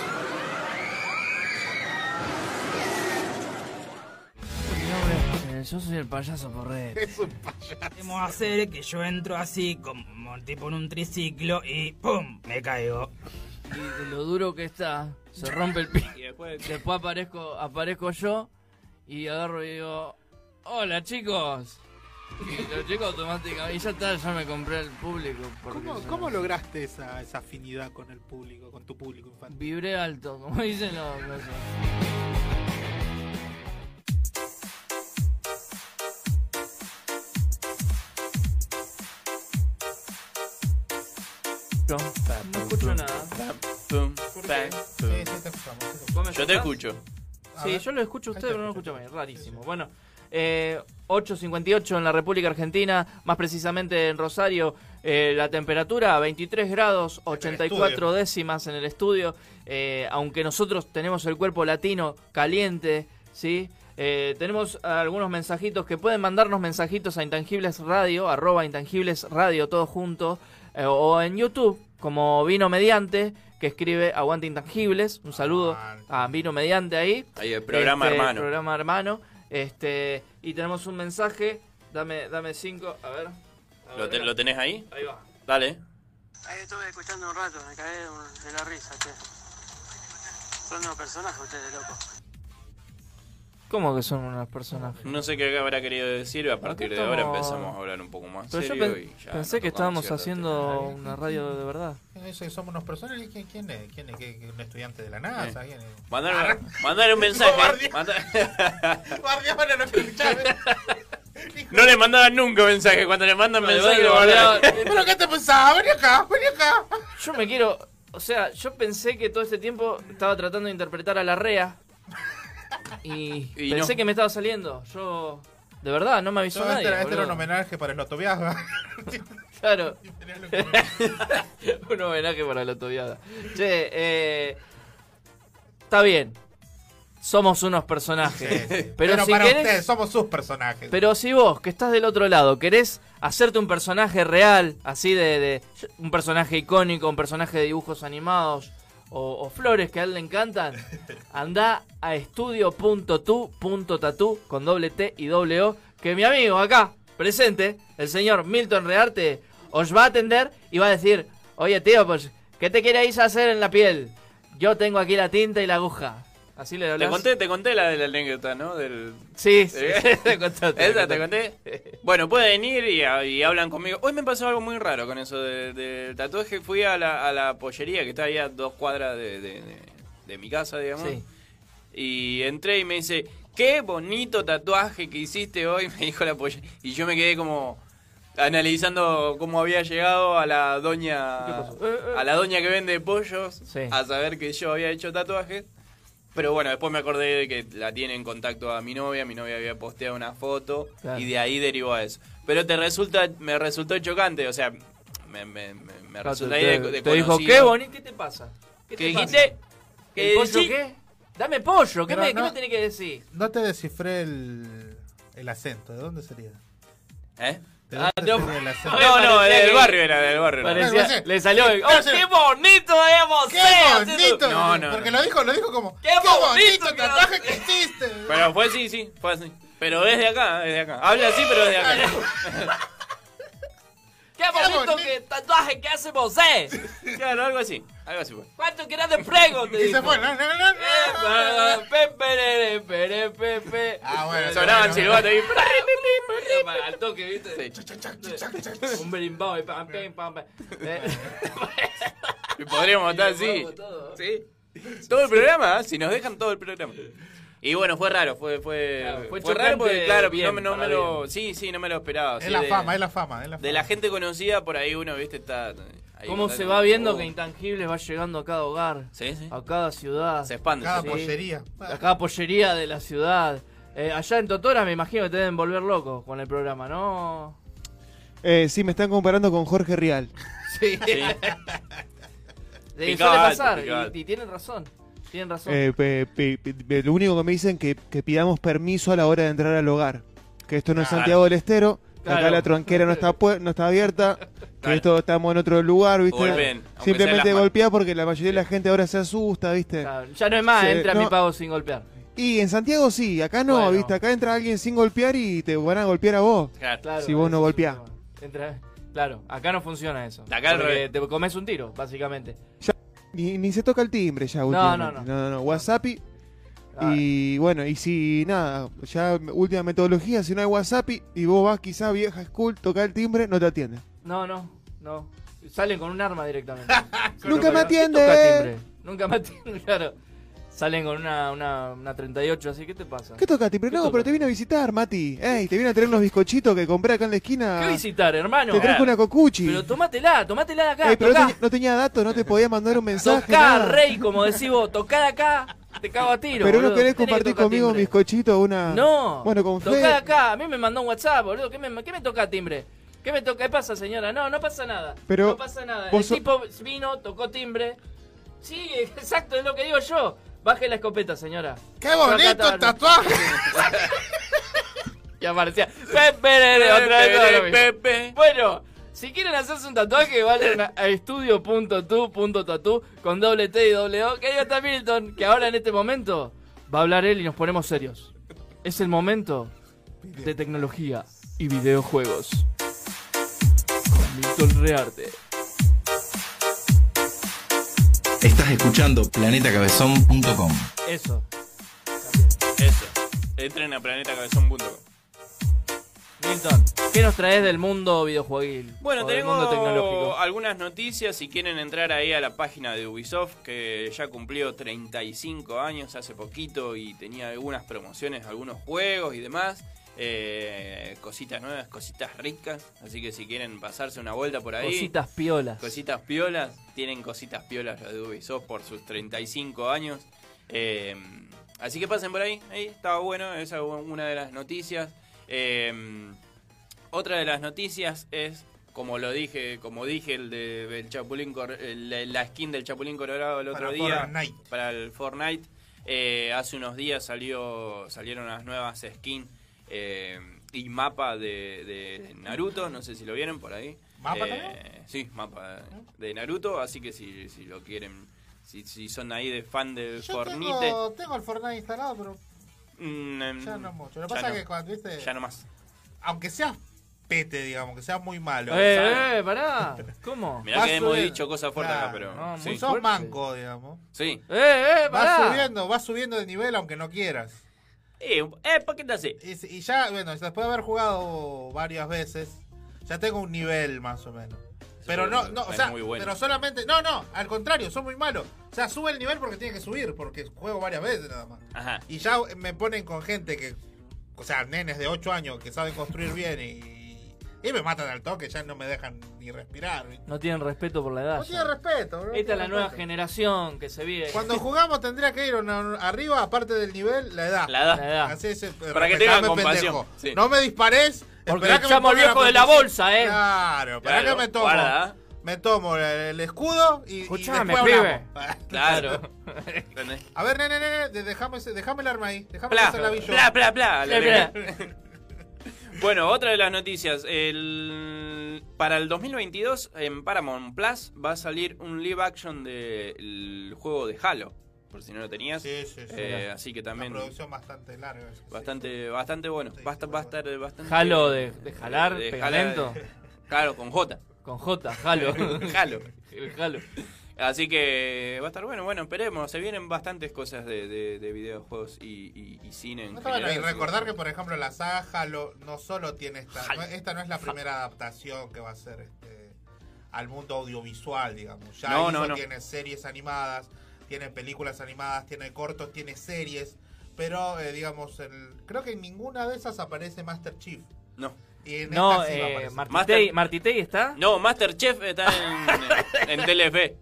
[SPEAKER 9] Eh, Yo soy el payaso porrete.
[SPEAKER 19] Es un Podemos hacer que yo entro así, como tipo en un triciclo, y ¡pum! Me caigo.
[SPEAKER 9] Y de lo duro que está, se rompe el pie. Y después, después aparezco, aparezco yo y agarro y digo, hola chicos. Y los chicos automáticamente, y ya está, ya me compré el público. porque
[SPEAKER 10] ¿Cómo,
[SPEAKER 9] yo-
[SPEAKER 10] cómo lograste esa, esa afinidad con el público, con tu público infantil?
[SPEAKER 9] Vibré alto, como dicen los... los- No escucho nada.
[SPEAKER 11] Yo te escucho.
[SPEAKER 10] A
[SPEAKER 9] Sí,
[SPEAKER 10] ver.
[SPEAKER 9] yo lo escucho a usted, pero no lo escucho a mí. Rarísimo. Bueno, eh, 8.58 en la República Argentina, más precisamente en Rosario. eh, la temperatura 23 grados, 84
[SPEAKER 19] estudio.
[SPEAKER 9] décimas en el estudio. eh, aunque nosotros tenemos el cuerpo latino caliente, ¿sí? Eh, tenemos algunos mensajitos que pueden mandarnos mensajitos a Intangibles Radio, arroba Intangibles Radio, todo junto, eh, o en YouTube, como Vino Mediante, que escribe Aguante Intangibles. Un saludo a Vino Mediante ahí.
[SPEAKER 11] Ahí el programa
[SPEAKER 9] Este,
[SPEAKER 11] hermano.
[SPEAKER 9] Programa hermano. Este, y tenemos un mensaje. Dame, dame cinco. A ver. A
[SPEAKER 11] ¿Lo,
[SPEAKER 9] ver,
[SPEAKER 11] te-
[SPEAKER 9] acá.
[SPEAKER 11] lo tenés ahí?
[SPEAKER 9] Ahí va.
[SPEAKER 11] Dale.
[SPEAKER 20] Ahí estuve escuchando un rato, me caí de, un- de la risa, che. Son unos personajes ustedes, loco.
[SPEAKER 9] ¿Cómo que son unos personajes?
[SPEAKER 11] No sé qué habrá querido decir, a partir de ahora
[SPEAKER 9] Estamos-
[SPEAKER 11] empezamos a hablar un poco más
[SPEAKER 9] Pero yo
[SPEAKER 11] serio
[SPEAKER 9] pen-
[SPEAKER 11] y ya
[SPEAKER 9] pensé
[SPEAKER 11] nos
[SPEAKER 9] que estábamos
[SPEAKER 11] tocamos ciertos
[SPEAKER 9] haciendo una radio de verdad.
[SPEAKER 10] Eso que somos unos personajes. ¿Quién, quién es? ¿Quién es? ¿Qué- qué- ¿Un estudiante de la NASA? Ah, ¿Quién es?
[SPEAKER 11] Mandar, mandar un mensaje. Mandar-
[SPEAKER 10] Guardián, no escuchame.
[SPEAKER 11] no le mandaban nunca mensaje. Cuando le mandan mensaje, lo guardaban.
[SPEAKER 10] ¿Pero qué te pensaba? Vení acá, vení acá.
[SPEAKER 9] Yo me quiero. O sea, yo pensé que todo este tiempo estaba tratando de interpretar a la REA. Y,
[SPEAKER 10] Y
[SPEAKER 9] pensé
[SPEAKER 10] no.
[SPEAKER 9] que me estaba saliendo. Yo. De verdad, no me avisó
[SPEAKER 10] Todo
[SPEAKER 9] nadie.
[SPEAKER 10] Este, era- este era un
[SPEAKER 9] boludo.
[SPEAKER 10] homenaje para el Lotoviaga.
[SPEAKER 9] Claro. un homenaje para la tobiada. Che, eh. Está bien. Somos unos personajes. Pero,
[SPEAKER 10] Pero
[SPEAKER 9] si
[SPEAKER 10] para
[SPEAKER 9] querés-
[SPEAKER 10] ustedes somos sus personajes.
[SPEAKER 9] Pero si vos, que estás del otro lado, querés hacerte un personaje real, así de, de- un personaje icónico, un personaje de dibujos animados o, o flores que a él le encantan, anda a estudio.tu.tatu con doble T y doble O, que mi amigo acá, presente, el señor Milton Rearte, os va a atender y va a decir, oye tío, pues, ¿qué te queréis hacer en la piel? Yo tengo aquí la tinta y la aguja. Así le
[SPEAKER 11] Te
[SPEAKER 9] hablas.
[SPEAKER 11] conté, te conté la de la anécdota, ¿no? Del... Eh,
[SPEAKER 9] Sí, sí, sí, te contaste, te
[SPEAKER 11] Esa te
[SPEAKER 9] contaste.
[SPEAKER 11] conté. Bueno, pueden ir y, y hablan conmigo. Hoy me pasó algo muy raro con eso de- del tatuaje. Fui a la, a la pollería que está ahí a dos cuadras de, de- de- de mi casa, digamos.
[SPEAKER 9] Sí.
[SPEAKER 11] Y entré y me dice, qué bonito tatuaje que hiciste hoy, me dijo la pollería. Y yo me quedé como analizando cómo había llegado a la doña a la doña que vende pollos
[SPEAKER 9] Sí.
[SPEAKER 11] a saber que yo había hecho tatuajes. Pero bueno, después me acordé de que la tiene en contacto a mi novia, mi novia había posteado una foto
[SPEAKER 9] Claro.
[SPEAKER 11] y de ahí derivó a eso. Pero te resulta, me resultó chocante, o sea, me, me, me, me
[SPEAKER 9] Claro,
[SPEAKER 11] resulta
[SPEAKER 9] te-
[SPEAKER 11] ahí de,
[SPEAKER 9] te-
[SPEAKER 11] de
[SPEAKER 9] te dijo,
[SPEAKER 11] conocido.
[SPEAKER 9] qué bonito, ¿qué te pasa? ¿Qué,
[SPEAKER 11] ¿Qué
[SPEAKER 9] te
[SPEAKER 11] dijiste?
[SPEAKER 9] pasa?
[SPEAKER 11] ¿Qué
[SPEAKER 9] ¿El pollo
[SPEAKER 11] decí?
[SPEAKER 9] qué? Dame pollo, ¿qué,
[SPEAKER 10] Pero
[SPEAKER 9] me, qué
[SPEAKER 10] no-
[SPEAKER 9] me tenés que decir?
[SPEAKER 10] No te descifré el, el acento. ¿De dónde sería?
[SPEAKER 11] ¿Eh?
[SPEAKER 10] ¿De
[SPEAKER 11] Ah,
[SPEAKER 10] dónde
[SPEAKER 11] no.
[SPEAKER 10] sería el acento?
[SPEAKER 11] No, no,
[SPEAKER 9] Parecía
[SPEAKER 11] del
[SPEAKER 9] que-
[SPEAKER 11] barrio era, del barrio. era.
[SPEAKER 9] parecía- le salió el- ¡Oh, qué bonito hemos
[SPEAKER 10] ¡Qué
[SPEAKER 9] sido!
[SPEAKER 10] bonito!
[SPEAKER 11] No, no,
[SPEAKER 10] Porque
[SPEAKER 11] no.
[SPEAKER 10] lo dijo, lo dijo como.
[SPEAKER 9] ¡Qué bonito
[SPEAKER 10] tatuaje que hiciste!
[SPEAKER 11] Pero fue así, sí, fue así. Pero desde acá, desde acá. Habla así, pero desde acá.
[SPEAKER 9] ¡Qué bonito que tatuaje que hace José!
[SPEAKER 11] Claro, algo así. Algo así fue.
[SPEAKER 9] ¿Cuánto querés de prego? Te Eh,
[SPEAKER 10] Y se fue. No, no, no, no.
[SPEAKER 9] Ah,
[SPEAKER 10] bueno,
[SPEAKER 11] Sonaban
[SPEAKER 9] bueno.
[SPEAKER 11] silbatos ahí.
[SPEAKER 9] Al toque, ¿viste? Un berimbau y pam, pam, pam, pam. Eh,
[SPEAKER 11] Y podríamos estar así.
[SPEAKER 9] todo.
[SPEAKER 11] Sí. Todo el programa, ¿eh? si nos dejan todo el programa. Y bueno, fue raro, fue fue
[SPEAKER 9] Claro, fue
[SPEAKER 11] fue, raro porque
[SPEAKER 9] chocante
[SPEAKER 11] claro,
[SPEAKER 9] bien,
[SPEAKER 11] no, me- no me
[SPEAKER 9] para
[SPEAKER 11] lo sí, sí, no me lo esperaba.
[SPEAKER 10] Es
[SPEAKER 11] sí,
[SPEAKER 10] la
[SPEAKER 11] de-
[SPEAKER 10] fama, es la fama, es la
[SPEAKER 11] De
[SPEAKER 10] fama.
[SPEAKER 11] la gente conocida por ahí uno, ¿viste? Está ahí
[SPEAKER 9] ¿Cómo
[SPEAKER 11] está
[SPEAKER 9] se
[SPEAKER 11] como,
[SPEAKER 9] va viendo
[SPEAKER 11] oh.
[SPEAKER 9] que Intangibles va llegando a cada hogar?
[SPEAKER 11] Sí, sí.
[SPEAKER 9] A cada ciudad. Se
[SPEAKER 11] expande,
[SPEAKER 10] Cada sí. pollería.
[SPEAKER 9] A cada pollería de la ciudad. Eh, allá en Totora me imagino que te deben volver loco con el programa, ¿no?
[SPEAKER 12] Eh, sí, me están comparando con Jorge Rial.
[SPEAKER 9] Sí.
[SPEAKER 11] Picaba
[SPEAKER 9] Suele
[SPEAKER 11] alto,
[SPEAKER 9] pasar,
[SPEAKER 11] picaba
[SPEAKER 9] y, y tienen razón. Tienen razón.
[SPEAKER 12] Eh, pe- pe- pe- lo único que me dicen que, que pidamos permiso a la hora de entrar al hogar. Que esto no es
[SPEAKER 11] Claro.
[SPEAKER 12] Santiago del Estero, que acá
[SPEAKER 11] Claro.
[SPEAKER 12] la tronquera no está, pu- no está abierta, que esto estamos en otro lugar, ¿viste?
[SPEAKER 11] Golpeen, aunque sean
[SPEAKER 12] Simplemente
[SPEAKER 11] las
[SPEAKER 12] golpear porque la mayoría de la gente ahora se asusta, ¿viste?
[SPEAKER 9] Ya no es más,
[SPEAKER 12] Se-
[SPEAKER 9] entra
[SPEAKER 12] no.
[SPEAKER 9] mi pago sin golpear.
[SPEAKER 12] Y en Santiago sí, acá no, ¿viste? Acá entra alguien sin golpear y te van a golpear a vos.
[SPEAKER 9] Claro,
[SPEAKER 12] si vos
[SPEAKER 9] ese es
[SPEAKER 12] no
[SPEAKER 9] un
[SPEAKER 12] golpeás.
[SPEAKER 9] tema. Entra- claro, acá no funciona eso.
[SPEAKER 11] Acá al
[SPEAKER 9] Porque
[SPEAKER 11] revés.
[SPEAKER 9] te comes un tiro, básicamente.
[SPEAKER 12] Ya, ni, ni se toca el timbre ya, últimamente.
[SPEAKER 9] no, Ah. no.
[SPEAKER 12] no, no. WhatsApp y- y bueno, y si nada, ya última metodología, si no hay WhatsApp y- y vos vas quizá vieja school, toca el timbre, no te atienden.
[SPEAKER 9] No, no, no. Salen con un arma directamente. Con
[SPEAKER 12] Nunca
[SPEAKER 9] un-
[SPEAKER 12] me atiende.
[SPEAKER 9] Toca timbre. Nunca me atiende, claro. Salen con una, una, una 38, así, ¿qué te pasa?
[SPEAKER 12] ¿Qué toca timbre? No, pero te vine a visitar, Mati. Ey, te vine a traer unos bizcochitos que compré acá en la esquina.
[SPEAKER 9] ¿Qué visitar, hermano?
[SPEAKER 12] Te traje una cocuchi.
[SPEAKER 9] Pero tomátela, tomátela de acá,
[SPEAKER 12] Ey, pero no,
[SPEAKER 9] tocá.
[SPEAKER 12] tenía- no tenía datos, no te podía mandar un mensaje.
[SPEAKER 9] Tocá,
[SPEAKER 12] nada.
[SPEAKER 9] rey, como decís vos, tocá de acá, te cago a tiro,
[SPEAKER 12] Pero no
[SPEAKER 9] boludo.
[SPEAKER 12] querés
[SPEAKER 9] Tenés que
[SPEAKER 12] compartir
[SPEAKER 9] tocar
[SPEAKER 12] conmigo
[SPEAKER 9] timbre.
[SPEAKER 12] mis cochitos una.
[SPEAKER 9] No.
[SPEAKER 12] Bueno, con
[SPEAKER 9] Tocá
[SPEAKER 12] Fede.
[SPEAKER 9] de acá, a mí me mandó un WhatsApp, boludo. ¿Qué me, qué me toca timbre? ¿Qué me toca? ¿Qué pasa, señora? No, no pasa nada.
[SPEAKER 12] Pero
[SPEAKER 9] no pasa nada. El
[SPEAKER 12] vos so-
[SPEAKER 9] tipo vino, tocó timbre. Sí, exacto, es lo que digo yo. Baje la escopeta, señora.
[SPEAKER 10] ¡Qué
[SPEAKER 9] Yo acá
[SPEAKER 10] bonito
[SPEAKER 9] estaba-
[SPEAKER 10] el tatuaje!
[SPEAKER 9] Y aparecía. Pepe,
[SPEAKER 11] "Eh,
[SPEAKER 9] Pepe, otra vez todo lo mismo. Bueno, si quieren hacerse un tatuaje, vayan a- a estudio.tu.tatu con doble T y doble O. Que ahí está Milton, que ahora en este momento va a hablar él y nos ponemos serios. Es el momento de tecnología y videojuegos. Con Milton Rearte.
[SPEAKER 16] Estás escuchando planetacabezón.com.
[SPEAKER 9] Eso.
[SPEAKER 11] Eso. Entren a planetacabezón.com.
[SPEAKER 9] Milton, ¿qué nos traes del mundo videojueguil?
[SPEAKER 11] Bueno,
[SPEAKER 9] O del mundo
[SPEAKER 11] tengo
[SPEAKER 9] tecnológico.
[SPEAKER 11] algunas noticias. Si quieren entrar ahí a la página de Ubisoft, que ya cumplió 35 años hace poquito y tenía algunas promociones, algunos juegos y demás. Eh, cositas nuevas, cositas ricas. Así que si quieren pasarse una vuelta por ahí.
[SPEAKER 9] Cositas piolas.
[SPEAKER 11] Cositas piolas. Tienen cositas piolas los de Ubisoft por sus 35 años. Eh, así que pasen por ahí. Ahí estaba bueno. Esa es una de las noticias. Eh, otra de las noticias es, como lo dije, como dije el de el Chapulín Cor- el- la, la skin del Chapulín Colorado el otro
[SPEAKER 10] Para
[SPEAKER 11] día
[SPEAKER 10] Fortnite.
[SPEAKER 11] para el Fortnite. eh, hace unos días salió salieron las nuevas skins eh, y mapa de, de Naruto, no sé si lo vieron por ahí.
[SPEAKER 10] ¿Mapa
[SPEAKER 11] Eh,
[SPEAKER 10] también?
[SPEAKER 11] Sí, mapa de Naruto, así que si, si lo quieren, si, si son ahí de fan de
[SPEAKER 10] Yo
[SPEAKER 11] Fortnite,
[SPEAKER 10] tengo, tengo el Fortnite instalado, pero
[SPEAKER 11] mm, em,
[SPEAKER 10] ya no mucho. Lo que
[SPEAKER 11] ya
[SPEAKER 10] pasa
[SPEAKER 11] no.
[SPEAKER 10] es que cuando viste.
[SPEAKER 11] Ya no más.
[SPEAKER 10] Aunque seas pete, digamos, que seas muy malo.
[SPEAKER 9] Eh, eh, pará. ¿Cómo?
[SPEAKER 11] Mirá
[SPEAKER 10] Vas
[SPEAKER 11] que hemos
[SPEAKER 10] subiendo.
[SPEAKER 11] dicho cosas fuertes acá, pero.
[SPEAKER 10] Claro, Ah, no,
[SPEAKER 11] sí.
[SPEAKER 10] muy- sos manco, digamos.
[SPEAKER 11] Sí.
[SPEAKER 9] Eh, eh,
[SPEAKER 10] vas
[SPEAKER 9] pará.
[SPEAKER 10] subiendo, vas subiendo de nivel aunque no quieras.
[SPEAKER 11] Eh, eh, ¿por qué te hace?
[SPEAKER 10] Y, si- y ya, bueno, después de haber jugado varias veces, ya tengo un nivel más o menos. Pero
[SPEAKER 11] es
[SPEAKER 10] no,
[SPEAKER 11] muy-
[SPEAKER 10] no, o
[SPEAKER 11] es
[SPEAKER 10] sea,
[SPEAKER 11] muy bueno.
[SPEAKER 10] pero solamente, no, no, al contrario, soy muy malo. O sea, sube el nivel porque tiene que subir, porque juego varias veces nada más.
[SPEAKER 11] Ajá.
[SPEAKER 10] Y ya eh, me ponen con gente que, o sea, nenes de 8 años que saben construir bien y, y me matan al toque, ya no me dejan ni respirar. ¿viste?
[SPEAKER 9] No tienen respeto por la edad.
[SPEAKER 10] No
[SPEAKER 9] ya.
[SPEAKER 10] tiene respeto, bro.
[SPEAKER 9] Esta es la
[SPEAKER 10] Tiene
[SPEAKER 9] nueva
[SPEAKER 10] respeto.
[SPEAKER 9] generación que se viene.
[SPEAKER 10] Cuando jugamos tendría que ir una- arriba, aparte del nivel, la edad.
[SPEAKER 9] La edad. La edad.
[SPEAKER 10] Así es,
[SPEAKER 9] Para que tengan
[SPEAKER 10] Ah, respetame,
[SPEAKER 9] compasión,
[SPEAKER 10] pendejo.
[SPEAKER 9] sí.
[SPEAKER 10] No me dispares.
[SPEAKER 9] Porque
[SPEAKER 10] esperá que me
[SPEAKER 9] echamos al
[SPEAKER 10] ponga
[SPEAKER 9] viejo de la
[SPEAKER 10] protección.
[SPEAKER 9] bolsa, ¿eh?
[SPEAKER 10] Claro, para
[SPEAKER 9] Claro, ¿eh?
[SPEAKER 10] que me tomo.
[SPEAKER 11] guarda.
[SPEAKER 10] Me tomo el, el escudo y, y
[SPEAKER 9] Escuchame,
[SPEAKER 10] después
[SPEAKER 9] pibe.
[SPEAKER 10] hablamos.
[SPEAKER 11] Claro. ¿Entendés?
[SPEAKER 10] A ver, nene, nene, de- dejame, ese- dejame el arma ahí. Dejame
[SPEAKER 11] Pla,
[SPEAKER 10] ese labillo.
[SPEAKER 11] pla, pla, pla, la
[SPEAKER 10] Pla,
[SPEAKER 11] nena. Bueno, otra de las noticias. El... Para el 2022, en Paramount Plus, va a salir un live action del juego de Halo. Por si no lo tenías. Eh,
[SPEAKER 10] sí.
[SPEAKER 11] Así que
[SPEAKER 10] Una
[SPEAKER 11] también.
[SPEAKER 10] producción bastante larga.
[SPEAKER 11] Bastante, bastante bueno. Va a estar- va a estar bastante.
[SPEAKER 9] Jalo de- de jalar
[SPEAKER 11] de
[SPEAKER 9] pegamento.
[SPEAKER 11] claro, con J.
[SPEAKER 9] Con J, jalo.
[SPEAKER 11] jalo.
[SPEAKER 9] El jalo.
[SPEAKER 11] Así que va a estar bueno. Bueno, esperemos. Se vienen bastantes cosas de, de- de videojuegos y, y- y cine. En
[SPEAKER 10] No está bueno, y
[SPEAKER 11] general, así que-
[SPEAKER 10] recordar que, por ejemplo, la saga Halo no solo tiene esta. no- esta no es la primera adaptación que va a ser este, al mundo audiovisual, digamos. Ya
[SPEAKER 11] No,
[SPEAKER 10] hizo-
[SPEAKER 11] no, no.
[SPEAKER 10] tiene series animadas, tiene películas animadas, tiene cortos, tiene series. Pero, eh, digamos, el- creo que en ninguna de esas aparece Master Chief.
[SPEAKER 11] No.
[SPEAKER 10] Y en
[SPEAKER 9] No,
[SPEAKER 10] esta sí va a
[SPEAKER 9] eh,
[SPEAKER 10] aparecer.
[SPEAKER 9] Martitei, Martitei está.
[SPEAKER 11] No, Masterchef está en, en TLF.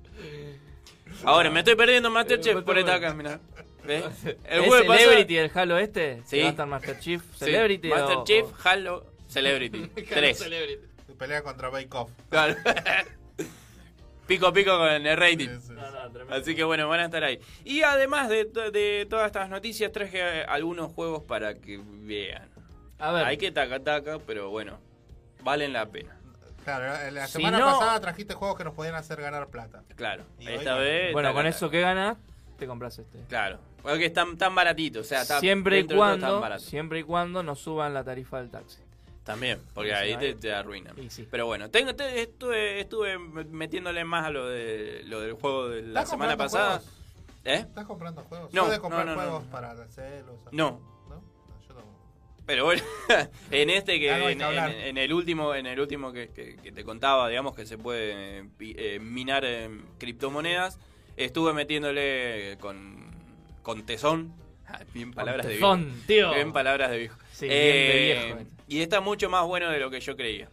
[SPEAKER 11] Ahora, me estoy perdiendo
[SPEAKER 9] Eh,
[SPEAKER 11] Masterchef por esta acá, mirá. ¿Ves?
[SPEAKER 9] El
[SPEAKER 11] jueves pasado-
[SPEAKER 9] Celebrity el Halo este?
[SPEAKER 11] Sí.
[SPEAKER 9] Va a estar Master Chief
[SPEAKER 11] Sí,
[SPEAKER 9] Celebrity. o-
[SPEAKER 11] Master Chief, Halo, Celebrity. Tres.
[SPEAKER 10] Se pelea contra Bake Off.
[SPEAKER 11] Claro. pico a pico con el rating.
[SPEAKER 9] tremendo.
[SPEAKER 11] Así que bueno, van a estar ahí. Y además de, to- de todas estas noticias, traje eh, algunos juegos para que vean.
[SPEAKER 9] A ver.
[SPEAKER 11] Hay que taca taca, pero bueno, valen la pena.
[SPEAKER 10] Claro, la
[SPEAKER 11] Si
[SPEAKER 10] semana
[SPEAKER 11] no-
[SPEAKER 10] pasada trajiste juegos que nos podían hacer ganar plata.
[SPEAKER 11] Claro.
[SPEAKER 10] Y
[SPEAKER 11] Esta
[SPEAKER 10] hoy-
[SPEAKER 11] vez.
[SPEAKER 9] Bueno,
[SPEAKER 11] taca,
[SPEAKER 9] con
[SPEAKER 11] taca.
[SPEAKER 9] eso que ganas, te compras este.
[SPEAKER 11] Claro. Porque están tan baratitos. O sea, está
[SPEAKER 9] siempre y
[SPEAKER 11] dentro de todo tan
[SPEAKER 9] cuando
[SPEAKER 11] barato.
[SPEAKER 9] siempre y cuando no suban la tarifa del taxi.
[SPEAKER 11] También, porque
[SPEAKER 9] Sí,
[SPEAKER 11] ahí
[SPEAKER 9] ahí.
[SPEAKER 11] te, te arruinan.
[SPEAKER 9] Y sí.
[SPEAKER 11] Pero bueno, tengo, te- estuve, estuve metiéndole más a lo, de, lo del juego de la
[SPEAKER 10] ¿Estás
[SPEAKER 11] semana
[SPEAKER 10] comprando
[SPEAKER 11] pasada.
[SPEAKER 10] juegos?
[SPEAKER 11] ¿Eh?
[SPEAKER 10] ¿Estás comprando juegos?
[SPEAKER 11] No,
[SPEAKER 10] ¿Sos de
[SPEAKER 11] no,
[SPEAKER 10] comprar
[SPEAKER 11] no, no,
[SPEAKER 10] juegos
[SPEAKER 11] no.
[SPEAKER 10] para la celu, o sea,
[SPEAKER 11] No.
[SPEAKER 10] ¿No? No, yo tampoco.
[SPEAKER 11] Pero bueno, en este que,
[SPEAKER 10] Algo hay
[SPEAKER 11] en,
[SPEAKER 10] que hablar.
[SPEAKER 11] en- en el último, en el último que, que- que te contaba, digamos que se puede eh, pi- eh, minar en criptomonedas, estuve metiéndole con, con tesón. Ah, Bien palabras de
[SPEAKER 9] tesón,
[SPEAKER 11] viejo.
[SPEAKER 9] tío.
[SPEAKER 11] Bien palabras de viejo.
[SPEAKER 9] Oh. Sí, bien de
[SPEAKER 11] Eh,
[SPEAKER 9] viejo
[SPEAKER 11] Y está mucho más bueno de lo que yo creía.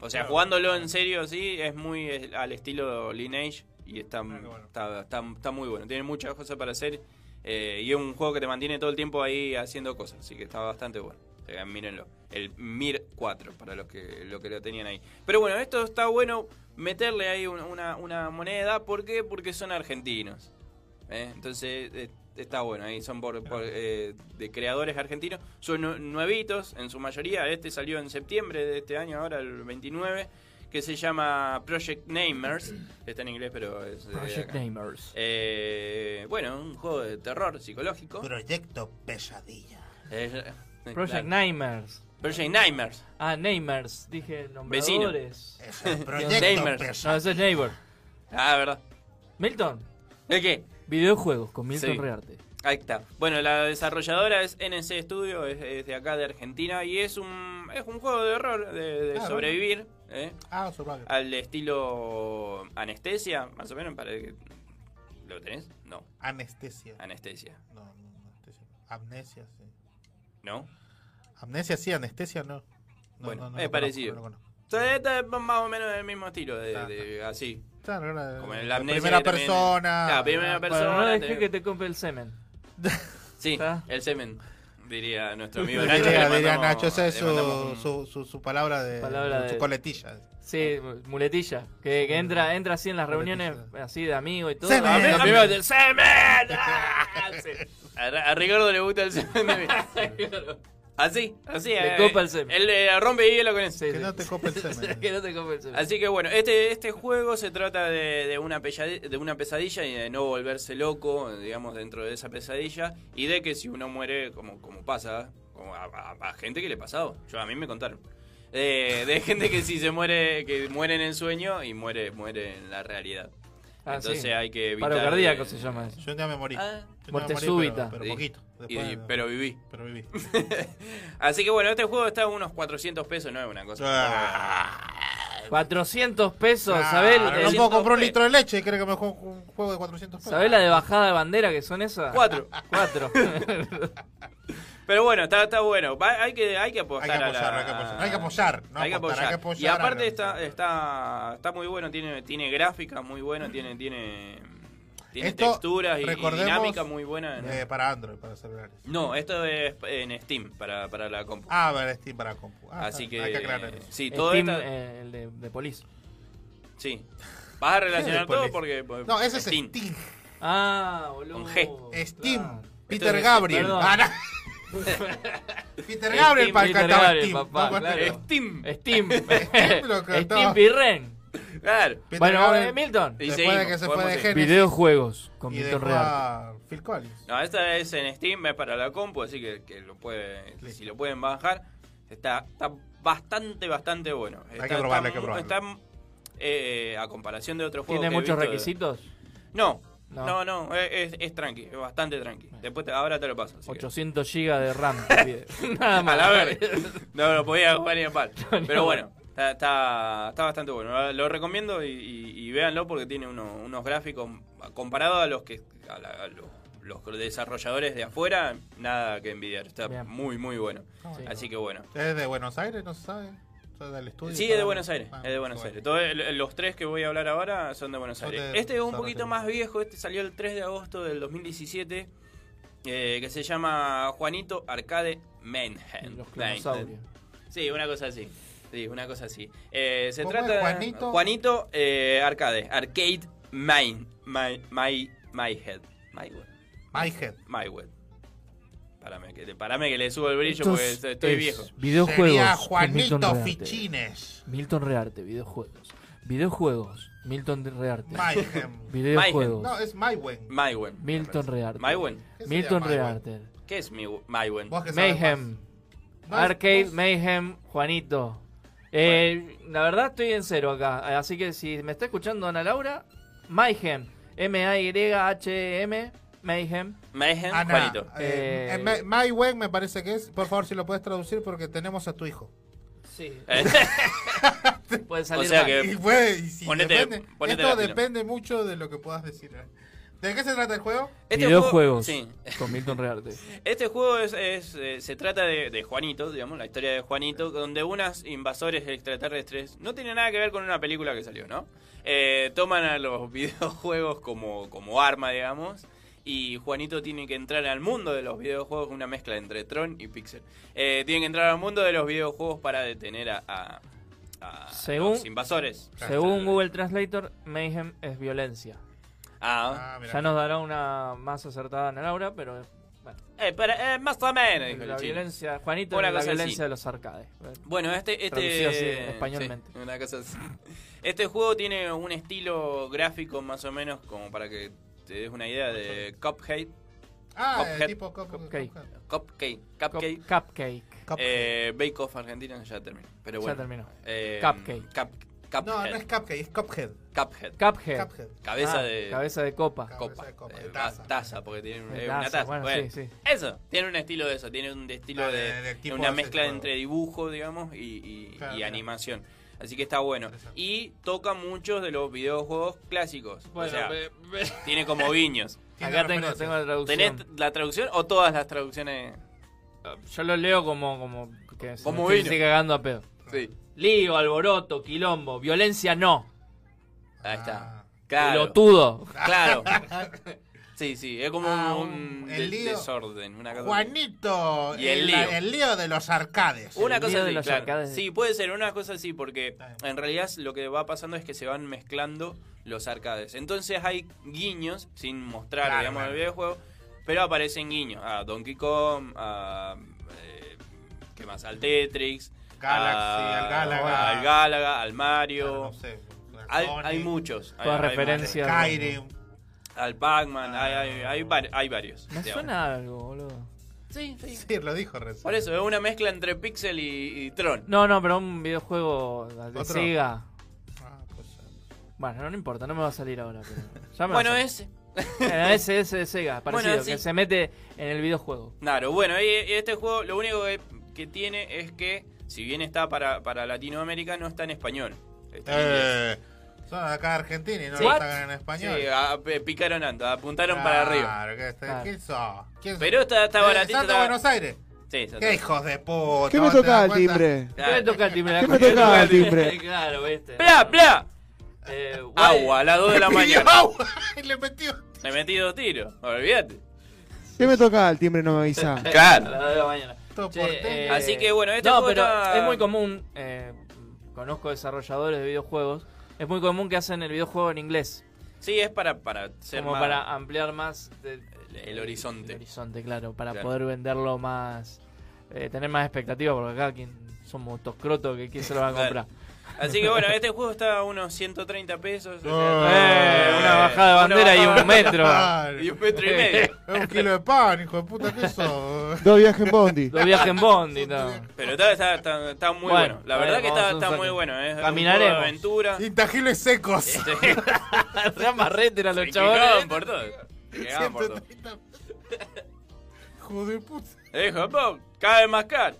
[SPEAKER 11] O sea,
[SPEAKER 9] Claro.
[SPEAKER 11] jugándolo en serio, sí, es muy eh, al estilo Lineage y está,
[SPEAKER 9] Ah,
[SPEAKER 11] está, está- está muy bueno. Tiene muchas cosas para hacer eh, y es un juego que te mantiene todo el tiempo ahí haciendo cosas, así que está bastante bueno. O sea, mírenlo. El Mir 4, para los que, lo que lo tenían ahí. Pero bueno, esto está bueno meterle ahí un- una, una moneda. ¿Por qué? Porque son argentinos. ¿eh? Entonces, eh, está bueno. Ahí son por, por, eh, de creadores argentinos. Son nue- nuevitos en su mayoría. Este salió en septiembre de este año, ahora el 29. Que se llama Project Namers. Está en inglés, pero es. de
[SPEAKER 9] Project
[SPEAKER 11] acá.
[SPEAKER 9] Namers.
[SPEAKER 11] Eh, bueno, un juego de terror psicológico. Eh,
[SPEAKER 10] Proyecto Pesadilla.
[SPEAKER 9] Project
[SPEAKER 11] Namers.
[SPEAKER 9] Namers.
[SPEAKER 11] Project Namers.
[SPEAKER 9] Ah, Namers, dije nombradores.
[SPEAKER 11] Vecino. Es el
[SPEAKER 9] Dios,
[SPEAKER 11] proyecto
[SPEAKER 10] pues.
[SPEAKER 9] Namers.
[SPEAKER 11] pesado.
[SPEAKER 9] No, ese es Neighbor.
[SPEAKER 11] Ah, verdad.
[SPEAKER 9] Milton,
[SPEAKER 11] ¿De qué?
[SPEAKER 9] Videojuegos con Milton
[SPEAKER 11] Sí.
[SPEAKER 9] Rearte.
[SPEAKER 11] Ahí está. Bueno, la desarrolladora es NC Studio, es, es de acá de Argentina y es un, es un juego de horror, de, de
[SPEAKER 10] Ah,
[SPEAKER 11] sobrevivir. ¿eh?
[SPEAKER 10] Ah, survival.
[SPEAKER 11] Al estilo anestesia, más o menos, para que... ¿Lo tenés? No.
[SPEAKER 10] Anestesia.
[SPEAKER 11] Anestesia.
[SPEAKER 10] No, no, no, anestesia. Amnesia, sí.
[SPEAKER 11] ¿No?
[SPEAKER 10] Amnesia, sí, anestesia, no. No,
[SPEAKER 11] bueno,
[SPEAKER 10] no, no
[SPEAKER 11] es
[SPEAKER 10] lo conozco,
[SPEAKER 11] parecido.
[SPEAKER 10] no lo conozco.
[SPEAKER 11] Entonces, esta es más o menos del mismo estilo, de, de- así.
[SPEAKER 10] Claro, ahora-
[SPEAKER 11] Como en
[SPEAKER 10] Eh, la
[SPEAKER 11] la amnesia
[SPEAKER 10] primera
[SPEAKER 11] que también-
[SPEAKER 10] persona.
[SPEAKER 11] Claro, primera
[SPEAKER 9] Para
[SPEAKER 11] persona.
[SPEAKER 9] no dejé
[SPEAKER 11] te-
[SPEAKER 9] que te compre el semen.
[SPEAKER 11] Sí, el semen, diría nuestro amigo
[SPEAKER 10] Diría,
[SPEAKER 11] Nacho. que le
[SPEAKER 10] diría
[SPEAKER 11] mandamos-
[SPEAKER 10] Nacho, esa es
[SPEAKER 11] Ah, le
[SPEAKER 10] su,
[SPEAKER 11] mandamos un-
[SPEAKER 10] su, su- su palabra de.
[SPEAKER 9] Palabra
[SPEAKER 10] su
[SPEAKER 9] de-
[SPEAKER 10] coletilla.
[SPEAKER 9] Sí, muletilla. Que, que entra, entra así en las reuniones, así de amigos y todo.
[SPEAKER 11] Semen.
[SPEAKER 9] A mí- a mí me-
[SPEAKER 11] Amigo de- ¡Semen! ¡Ah! Sí. A, a Ricardo le gusta el semen de Así, así.
[SPEAKER 9] Le
[SPEAKER 11] eh,
[SPEAKER 9] copa el semen.
[SPEAKER 11] Él eh, rompe hielo con eso.
[SPEAKER 10] Que no te copa el semen.
[SPEAKER 9] que no te compre el semen.
[SPEAKER 11] Así que bueno, este, este juego se trata de, de una pelladi- de una pesadilla y de no volverse loco, digamos, dentro de esa pesadilla. Y de que si uno muere, como, como pasa, como a, a- a gente que le ha pasado. Yo, a mí me contaron. Eh, de gente que si se muere, que muere en el sueño y muere, muere en la realidad.
[SPEAKER 9] Ah,
[SPEAKER 11] Entonces
[SPEAKER 9] sí.
[SPEAKER 11] hay que evitar.
[SPEAKER 9] Paro cardíaco
[SPEAKER 11] eh,
[SPEAKER 9] se llama eso.
[SPEAKER 10] Yo un día me morí. Yo un
[SPEAKER 11] Ah.
[SPEAKER 10] día me
[SPEAKER 9] Muerte
[SPEAKER 10] morí,
[SPEAKER 9] súbita.
[SPEAKER 10] Pero, pero
[SPEAKER 11] Sí.
[SPEAKER 10] poquito.
[SPEAKER 11] Y-
[SPEAKER 10] Después-
[SPEAKER 11] pero viví.
[SPEAKER 10] Pero viví.
[SPEAKER 11] Así que bueno, este juego está a unos 400 pesos, no es una cosa.
[SPEAKER 9] 400 pesos, ¿sabés?
[SPEAKER 10] Ah, no
[SPEAKER 9] el-
[SPEAKER 10] puedo comprar un litro de leche. ¿Crees que me juego un juego de 400 pesos?
[SPEAKER 9] ¿Sabés la de bajada de bandera que son esas?
[SPEAKER 11] Cuatro.
[SPEAKER 9] Cuatro.
[SPEAKER 11] Pero bueno, está, está bueno. Va- hay, que, hay que apostar.
[SPEAKER 10] Hay que
[SPEAKER 11] a la-
[SPEAKER 10] apoyar, hay que apoyar. Hay que apoyar, no
[SPEAKER 11] hay, que
[SPEAKER 10] apostar,
[SPEAKER 11] apoyar.
[SPEAKER 10] hay que apoyar
[SPEAKER 11] Y
[SPEAKER 10] a la-
[SPEAKER 11] aparte está, está, está muy bueno, tiene, tiene gráfica muy bueno, tiene, tiene, tiene
[SPEAKER 10] Esto,
[SPEAKER 11] texturas y- y,
[SPEAKER 10] recordemos,
[SPEAKER 11] dinámica muy buena.
[SPEAKER 10] eh, para Android, para celulares.
[SPEAKER 11] No, esto es en Steam para, para la compu.
[SPEAKER 10] Ah, para Steam, para compu. Ah,
[SPEAKER 11] Así
[SPEAKER 10] está
[SPEAKER 11] que,
[SPEAKER 10] bien, hay que aclarar eso.
[SPEAKER 11] sí,
[SPEAKER 9] El
[SPEAKER 11] todo
[SPEAKER 9] team,
[SPEAKER 11] esta-
[SPEAKER 9] eh, el de, de Police.
[SPEAKER 11] sí. Vas a relacionar
[SPEAKER 10] Después
[SPEAKER 11] todo
[SPEAKER 10] listo.
[SPEAKER 11] porque eh,
[SPEAKER 10] No, ese es
[SPEAKER 11] Steam.
[SPEAKER 10] Steam.
[SPEAKER 9] Ah, boludo.
[SPEAKER 11] con G.
[SPEAKER 10] Steam. Peter
[SPEAKER 11] Entonces,
[SPEAKER 10] Gabriel.
[SPEAKER 11] perdón.
[SPEAKER 10] Ah, no. Peter Gabriel para el
[SPEAKER 9] Peter
[SPEAKER 10] cantaba
[SPEAKER 9] Gabriel,
[SPEAKER 10] Steam.
[SPEAKER 9] papá,
[SPEAKER 10] No, cuenta-
[SPEAKER 9] claro.
[SPEAKER 11] Steam.
[SPEAKER 9] Steam.
[SPEAKER 10] lo cantaba.
[SPEAKER 9] Steam Pirren.
[SPEAKER 11] Claro.
[SPEAKER 10] Peter
[SPEAKER 9] Bueno,
[SPEAKER 10] Gabriel,
[SPEAKER 9] eh, Milton.
[SPEAKER 11] Y
[SPEAKER 10] Después de
[SPEAKER 11] seguimos,
[SPEAKER 10] que se fue
[SPEAKER 11] podemos
[SPEAKER 10] de
[SPEAKER 11] seguir.
[SPEAKER 10] Genesis.
[SPEAKER 9] Videojuegos con
[SPEAKER 10] y
[SPEAKER 9] Milton
[SPEAKER 10] dejó a Phil Collins.
[SPEAKER 11] No, esta es en Steam, es para la compu, así que, que lo puede, si lo pueden bajar, está, está bastante, bastante bueno. Está,
[SPEAKER 10] que probarlo, hay
[SPEAKER 11] está
[SPEAKER 10] que
[SPEAKER 11] mu-
[SPEAKER 10] probarlo.
[SPEAKER 11] está, eh, a comparación de otros juegos.
[SPEAKER 9] ¿Tiene
[SPEAKER 11] que he
[SPEAKER 9] muchos
[SPEAKER 11] visto- eh,
[SPEAKER 9] requisitos?
[SPEAKER 11] No,
[SPEAKER 9] No.
[SPEAKER 11] no, no, es, es- es tranqui, es bastante tranqui. Después te- ahora te lo paso. así que-
[SPEAKER 9] 800 GB de RAM. te pide. Nada más.
[SPEAKER 11] A la verga. No lo podía jugar ni a pal.
[SPEAKER 9] No, no.
[SPEAKER 11] Pero bueno, está, está, está bastante bueno. Lo recomiendo y, y- y véanlo porque tiene uno- unos gráficos comparado a los que a la- a los, los desarrolladores de afuera, nada que envidiar. Está
[SPEAKER 10] Bien.
[SPEAKER 11] muy, muy bueno.
[SPEAKER 10] Ah, bueno.
[SPEAKER 11] Así que bueno.
[SPEAKER 10] ¿Es de Buenos Aires? No se sabe. ¿O sea, del estudio?
[SPEAKER 11] Sí, es de
[SPEAKER 10] ¿Sabe?
[SPEAKER 11] Buenos Aires,
[SPEAKER 10] Ah,
[SPEAKER 11] es de Buenos Aires. Todo el- los tres que voy a hablar ahora son de Buenos
[SPEAKER 10] Son
[SPEAKER 11] Aires.
[SPEAKER 10] de-
[SPEAKER 11] este es un
[SPEAKER 10] son
[SPEAKER 11] poquito
[SPEAKER 10] argentinos.
[SPEAKER 11] más viejo, este salió el 3 de agosto del 2017, eh, que se llama Juanito Arcade Manhunt.
[SPEAKER 9] Los clonosaurios.
[SPEAKER 11] Sí, una cosa así. Sí, una cosa así. Eh, se
[SPEAKER 10] ¿Cómo
[SPEAKER 11] trata
[SPEAKER 10] es Juanito?
[SPEAKER 11] Juanito eh, Arcade, Arcade Main, My, My, My Head, My Web.
[SPEAKER 10] Ah, My Head.
[SPEAKER 11] My Web. Parame que, parame que le subo el brillo
[SPEAKER 9] Estos
[SPEAKER 11] porque estoy
[SPEAKER 9] es
[SPEAKER 11] viejo.
[SPEAKER 9] Videojuegos.
[SPEAKER 10] Sería
[SPEAKER 9] con Milton
[SPEAKER 10] Juanito
[SPEAKER 9] Rearte.
[SPEAKER 10] Fichines.
[SPEAKER 9] Milton Rearte, videojuegos. Videojuegos. Milton de- Rearte.
[SPEAKER 10] Mayhem.
[SPEAKER 9] Videojuegos.
[SPEAKER 10] No, es Mywen.
[SPEAKER 11] Mywen.
[SPEAKER 9] Milton Rearte.
[SPEAKER 11] Mywen.
[SPEAKER 10] ¿Qué sería
[SPEAKER 9] Milton
[SPEAKER 10] Mywen?
[SPEAKER 9] Rearte.
[SPEAKER 11] ¿Qué es mi, Mywen?
[SPEAKER 10] Vos que sabés
[SPEAKER 9] Mayhem.
[SPEAKER 10] No, es-
[SPEAKER 9] Arcade,
[SPEAKER 10] vos-
[SPEAKER 9] Mayhem, Juanito. Eh, La verdad estoy en cero acá. eh, Así que si me está escuchando Ana Laura, Mayhem. M-A-Y-H-M. E Mayhem.
[SPEAKER 11] Mayhem,
[SPEAKER 10] Ana,
[SPEAKER 11] Juanito.
[SPEAKER 10] eh,
[SPEAKER 9] Eh,
[SPEAKER 10] eh, Ma- Mywen me parece que es. Por favor, si lo puedes traducir porque tenemos a tu hijo.
[SPEAKER 9] Sí.
[SPEAKER 11] Eh.
[SPEAKER 9] Puede
[SPEAKER 11] o
[SPEAKER 9] salir
[SPEAKER 11] sea
[SPEAKER 9] mal.
[SPEAKER 11] que.
[SPEAKER 10] Y fue- y sí,
[SPEAKER 11] ponete-
[SPEAKER 10] depende-
[SPEAKER 11] ponete
[SPEAKER 10] esto
[SPEAKER 11] la pila.
[SPEAKER 10] depende mucho de lo que puedas decir. ¿eh? ¿De qué se trata el juego?
[SPEAKER 11] Este
[SPEAKER 9] videojuegos
[SPEAKER 11] juego-
[SPEAKER 9] con Milton Rearte.
[SPEAKER 11] Este juego es, es, eh, se trata de, de Juanito, digamos, la historia de Juanito, donde unas invasores extraterrestres, no tiene nada que ver con una película que salió, ¿no? Eh, toman a los videojuegos como, como arma, digamos, y Juanito tiene que entrar al mundo de los videojuegos, una mezcla entre Tron y Pixel. Eh, tiene que entrar al mundo de los videojuegos para detener a, a- a
[SPEAKER 9] Según-
[SPEAKER 11] Ah, los invasores.
[SPEAKER 9] Según Google Translator, Mayhem es violencia.
[SPEAKER 11] Ah,
[SPEAKER 9] Ya nos dará una más acertada Ana Laura, pero bueno.
[SPEAKER 11] Eh, pero, eh, más o menos, dijo el
[SPEAKER 9] La
[SPEAKER 11] chino.
[SPEAKER 9] violencia, Juanito,
[SPEAKER 11] Una
[SPEAKER 9] la
[SPEAKER 11] cosa así.
[SPEAKER 9] violencia de los arcades.
[SPEAKER 11] Bueno, este. este
[SPEAKER 9] Traducido así, españolmente.
[SPEAKER 11] sí, una cosa así. Este juego tiene un estilo gráfico más o menos como para que te des una idea de Cuphead.
[SPEAKER 10] Ah, eh,
[SPEAKER 11] Cuphead.
[SPEAKER 10] tipo cop-
[SPEAKER 9] Cupcake.
[SPEAKER 10] cupcake.
[SPEAKER 11] Cupcake. Cupcake.
[SPEAKER 9] Cupcake.
[SPEAKER 11] Eh, Bake Off Argentina ya terminó. Pero
[SPEAKER 9] Ya
[SPEAKER 11] bueno.
[SPEAKER 9] terminó.
[SPEAKER 11] Eh,
[SPEAKER 9] Cupcake.
[SPEAKER 11] Cup-
[SPEAKER 10] No, no es Cupcake, es Cuphead.
[SPEAKER 11] Cuphead.
[SPEAKER 9] Cuphead.
[SPEAKER 11] Cabeza
[SPEAKER 9] Ah,
[SPEAKER 11] de.
[SPEAKER 9] cabeza de copa.
[SPEAKER 11] Copa.
[SPEAKER 9] Cabeza de copa,
[SPEAKER 11] Eh,
[SPEAKER 9] de
[SPEAKER 11] va-
[SPEAKER 9] taza.
[SPEAKER 11] taza. porque tiene un-
[SPEAKER 9] De
[SPEAKER 11] eh, una
[SPEAKER 9] taza,
[SPEAKER 11] taza.
[SPEAKER 9] bueno,
[SPEAKER 11] Bueno,
[SPEAKER 9] sí, sí.
[SPEAKER 11] Eso, tiene un estilo de eso, tiene un de- estilo
[SPEAKER 9] Ah,
[SPEAKER 11] de.
[SPEAKER 9] de- de tipo
[SPEAKER 11] una
[SPEAKER 9] hace
[SPEAKER 11] mezcla
[SPEAKER 9] juego.
[SPEAKER 11] entre dibujo, digamos, y, y-
[SPEAKER 9] Claro,
[SPEAKER 11] y
[SPEAKER 9] claro.
[SPEAKER 11] animación. Así que está bueno. Y toca muchos de los videojuegos clásicos.
[SPEAKER 9] Bueno,
[SPEAKER 11] o sea,
[SPEAKER 9] me-
[SPEAKER 11] tiene como viños.
[SPEAKER 9] Tiene Acá tengo- referencias. tengo la traducción.
[SPEAKER 11] ¿Tenés la traducción o todas las traducciones?
[SPEAKER 9] Yo lo leo como. como que se
[SPEAKER 11] Como
[SPEAKER 9] me
[SPEAKER 11] vino.
[SPEAKER 9] estoy cagando a pedo.
[SPEAKER 11] Sí.
[SPEAKER 9] Lío, alboroto, quilombo, violencia no.
[SPEAKER 11] Ahí
[SPEAKER 9] Ah.
[SPEAKER 11] está. Claro.
[SPEAKER 9] Pelotudo.
[SPEAKER 11] Claro. Sí, sí, es como
[SPEAKER 10] Ah,
[SPEAKER 11] un,
[SPEAKER 10] un-
[SPEAKER 11] de-
[SPEAKER 10] el lío.
[SPEAKER 11] desorden. Una cosa
[SPEAKER 10] Juanito,
[SPEAKER 11] Y el
[SPEAKER 10] el,
[SPEAKER 11] lío.
[SPEAKER 10] el lío de los arcades.
[SPEAKER 11] Una cosa
[SPEAKER 10] de
[SPEAKER 11] así, claro. Sí, puede ser, una cosa así, porque en realidad lo que va pasando es que se van mezclando los arcades. Entonces hay guiños, sin mostrar,
[SPEAKER 9] Claro,
[SPEAKER 11] digamos,
[SPEAKER 9] claro.
[SPEAKER 11] el videojuego, pero aparecen guiños a Donkey Kong, a. eh, ¿Qué más? Al Tetris.
[SPEAKER 10] Galaxy,
[SPEAKER 11] a-
[SPEAKER 10] al Galaga.
[SPEAKER 11] Al Galaga, al Mario. hay,
[SPEAKER 10] Sonic.
[SPEAKER 11] hay muchos.
[SPEAKER 9] Todas
[SPEAKER 11] hay- hay
[SPEAKER 9] referencias.
[SPEAKER 11] varios.
[SPEAKER 9] Skyrim.
[SPEAKER 11] Al Pac-Man, hay, hay, hay vari- hay varios.
[SPEAKER 9] Me
[SPEAKER 11] digamos.
[SPEAKER 9] suena algo, boludo.
[SPEAKER 11] Sí, sí.
[SPEAKER 10] lo dijo recién.
[SPEAKER 11] Por eso, es una mezcla entre Pixel y, y Tron.
[SPEAKER 9] No, no, pero un videojuego de
[SPEAKER 11] ¿Otro?
[SPEAKER 9] Sega. Bueno, no, no importa, no me va a salir ahora. pero ya me va a
[SPEAKER 11] Bueno,
[SPEAKER 9] salir.
[SPEAKER 11] ese.
[SPEAKER 9] Bueno, ese, ese de Sega,
[SPEAKER 11] Bueno,
[SPEAKER 9] parecido, que
[SPEAKER 11] sí.
[SPEAKER 9] se mete en el videojuego.
[SPEAKER 11] Claro, bueno, y- y este juego lo único que, que tiene es que, si bien está para, para Latinoamérica, no está en español. Está en inglés.
[SPEAKER 10] Eh, son acá argentinos y no
[SPEAKER 11] Sí.
[SPEAKER 10] lo sacan en español.
[SPEAKER 11] Sí, a- pe- picaron alto, apuntaron
[SPEAKER 10] Claro,
[SPEAKER 11] para arriba.
[SPEAKER 10] que este- ¿quién
[SPEAKER 11] ah.
[SPEAKER 10] sos? ¿Quién sos?
[SPEAKER 11] Pero está, está
[SPEAKER 10] Eh,
[SPEAKER 11] baratito.
[SPEAKER 10] Santo
[SPEAKER 11] está-
[SPEAKER 10] Buenos Aires.
[SPEAKER 11] Sí, Santo
[SPEAKER 10] ¿Qué
[SPEAKER 11] Buenos
[SPEAKER 10] hijos de puta?
[SPEAKER 12] ¿Qué me
[SPEAKER 10] ¿vos te
[SPEAKER 12] toca
[SPEAKER 10] das
[SPEAKER 12] el
[SPEAKER 10] cuenta?
[SPEAKER 12] timbre?
[SPEAKER 9] ¿Qué me toca el timbre? La
[SPEAKER 12] ¿Qué me
[SPEAKER 9] concha de
[SPEAKER 12] toca
[SPEAKER 9] tu
[SPEAKER 12] el
[SPEAKER 9] madre.
[SPEAKER 12] timbre?
[SPEAKER 9] Claro, viste.
[SPEAKER 11] ¡Pla, pla!
[SPEAKER 9] Eh, guay.
[SPEAKER 11] Agua a las 2 de la
[SPEAKER 9] Me pidió
[SPEAKER 11] mañana.
[SPEAKER 10] agua y le metió.
[SPEAKER 11] Le metí dos tiros, olvídate.
[SPEAKER 12] ¿Qué me toca el timbre? No me avisa.
[SPEAKER 11] Claro.
[SPEAKER 9] A las dos de la mañana. Che, eh,
[SPEAKER 11] Así que bueno, este
[SPEAKER 9] no,
[SPEAKER 11] juego
[SPEAKER 9] pero
[SPEAKER 11] está-
[SPEAKER 9] es muy común. eh, conozco desarrolladores de videojuegos. Es muy común que hacen el videojuego en inglés.
[SPEAKER 11] Sí, es para, para ser
[SPEAKER 9] como
[SPEAKER 11] más-
[SPEAKER 9] para ampliar más de-
[SPEAKER 11] el, el horizonte.
[SPEAKER 9] el horizonte, claro, para
[SPEAKER 11] Claro.
[SPEAKER 9] poder venderlo más, eh, tener más expectativa, porque acá quien somos toscrotos que quién se lo va a comprar.
[SPEAKER 11] Así que bueno, este juego está a unos 130 pesos. o sea,
[SPEAKER 9] Eh, una bajada de
[SPEAKER 11] una
[SPEAKER 9] bandera y
[SPEAKER 11] bajada
[SPEAKER 9] un metro.
[SPEAKER 10] Claro.
[SPEAKER 11] Y un metro Pues y medio.
[SPEAKER 10] Es un kilo de pan, hijo de puta, ¿qué sos?
[SPEAKER 12] Dos viajes en Bondi.
[SPEAKER 9] Los viajes en Bondi, no.
[SPEAKER 11] Pero está, está, está, está muy
[SPEAKER 9] Bueno,
[SPEAKER 11] bueno. La
[SPEAKER 9] a ver,
[SPEAKER 11] verdad que
[SPEAKER 9] vamos a
[SPEAKER 11] está,
[SPEAKER 9] un
[SPEAKER 11] está
[SPEAKER 9] saque.
[SPEAKER 11] muy bueno. ¿eh? Es un
[SPEAKER 9] Caminaremos.
[SPEAKER 11] juego de aventura. Este,
[SPEAKER 10] Intajiles secos.
[SPEAKER 9] Sean marrete eran los
[SPEAKER 11] Se
[SPEAKER 9] chavales.
[SPEAKER 11] quejaban por todo. Se quejaban por todo.
[SPEAKER 10] Hijo de puta.
[SPEAKER 11] Eh, Japón, cada vez más caro.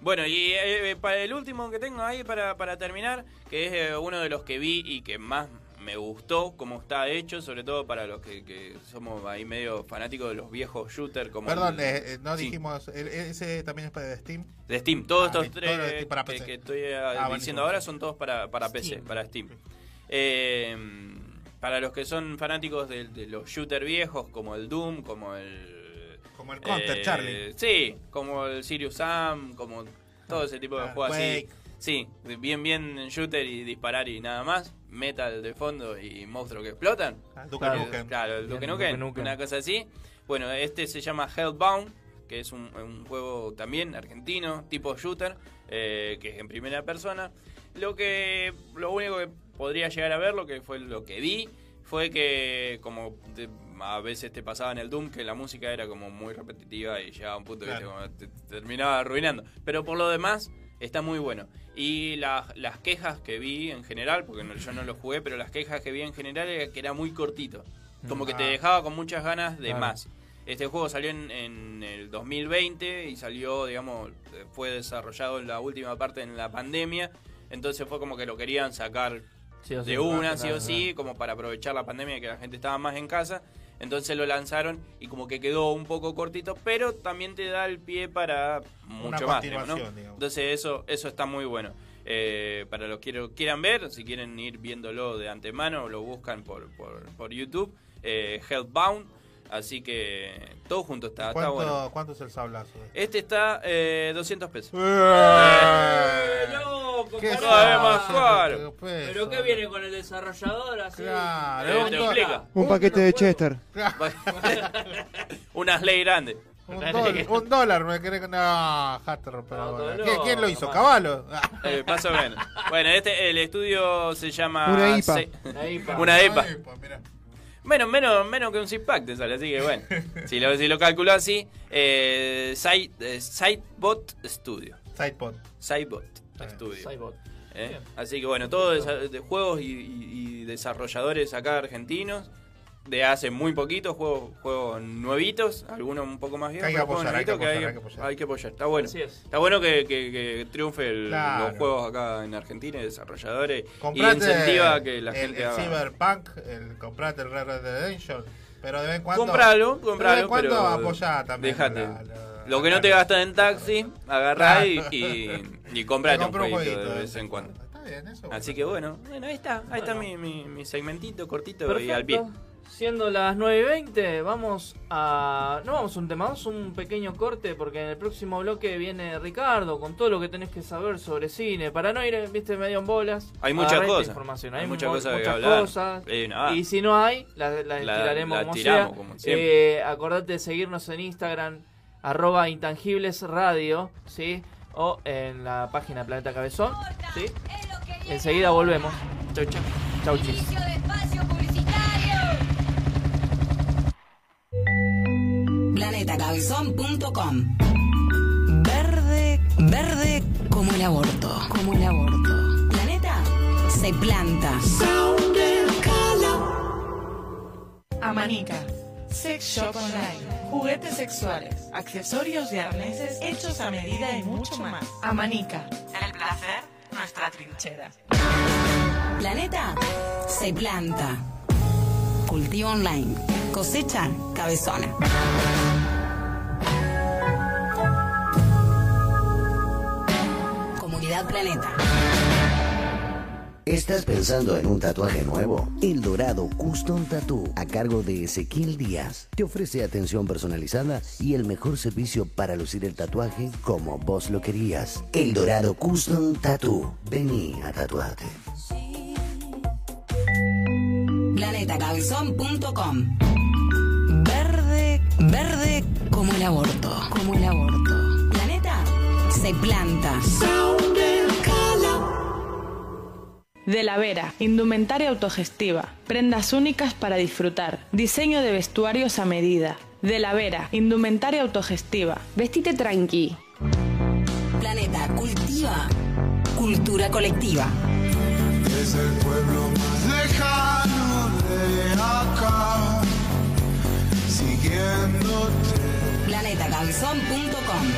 [SPEAKER 11] Bueno, y eh, eh, para el último que tengo ahí para, para terminar, que es eh, uno de los que vi y que más me gustó cómo está hecho, sobre todo para los que, que somos ahí medio fanáticos de los viejos shooters como
[SPEAKER 10] Perdón,
[SPEAKER 11] el-
[SPEAKER 10] eh, eh, no
[SPEAKER 11] Sí, Ah,
[SPEAKER 10] dijimos. el- ese también es para Steam.
[SPEAKER 11] de Steam. Todos estos
[SPEAKER 10] todo lo de
[SPEAKER 11] tres
[SPEAKER 10] Steam para
[SPEAKER 11] que,
[SPEAKER 10] PC.
[SPEAKER 11] que estoy eh,
[SPEAKER 10] Ah, buenísimo.
[SPEAKER 11] diciendo ahora son todos para, para PC,
[SPEAKER 10] Steam.
[SPEAKER 11] para Steam. Eh, para los que son fanáticos de, de los shooters viejos, como el Doom, como el. eh,
[SPEAKER 10] Como el Counter, Charlie.
[SPEAKER 11] Sí, como el Sirius Sam, como todo ese tipo de juegos así.
[SPEAKER 10] Ah, Quake.
[SPEAKER 11] Sí, bien, bien en shooter y disparar y nada más. Metal de fondo y monstruos que explotan.
[SPEAKER 10] Ah, Duke
[SPEAKER 11] Claro,
[SPEAKER 10] Nukem.
[SPEAKER 11] Claro, el Duke
[SPEAKER 10] Bien,
[SPEAKER 11] Nukem,
[SPEAKER 10] Duke Nukem.
[SPEAKER 11] una cosa así. Bueno, este se llama Hellbound, que es un, un juego también argentino, tipo shooter, eh, que es en primera persona. Lo que lo único que podría llegar a ver, lo que fue lo que vi, fue que como te- a veces te pasaba en el Doom que la música era como muy repetitiva y llegaba a un punto
[SPEAKER 9] Claro.
[SPEAKER 11] que te, te terminaba arruinando. Pero por lo demás está muy bueno. Y las- las quejas que vi en general, porque no- yo no lo jugué, pero las quejas que vi en general era que era muy cortito. Como que te
[SPEAKER 9] Ah.
[SPEAKER 11] dejaba con muchas ganas de
[SPEAKER 9] Claro.
[SPEAKER 11] más. Este juego salió en, en el 2020 y salió, digamos, fue desarrollado en la última parte en la pandemia. Entonces fue como que lo querían sacar
[SPEAKER 9] Sí o sí.
[SPEAKER 11] de una,
[SPEAKER 9] Ah,
[SPEAKER 11] sí
[SPEAKER 9] claro,
[SPEAKER 11] o sí, como para aprovechar la pandemia que la gente estaba más en casa. Entonces lo lanzaron y como que quedó un poco cortito, pero también te da el pie para mucho más. digamos, ¿no?
[SPEAKER 10] continuación, digamos.
[SPEAKER 11] Entonces eso, eso está muy bueno. Eh, para los que lo quieran ver, si quieren ir viéndolo de antemano, lo buscan por, por, por YouTube, eh, Hellbound. Así que todo junto está, está
[SPEAKER 10] ¿Cuánto,
[SPEAKER 11] bueno.
[SPEAKER 10] cuánto es el sablazo?
[SPEAKER 11] Este está eh, 200 pesos.
[SPEAKER 10] ¡Eh!
[SPEAKER 9] loco,
[SPEAKER 10] ¿Qué
[SPEAKER 9] pará.
[SPEAKER 11] Cada vez más
[SPEAKER 10] sablazo,
[SPEAKER 11] caro.
[SPEAKER 10] pues?
[SPEAKER 9] ¿Pero qué viene con el desarrollador así?
[SPEAKER 10] Claro,
[SPEAKER 11] Eh, te explica.
[SPEAKER 12] Un paquete Este de Chester.
[SPEAKER 11] Unas ley grandes.
[SPEAKER 10] Un, dólar- un dólar, me querés. No, Hatter, pero bueno. ¿Quién, quién lo hizo? ¿Caballo? Ah,
[SPEAKER 11] Eh, más o menos. Bueno, este, el estudio se llama.
[SPEAKER 10] Una IPA.
[SPEAKER 11] Se-
[SPEAKER 10] Una IPA.
[SPEAKER 11] Una IPA.
[SPEAKER 10] Una
[SPEAKER 11] Menos, menos, menos que un six pack te sale, así que bueno. si lo, si lo calculo así, eh, Site- eh, Sitebot Studio.
[SPEAKER 10] Sidepod.
[SPEAKER 11] Sidebot Studio. ¿eh? Así que bueno, todos de juegos y, y- y desarrolladores acá argentinos. De hace muy poquito, juegos, juegos nuevitos, algunos un poco más viejos.
[SPEAKER 10] hay que
[SPEAKER 11] pero juegos
[SPEAKER 10] apoyar, hay que
[SPEAKER 11] nuevitos
[SPEAKER 10] apoyar, hay que apoyar.
[SPEAKER 11] hay que apoyar. Está bueno.
[SPEAKER 10] Así es.
[SPEAKER 11] Está bueno que, que- que triunfe el-
[SPEAKER 10] Claro.
[SPEAKER 11] los juegos acá en Argentina, desarrolladores.
[SPEAKER 10] Comprate
[SPEAKER 11] y incentiva que la
[SPEAKER 10] el,
[SPEAKER 11] gente
[SPEAKER 10] el
[SPEAKER 11] haga.
[SPEAKER 10] Cyberpunk, el, comprate el Red Red Redemption, pero de vez en cuando...
[SPEAKER 11] Compralo,
[SPEAKER 10] De vez
[SPEAKER 11] compralo.
[SPEAKER 10] en cuando
[SPEAKER 11] pero
[SPEAKER 10] apoyá también.
[SPEAKER 11] Dejate. Lo que no te gastas en taxi, agarrá y, y, y comprate
[SPEAKER 10] Te
[SPEAKER 11] un
[SPEAKER 10] compro un
[SPEAKER 11] jueguito
[SPEAKER 10] jueguito,
[SPEAKER 11] de
[SPEAKER 10] de
[SPEAKER 11] vez en cuando.
[SPEAKER 10] bien, eso
[SPEAKER 11] Así que bueno, bueno, ahí está, ahí está mi, mi- mi segmentito cortito y
[SPEAKER 9] Perfecto.
[SPEAKER 11] al pie.
[SPEAKER 9] Siendo las 9.20, vamos a. No vamos a un tema, vamos a un pequeño corte porque en el próximo bloque viene Ricardo con todo lo que tenés que saber sobre cine. Para no ir, viste, medio en bolas.
[SPEAKER 11] Hay muchas
[SPEAKER 9] agarrá esta
[SPEAKER 11] cosas.
[SPEAKER 9] Información.
[SPEAKER 11] Hay
[SPEAKER 9] Hay,
[SPEAKER 11] muchas
[SPEAKER 9] mu-
[SPEAKER 11] cosas que
[SPEAKER 9] muchas
[SPEAKER 11] hablar.
[SPEAKER 9] cosas.
[SPEAKER 11] Hay una banda.
[SPEAKER 9] y si no hay, la, la
[SPEAKER 11] La-
[SPEAKER 9] estiraremos
[SPEAKER 11] la
[SPEAKER 9] como
[SPEAKER 11] tiramos,
[SPEAKER 9] sea.
[SPEAKER 11] como siempre.
[SPEAKER 9] Eh, acordate de seguirnos en Instagram, arroba intangibles radio, ¿sí? O en la página Planeta Cabezón, ¿sí? Enseguida volvemos. Chau, chau. Chau, chis.
[SPEAKER 13] Inicio de espacio publicitario.
[SPEAKER 4] Planetacabezón.com Verde, verde como el aborto. Como el aborto. Planeta se planta.
[SPEAKER 21] Amanica. Sex Shop Online. Juguetes sexuales, accesorios y arneses hechos a medida y mucho más. Amanica. El placer, nuestra trinchera.
[SPEAKER 4] Planeta se planta. Cultivo online. Cosecha cabezona. Comunidad Planeta.
[SPEAKER 22] ¿Estás pensando en un tatuaje nuevo? El Dorado Custom Tattoo, a cargo de Ezequiel Díaz, te ofrece atención personalizada y el mejor servicio para lucir el tatuaje como vos lo querías. El Dorado Custom Tattoo. Vení a tatuarte.
[SPEAKER 4] Planetacabezón.com Verde, verde como el aborto. Como el aborto. Planeta se planta.
[SPEAKER 21] De la Vera, indumentaria autogestiva, prendas únicas para disfrutar, diseño de vestuarios a medida. De la Vera, indumentaria autogestiva. Vestite tranqui.
[SPEAKER 4] Planeta cultiva. Cultura colectiva.
[SPEAKER 13] Es el pueblo más lejano de acá. Siguiéndote.
[SPEAKER 4] Planetacabezón.com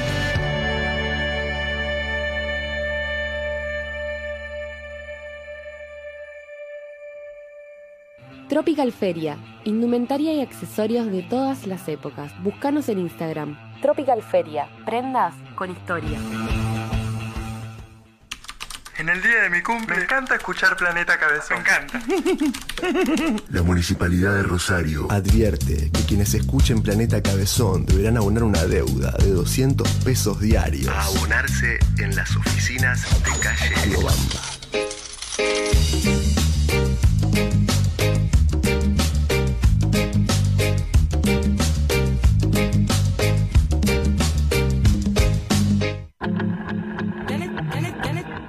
[SPEAKER 1] Tropical Feria, indumentaria y accesorios de todas las épocas. Búscanos en Instagram. Tropical Feria, prendas con historia.
[SPEAKER 23] En el día de mi cumple. Me encanta escuchar Planeta Cabezón. Me encanta.
[SPEAKER 7] La Municipalidad de Rosario advierte que quienes escuchen Planeta Cabezón deberán abonar una deuda de 200 pesos diarios.
[SPEAKER 22] A abonarse en las oficinas de calle.
[SPEAKER 7] Riobamba.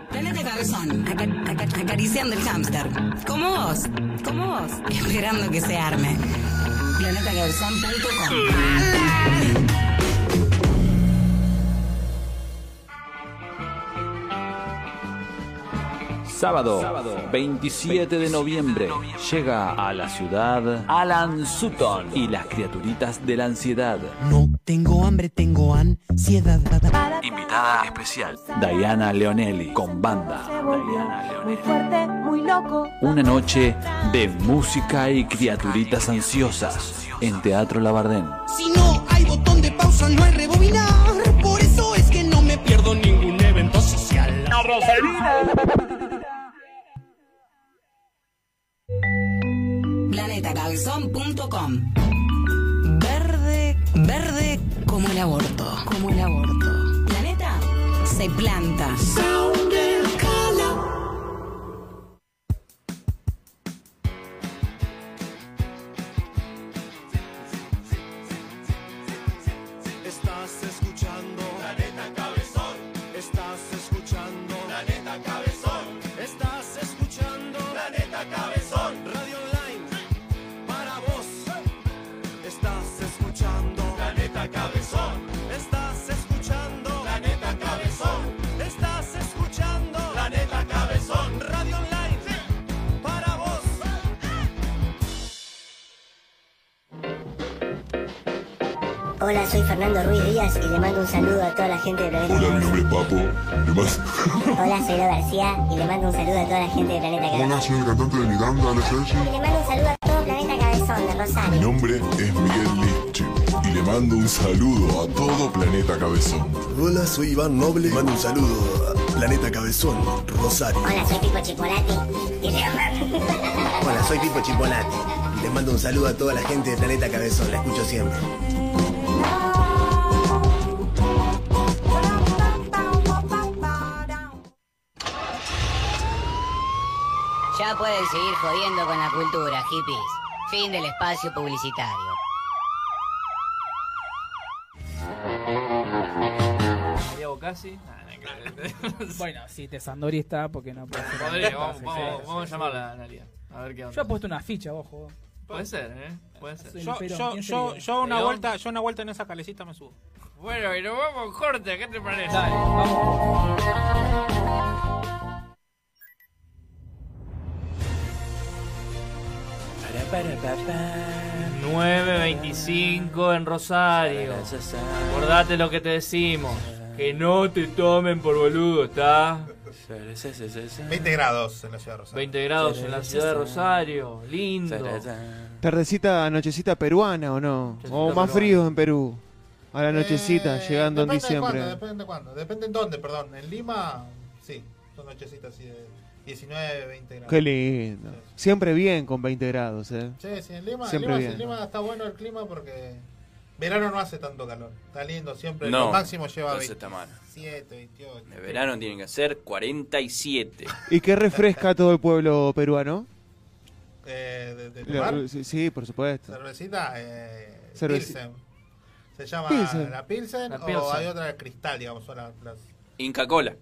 [SPEAKER 4] Planeta Cabezón, aca- aca- acariciando el hámster. Como vos, como vos, esperando que se arme. PlanetaCabezón.com
[SPEAKER 2] Sábado, 27 de noviembre llega a la ciudad Alan Sutton y las criaturitas de la ansiedad.
[SPEAKER 24] No tengo hambre, tengo ansiedad.
[SPEAKER 2] Invitada Ah, especial, Diana Leonelli con banda.
[SPEAKER 25] Muy fuerte, muy loco.
[SPEAKER 2] Una noche de música y criaturitas ansiosas en Teatro Labardén.
[SPEAKER 3] Si no hay botón de pausa, no hay rebobinar. Por eso es que no me pierdo ningún evento social. ¡La
[SPEAKER 4] PlanetaCabezón.com Verde, verde como el aborto. Como el aborto. Planeta se planta.
[SPEAKER 13] Estás escuchando Planeta Cabezón. Estás escuchando Planeta Cabezón. Estás escuchando Planeta Cabezón. Radio Online para vos. Estás escuchando Planeta Cabezón. Estás escuchando Planeta Cabezón. Estás escuchando
[SPEAKER 6] Hola, soy Fernando Ruiz Díaz y le mando un saludo a toda la gente de Planeta
[SPEAKER 18] Hola, mi nombre es Papo. Le mando-
[SPEAKER 6] Cabezón. Hola, soy Lo García y le mando un saludo a toda la gente de Planeta
[SPEAKER 18] Hola,
[SPEAKER 6] Cabezón.
[SPEAKER 18] soy el cantante de Miranda, Alex Elche.
[SPEAKER 6] Y le mando un saludo a todo Planeta Cabezón de
[SPEAKER 18] Mi
[SPEAKER 6] Rosario.
[SPEAKER 18] nombre es Miguel Liche y le mando un saludo a todo Planeta Cabezón.
[SPEAKER 7] Hola, soy Iván Noble. Mando un saludo a Planeta Cabezón, Rosario.
[SPEAKER 6] Hola, soy Pipo Chipolati y le mando...
[SPEAKER 7] Hola, soy Pipo Chipolati. Y les mando un saludo a toda la gente de Planeta Cabezón. La escucho siempre.
[SPEAKER 26] Ya pueden seguir jodiendo con la cultura, hippies. Fin del espacio publicitario.
[SPEAKER 9] Santiago casi. Ah,
[SPEAKER 8] bueno, sí, te Sandori está porque no puede ser.
[SPEAKER 9] Podría, vamos,
[SPEAKER 8] Sí,
[SPEAKER 9] vamos,
[SPEAKER 8] sí,
[SPEAKER 9] vamos
[SPEAKER 8] sí.
[SPEAKER 9] a llamarla a Analia. A ver qué onda.
[SPEAKER 8] Yo he puesto una ficha, ojo.
[SPEAKER 9] Puede ser, ¿eh? Puede ser.
[SPEAKER 8] Yo- Pero,
[SPEAKER 14] yo,
[SPEAKER 8] ¿quién se
[SPEAKER 14] yo,
[SPEAKER 8] dio?
[SPEAKER 14] yo una
[SPEAKER 9] ¿León?
[SPEAKER 14] vuelta, yo una vuelta en esa calecita me subo.
[SPEAKER 9] Bueno, y nos vamos, corte, ¿qué te parece?
[SPEAKER 24] Para, para, pa, pa.
[SPEAKER 9] 9.25 en Rosario. Acordate lo que te decimos. Que no te tomen por boludo, ¿está?
[SPEAKER 10] 20 grados en la ciudad de Rosario.
[SPEAKER 9] 20 grados en la ciudad de Rosario. Lindo.
[SPEAKER 12] Tardecita, nochecita peruana o no? O más frío en Perú. A la nochecita, llegando en
[SPEAKER 10] Eh, Depende de
[SPEAKER 12] diciembre.
[SPEAKER 10] cuándo, depende de cuándo. Depende en dónde, perdón. En Lima, sí. Son nochecitas así de 19, 20 grados.
[SPEAKER 12] Qué lindo. Siempre bien con 20 grados, ¿eh?
[SPEAKER 10] Sí, sí, en Lima, en
[SPEAKER 12] Siempre
[SPEAKER 10] Lima,
[SPEAKER 12] bien.
[SPEAKER 10] en Lima está bueno el clima porque verano no hace tanto calor. Está lindo siempre.
[SPEAKER 11] No,
[SPEAKER 10] Lo máximo lleva
[SPEAKER 11] entonces está mal.
[SPEAKER 10] 27, 28.
[SPEAKER 11] De verano tienen que hacer 47.
[SPEAKER 12] ¿Y qué refresca a todo el pueblo peruano?
[SPEAKER 10] Eh, de, de
[SPEAKER 12] La-
[SPEAKER 10] tomar
[SPEAKER 12] sí, sí, por supuesto.
[SPEAKER 10] cervecita, eh,
[SPEAKER 12] Cerveci-
[SPEAKER 10] Pilsen. Se llama
[SPEAKER 12] Pilsen.
[SPEAKER 10] la Pilsen,
[SPEAKER 11] La
[SPEAKER 10] o
[SPEAKER 11] Pilsen.
[SPEAKER 10] hay otra cristal, digamos, son las- las
[SPEAKER 11] Inca Cola.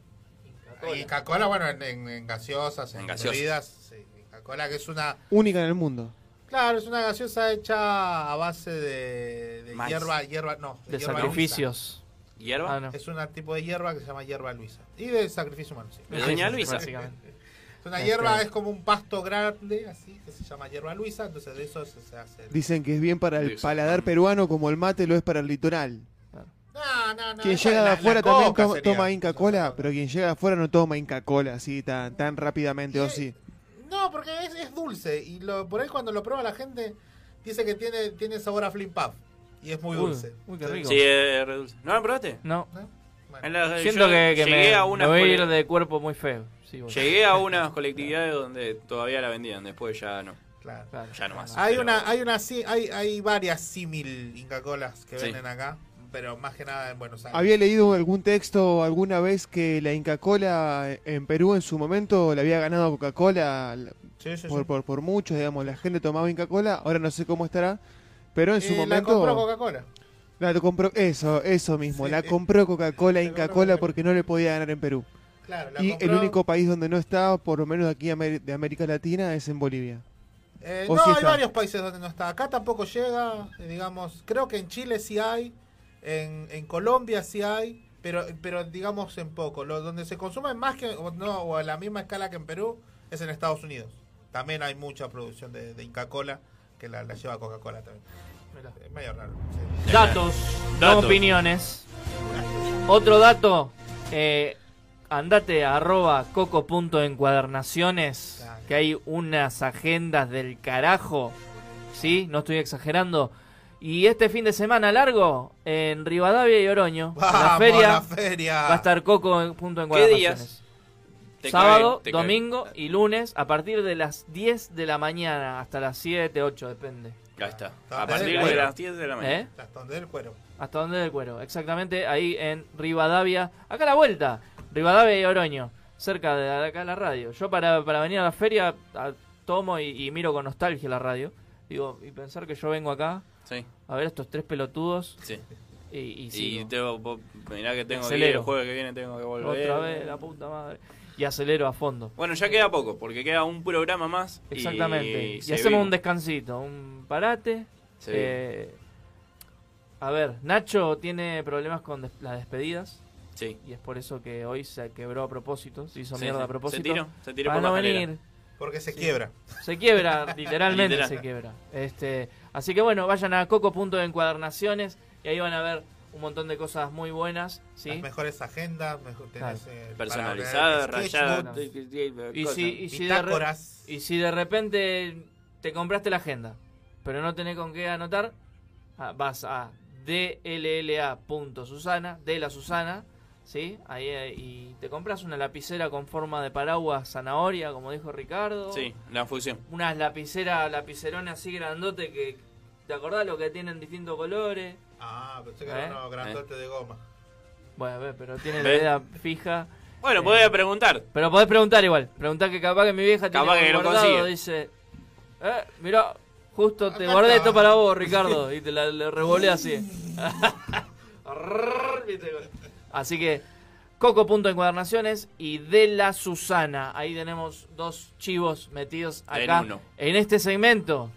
[SPEAKER 10] Y Coca-Cola, bueno, en, en- en gaseosas, en,
[SPEAKER 11] En gaseosas.
[SPEAKER 10] bebidas. Sí, Coca-Cola que es una,
[SPEAKER 12] Única en el mundo.
[SPEAKER 10] claro, es una gaseosa hecha a base de, de
[SPEAKER 9] Maíz.
[SPEAKER 10] hierba, hierba, no, de,
[SPEAKER 9] De
[SPEAKER 10] hierba
[SPEAKER 9] sacrificios.
[SPEAKER 11] ¿Hierba?
[SPEAKER 9] Ah, no.
[SPEAKER 10] luisa. Es un tipo de hierba que se llama hierba luisa. Y de sacrificio humano, sí.
[SPEAKER 11] De Doña Luisa.
[SPEAKER 9] Básicamente.
[SPEAKER 10] Es una
[SPEAKER 9] Este.
[SPEAKER 10] hierba, es como un pasto grande, así, que se llama hierba luisa, entonces de eso se, se hace.
[SPEAKER 12] Dicen que es bien para el paladar peruano como el mate lo es para el litoral.
[SPEAKER 10] No, no, no.
[SPEAKER 12] Quien
[SPEAKER 10] esa
[SPEAKER 12] llega
[SPEAKER 10] es
[SPEAKER 12] de
[SPEAKER 10] la-
[SPEAKER 12] afuera
[SPEAKER 10] la
[SPEAKER 12] también
[SPEAKER 10] coca
[SPEAKER 12] to-
[SPEAKER 10] sería.
[SPEAKER 12] toma Inca Cola, pero quien llega de afuera no toma Inca Cola así tan, tan rápidamente, ¿o sí?
[SPEAKER 10] No, porque es, es dulce. Y lo, por ahí cuando lo prueba la gente, dice que tiene, tiene sabor a Flip Puff. Y es muy
[SPEAKER 11] Uy,
[SPEAKER 10] dulce.
[SPEAKER 9] uy, qué
[SPEAKER 11] Sí, es re dulce. ¿No la probaste?
[SPEAKER 9] No.
[SPEAKER 11] En la-
[SPEAKER 9] Siento
[SPEAKER 11] yo
[SPEAKER 9] que, que
[SPEAKER 11] llegué
[SPEAKER 9] me,
[SPEAKER 11] a una
[SPEAKER 9] me voy a ir
[SPEAKER 11] cole-
[SPEAKER 9] de cuerpo muy feo. Sí, bueno.
[SPEAKER 11] Llegué a unas colectividades donde todavía la vendían, después ya no.
[SPEAKER 10] Claro.
[SPEAKER 11] Ya no más.
[SPEAKER 10] Hay
[SPEAKER 11] Pero-
[SPEAKER 10] una, hay una, sí, hay, hay varias símil Inca Colas que
[SPEAKER 11] Sí.
[SPEAKER 10] venden acá, pero más que nada en Buenos Aires.
[SPEAKER 12] Había leído algún texto alguna vez que la Inca Cola en Perú en su momento la había ganado Coca-Cola
[SPEAKER 10] Sí, sí,
[SPEAKER 12] por,
[SPEAKER 10] sí.
[SPEAKER 12] por, por muchos, digamos, la gente tomaba Inca Cola, ahora no sé cómo estará, pero en su
[SPEAKER 10] Eh, La
[SPEAKER 12] momento...
[SPEAKER 10] compró Coca-Cola. eh,
[SPEAKER 12] La compró, eso, eso mismo, la compró Coca-Cola, Inca Cola, porque no le podía ganar en Perú.
[SPEAKER 10] Claro, la
[SPEAKER 12] Y
[SPEAKER 10] compró.
[SPEAKER 12] el único país donde no está, por lo menos aquí Amer- de América Latina, es en Bolivia.
[SPEAKER 10] Eh,
[SPEAKER 12] ¿O
[SPEAKER 10] no,
[SPEAKER 12] sí
[SPEAKER 10] hay
[SPEAKER 12] está?
[SPEAKER 10] varios países donde no está. Acá tampoco llega, eh, digamos. Creo que en Chile sí hay, en, en Colombia sí hay, pero, pero digamos en poco. Lo, donde se consume más que, o, no, o a la misma escala que en Perú, es en Estados Unidos. También hay mucha producción de, de Inca Cola, que la, la lleva Coca-Cola también. Es medio raro. sí.
[SPEAKER 9] Datos, no opiniones. Otro dato, eh, andate a arroba coco.encuadernaciones, que hay unas agendas del carajo, ¿sí? No estoy exagerando. Y este fin de semana largo, en Rivadavia y Oroño, en la
[SPEAKER 10] Vamos,
[SPEAKER 9] feria,
[SPEAKER 10] la feria.
[SPEAKER 9] va a estar coco.encuadernaciones.
[SPEAKER 11] ¿Qué días? Te
[SPEAKER 9] Sábado,
[SPEAKER 11] cae, te cae.
[SPEAKER 9] domingo y lunes a partir de las 10 de la mañana hasta las 7, 8, depende.
[SPEAKER 11] Ahí está.
[SPEAKER 9] Hasta
[SPEAKER 11] A
[SPEAKER 9] donde
[SPEAKER 11] partir
[SPEAKER 9] dé el
[SPEAKER 11] de
[SPEAKER 9] cuero.
[SPEAKER 11] las 10 de la mañana.
[SPEAKER 9] ¿Eh?
[SPEAKER 10] Hasta donde el cuero.
[SPEAKER 9] Hasta donde del cuero, exactamente ahí en Rivadavia. Acá a la vuelta, Rivadavia y Oroño, cerca de acá la radio. Yo para, para venir a la feria a- tomo y, y miro con nostalgia la radio. Digo, y pensar que yo vengo acá
[SPEAKER 11] Sí.
[SPEAKER 9] a ver a estos tres pelotudos.
[SPEAKER 11] Sí.
[SPEAKER 9] Y, y
[SPEAKER 11] Y
[SPEAKER 9] sigo.
[SPEAKER 11] tengo, po- mirá que tengo que ir
[SPEAKER 9] Acelero.
[SPEAKER 11] el jueves que viene, tengo que volver.
[SPEAKER 9] Otra vez, la puta madre. Y acelero a fondo.
[SPEAKER 11] Bueno, ya queda poco, porque queda un programa más. y
[SPEAKER 9] Exactamente. Y,
[SPEAKER 11] se
[SPEAKER 9] hacemos
[SPEAKER 11] vino.
[SPEAKER 9] un descansito, un parate.
[SPEAKER 11] Se
[SPEAKER 9] Eh, a ver, Nacho tiene problemas con des- las despedidas.
[SPEAKER 11] Sí.
[SPEAKER 9] Y es por eso que hoy se quebró a propósito, se hizo
[SPEAKER 11] Sí,
[SPEAKER 9] mierda
[SPEAKER 11] sí.
[SPEAKER 9] a propósito.
[SPEAKER 11] Se tiró, se tiró
[SPEAKER 9] para
[SPEAKER 11] por
[SPEAKER 9] no
[SPEAKER 11] la escalera.
[SPEAKER 9] venir.
[SPEAKER 10] Porque se
[SPEAKER 9] Sí.
[SPEAKER 10] quiebra.
[SPEAKER 9] Se quiebra, literalmente
[SPEAKER 11] Literal.
[SPEAKER 9] se quiebra. Este, así que bueno, vayan a coco.encuadernaciones Y ahí van a ver un montón de cosas muy buenas. ¿sí?
[SPEAKER 10] Las mejores agendas, mejor tenés, eh,
[SPEAKER 11] Personalizadas,
[SPEAKER 10] para ver,
[SPEAKER 11] rayadas.
[SPEAKER 10] sketchbook.
[SPEAKER 9] Y si, y, si de re-
[SPEAKER 10] Bitácoras.
[SPEAKER 9] y si de repente te compraste la agenda, pero no tenés con qué anotar, ah, vas a dlla.susana, de la Susana, ¿sí? Ahí, eh, y te compras una lapicera con forma de paraguas zanahoria, como dijo Ricardo.
[SPEAKER 11] Sí, la fusión.
[SPEAKER 9] Unas lapiceras, lapicerones así grandote que... ¿Te acordás lo que tienen distintos colores?
[SPEAKER 10] Ah, pensé que era
[SPEAKER 9] ¿Eh?
[SPEAKER 10] uno grandote de goma.
[SPEAKER 9] Bueno, a ver, pero tiene la
[SPEAKER 11] ¿Ves?
[SPEAKER 9] idea fija.
[SPEAKER 11] Bueno,
[SPEAKER 9] Eh,
[SPEAKER 11] podés preguntar.
[SPEAKER 9] Pero podés preguntar igual. Preguntá que capaz que mi vieja tiene
[SPEAKER 11] Capaz que
[SPEAKER 9] algo
[SPEAKER 11] lo
[SPEAKER 9] guardado,
[SPEAKER 11] consigue.
[SPEAKER 9] Dice, eh, mirá, justo te
[SPEAKER 11] Acá
[SPEAKER 9] guardé
[SPEAKER 11] está.
[SPEAKER 9] esto para vos, Ricardo. Y te la, le revolé así. Arrrr, viste, con- así que coco.encuadernaciones y de la Susana. Ahí tenemos dos chivos metidos
[SPEAKER 11] En
[SPEAKER 9] acá.
[SPEAKER 11] uno.
[SPEAKER 9] en este segmento.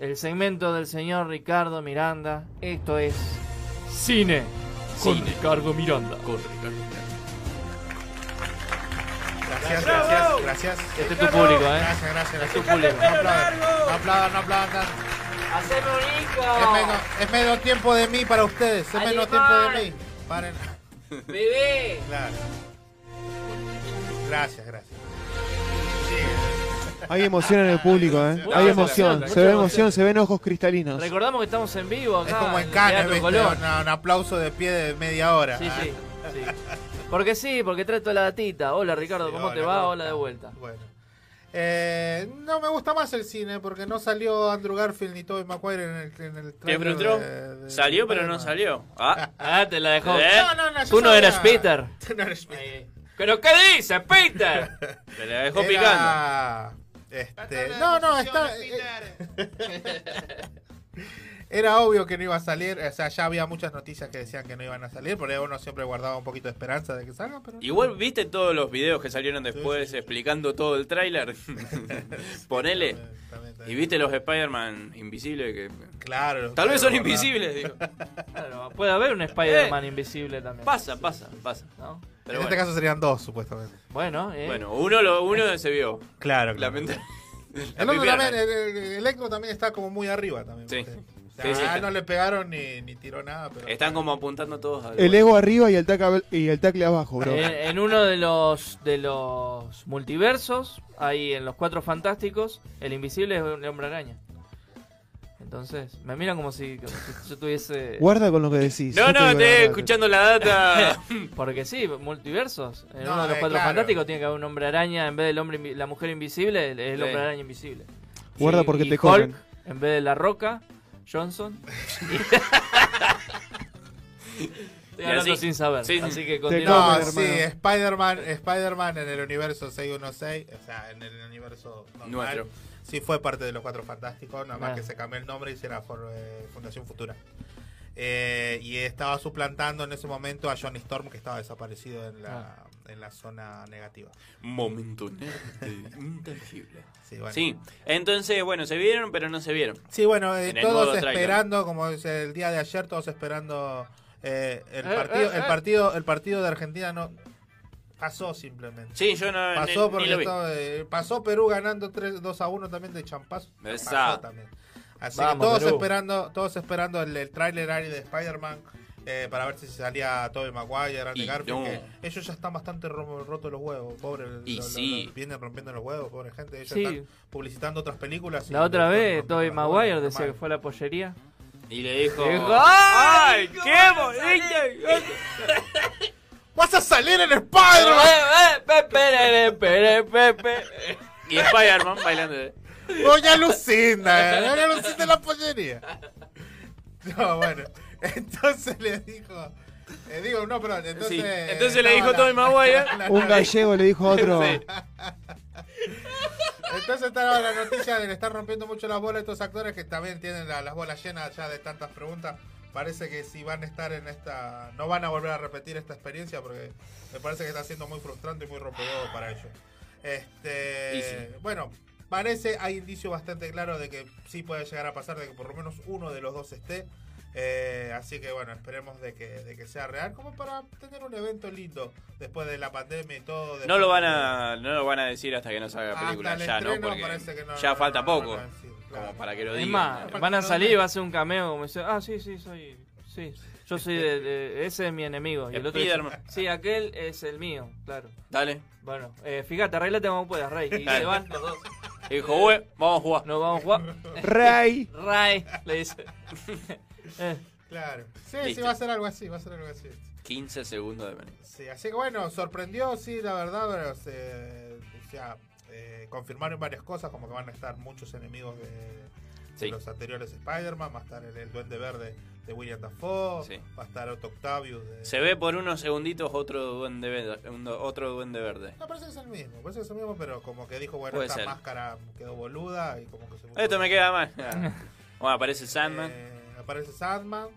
[SPEAKER 9] El segmento del señor Ricardo Miranda. Esto es Cine. Con Ricardo Miranda.
[SPEAKER 10] Gracias, gracias,
[SPEAKER 9] ¡Bravo!
[SPEAKER 10] gracias.
[SPEAKER 9] Este es tu público, ¿eh?
[SPEAKER 10] Gracias, gracias, gracias.
[SPEAKER 9] tu público.
[SPEAKER 10] No aplaudan, no aplaudan, no aplaudan.
[SPEAKER 9] Haceme un
[SPEAKER 10] Es menos, es menos tiempo de mí para ustedes, es menos tiempo
[SPEAKER 9] Animal.
[SPEAKER 10] de mí. Paren.
[SPEAKER 9] Bebé.
[SPEAKER 10] Claro. Gracias, gracias.
[SPEAKER 12] Hay emoción en el público, ¿eh?
[SPEAKER 9] Mucha
[SPEAKER 12] Hay
[SPEAKER 9] emoción,
[SPEAKER 12] emoción.
[SPEAKER 9] mucha
[SPEAKER 12] Se ve
[SPEAKER 9] emoción.
[SPEAKER 12] emoción, se ven ojos cristalinos.
[SPEAKER 9] Recordamos que estamos en vivo acá.
[SPEAKER 10] Es como en
[SPEAKER 9] el
[SPEAKER 10] Cannes,
[SPEAKER 9] Teatro
[SPEAKER 10] ¿viste?
[SPEAKER 9] Colón.
[SPEAKER 10] Una- un aplauso de pie de media hora.
[SPEAKER 9] Sí,
[SPEAKER 10] Ah,
[SPEAKER 9] sí, sí. Porque sí, porque trae toda la datita. Hola Ricardo,
[SPEAKER 10] Sí,
[SPEAKER 9] ¿cómo te
[SPEAKER 10] hola,
[SPEAKER 9] va?
[SPEAKER 10] ¿cómo
[SPEAKER 9] Hola de
[SPEAKER 10] estás?
[SPEAKER 9] vuelta.
[SPEAKER 10] Bueno. Eh, no me gusta más el cine porque no salió Andrew Garfield ni Tobey Maguire en el, en el
[SPEAKER 11] ¿Te
[SPEAKER 10] tráiler
[SPEAKER 11] frustró?
[SPEAKER 10] de- Eh, de
[SPEAKER 11] Salió, pero no
[SPEAKER 10] Spider-Man.
[SPEAKER 11] salió. Ah,
[SPEAKER 9] te la dejó.
[SPEAKER 11] ¿Eh?
[SPEAKER 10] No, no, no, yo
[SPEAKER 9] Tú no
[SPEAKER 10] sabía.
[SPEAKER 9] eras Peter.
[SPEAKER 10] Tú no eres Peter.
[SPEAKER 9] ¿Pero qué dices, Peter?
[SPEAKER 11] Te la dejó
[SPEAKER 10] Era-
[SPEAKER 11] picando.
[SPEAKER 10] Este, no, no, está. Era obvio que no iba a salir, o sea, ya había muchas noticias que decían que no iban a salir, por ahí uno siempre guardaba un poquito de esperanza de que salgan, pero
[SPEAKER 11] Igual viste todos los videos que salieron después explicando todo el tráiler. Ponele. Y viste los Spider-Man invisibles que...
[SPEAKER 10] claro. este
[SPEAKER 11] Tal vez son
[SPEAKER 10] guardaba.
[SPEAKER 11] invisibles, digo.
[SPEAKER 9] Claro, puede haber un Spider-Man invisible también.
[SPEAKER 11] Eh, Pasa, pasa, pasa.
[SPEAKER 9] ¿No?
[SPEAKER 11] Pero
[SPEAKER 10] en
[SPEAKER 11] bueno.
[SPEAKER 10] este caso serían dos, supuestamente.
[SPEAKER 9] Bueno, eh.
[SPEAKER 11] Bueno, uno, lo, uno se vio.
[SPEAKER 10] Claro,
[SPEAKER 11] Lamentable.
[SPEAKER 10] El otro también, el, el- el Electro también está como muy arriba también.
[SPEAKER 11] ah, Sí.
[SPEAKER 10] O sea,
[SPEAKER 11] Sí, sí,
[SPEAKER 10] a
[SPEAKER 11] está-
[SPEAKER 10] él no le pegaron ni, ni tiró nada, pero.
[SPEAKER 11] Están como apuntando todos a
[SPEAKER 12] El ego arriba y el tacle, y el tacle abajo, bro.
[SPEAKER 9] En,
[SPEAKER 11] Eh,
[SPEAKER 9] en uno de los de los multiversos, ahí en los cuatro fantásticos, el invisible es el hombre araña. Entonces, me miran como si, como si yo tuviese.
[SPEAKER 12] Guarda con lo que decís.
[SPEAKER 11] eh. No,
[SPEAKER 12] Yo te
[SPEAKER 11] no,
[SPEAKER 12] digo la
[SPEAKER 11] estoy
[SPEAKER 12] verdad.
[SPEAKER 11] escuchando la data.
[SPEAKER 9] Porque sí, multiversos. En
[SPEAKER 11] No,
[SPEAKER 9] uno de los
[SPEAKER 11] eh,
[SPEAKER 9] cuatro
[SPEAKER 11] claro.
[SPEAKER 9] fantásticos tiene que haber un hombre araña en vez del hombre invi- la mujer invisible, es el
[SPEAKER 11] Sí.
[SPEAKER 9] hombre araña invisible.
[SPEAKER 12] Guarda
[SPEAKER 9] Sí,
[SPEAKER 12] porque
[SPEAKER 9] y
[SPEAKER 12] te
[SPEAKER 9] Hulk,
[SPEAKER 12] comen.
[SPEAKER 9] En vez de la roca, Johnson. Estoy hablando sin saber. Así que
[SPEAKER 10] No,
[SPEAKER 9] continuamos.
[SPEAKER 10] sí, Spider-Man Spider en el universo 616, o sea, en el universo normal,
[SPEAKER 11] Nuestro.
[SPEAKER 10] sí fue parte de los Cuatro Fantásticos, nada más
[SPEAKER 11] Ah.
[SPEAKER 10] que se cambió el nombre y será for- eh, Fundación Futura. Eh, y estaba suplantando en ese momento a Johnny Storm, que estaba desaparecido en
[SPEAKER 9] Ah.
[SPEAKER 10] la, en la zona negativa.
[SPEAKER 11] Momento nerd, intangible.
[SPEAKER 10] Sí, bueno.
[SPEAKER 11] Sí, entonces, bueno, se vieron, pero no se vieron.
[SPEAKER 10] Sí, bueno, eh,
[SPEAKER 11] En el modo
[SPEAKER 10] todos
[SPEAKER 11] trailer.
[SPEAKER 10] esperando, como es el día de ayer, todos esperando eh, el,
[SPEAKER 11] Eh,
[SPEAKER 10] partido,
[SPEAKER 11] eh,
[SPEAKER 10] el
[SPEAKER 11] eh.
[SPEAKER 10] partido, el partido de Argentina no pasó simplemente.
[SPEAKER 11] Sí, yo no. ni-
[SPEAKER 10] Pasó
[SPEAKER 11] ni
[SPEAKER 10] porque
[SPEAKER 11] lo vi.
[SPEAKER 10] estaba, eh, pasó Perú ganando 3, 2 a 1 también de champazo.
[SPEAKER 11] Esa.
[SPEAKER 10] Pasó también. Así
[SPEAKER 11] Vamos,
[SPEAKER 10] que todos
[SPEAKER 11] Perú.
[SPEAKER 10] esperando, todos esperando el, el tráiler área de Spider-Man eh, para ver si salía Tobey Maguire, Andy
[SPEAKER 11] Y
[SPEAKER 10] Garfield.
[SPEAKER 11] no.
[SPEAKER 10] que ellos ya están bastante ro- rotos los huevos, pobre.
[SPEAKER 11] Y
[SPEAKER 10] lo- lo-
[SPEAKER 11] sí.
[SPEAKER 10] lo- vienen rompiendo los huevos, pobre gente. Ellos
[SPEAKER 9] Sí.
[SPEAKER 10] están publicitando otras películas. y
[SPEAKER 9] La otra
[SPEAKER 10] le están
[SPEAKER 9] vez,
[SPEAKER 10] rompiendo
[SPEAKER 9] Tobey
[SPEAKER 10] los huevos,
[SPEAKER 9] Maguire
[SPEAKER 10] está
[SPEAKER 9] decía
[SPEAKER 10] mal.
[SPEAKER 9] que fue a la pollería.
[SPEAKER 11] Y le dijo.
[SPEAKER 9] Le dijo,
[SPEAKER 11] ¡Ay,
[SPEAKER 9] ¡ay,
[SPEAKER 11] qué bonito!
[SPEAKER 10] ¡Vas a salir en
[SPEAKER 9] Eh,
[SPEAKER 10] Spider-Man!
[SPEAKER 11] Y Spider-Man bailando.
[SPEAKER 10] Doña Lucinda, eh, Doña Lucinda en la pollería. No, bueno. Entonces le dijo. Le digo, no, perdón. Entonces,
[SPEAKER 11] Sí, entonces le
[SPEAKER 10] no,
[SPEAKER 11] dijo
[SPEAKER 10] la-
[SPEAKER 11] Tobey Maguire.
[SPEAKER 10] la-
[SPEAKER 12] Un gallego le dijo a otro.
[SPEAKER 11] Sí.
[SPEAKER 10] Entonces estaba la noticia de que le están rompiendo mucho las bolas a estos actores que también tienen la- las bolas llenas ya de tantas preguntas. Parece que si van a estar en esta. No van a volver a repetir esta experiencia porque me parece que está siendo muy frustrante y muy rompedodo para ellos. Este.
[SPEAKER 11] Y sí.
[SPEAKER 10] Bueno, parece, hay indicios bastante claros de que sí puede llegar a pasar, de que por lo menos uno de los dos esté. Eh, así que bueno, esperemos de que, de que sea real, como para tener un evento lindo después de la pandemia y todo.
[SPEAKER 11] No
[SPEAKER 10] después
[SPEAKER 11] lo van
[SPEAKER 10] de-
[SPEAKER 11] a, no lo van a decir hasta que no salga la
[SPEAKER 10] Hasta
[SPEAKER 11] película
[SPEAKER 10] el
[SPEAKER 11] ya, ¿no?
[SPEAKER 10] estreno
[SPEAKER 11] Porque
[SPEAKER 10] parece que no-
[SPEAKER 11] ya
[SPEAKER 10] no-
[SPEAKER 11] falta
[SPEAKER 10] no
[SPEAKER 11] poco.
[SPEAKER 10] van a decir, claro.
[SPEAKER 11] Como para que lo
[SPEAKER 9] Es
[SPEAKER 11] digan.
[SPEAKER 9] más, van a salir y va a hacer un cameo como dice, ah, sí, sí, soy, sí. Yo soy de, de- ese es mi enemigo. Y el otro es-
[SPEAKER 11] Spiderman.
[SPEAKER 9] sí, aquel es el mío, claro.
[SPEAKER 11] Dale.
[SPEAKER 9] Bueno, eh, fíjate, arreglate como puedas, Ray. Y
[SPEAKER 11] Dale.
[SPEAKER 9] se van los dos.
[SPEAKER 11] Y dijo, "Bueno, vamos a jugar.
[SPEAKER 9] Nos vamos a jugar.
[SPEAKER 12] Ray.
[SPEAKER 9] Ray, le dice. Eh,
[SPEAKER 10] Claro. Sí, sí,
[SPEAKER 11] Listo.
[SPEAKER 10] va a ser algo así, va a ser algo así.
[SPEAKER 11] 15 segundos de película.
[SPEAKER 10] Sí, así que bueno, sorprendió, sí, la verdad, pero se, o sea, eh, confirmaron varias cosas, como que van a estar muchos enemigos de, de
[SPEAKER 11] Sí.
[SPEAKER 10] los anteriores Spider-Man, va a estar el, el Duende Verde de William Dafoe, va a estar Otto Octavius de...
[SPEAKER 11] Se ve por unos segunditos otro duende verde. un- Otro duende verde.
[SPEAKER 10] No, parece que es el mismo, parece que es el mismo, pero como que dijo, bueno,
[SPEAKER 11] Puede
[SPEAKER 10] esta
[SPEAKER 11] ser.
[SPEAKER 10] máscara quedó boluda y como que se...
[SPEAKER 11] Esto me queda mal. Ah. Bueno, aparece Sandman.
[SPEAKER 10] Eh, aparece Sandman,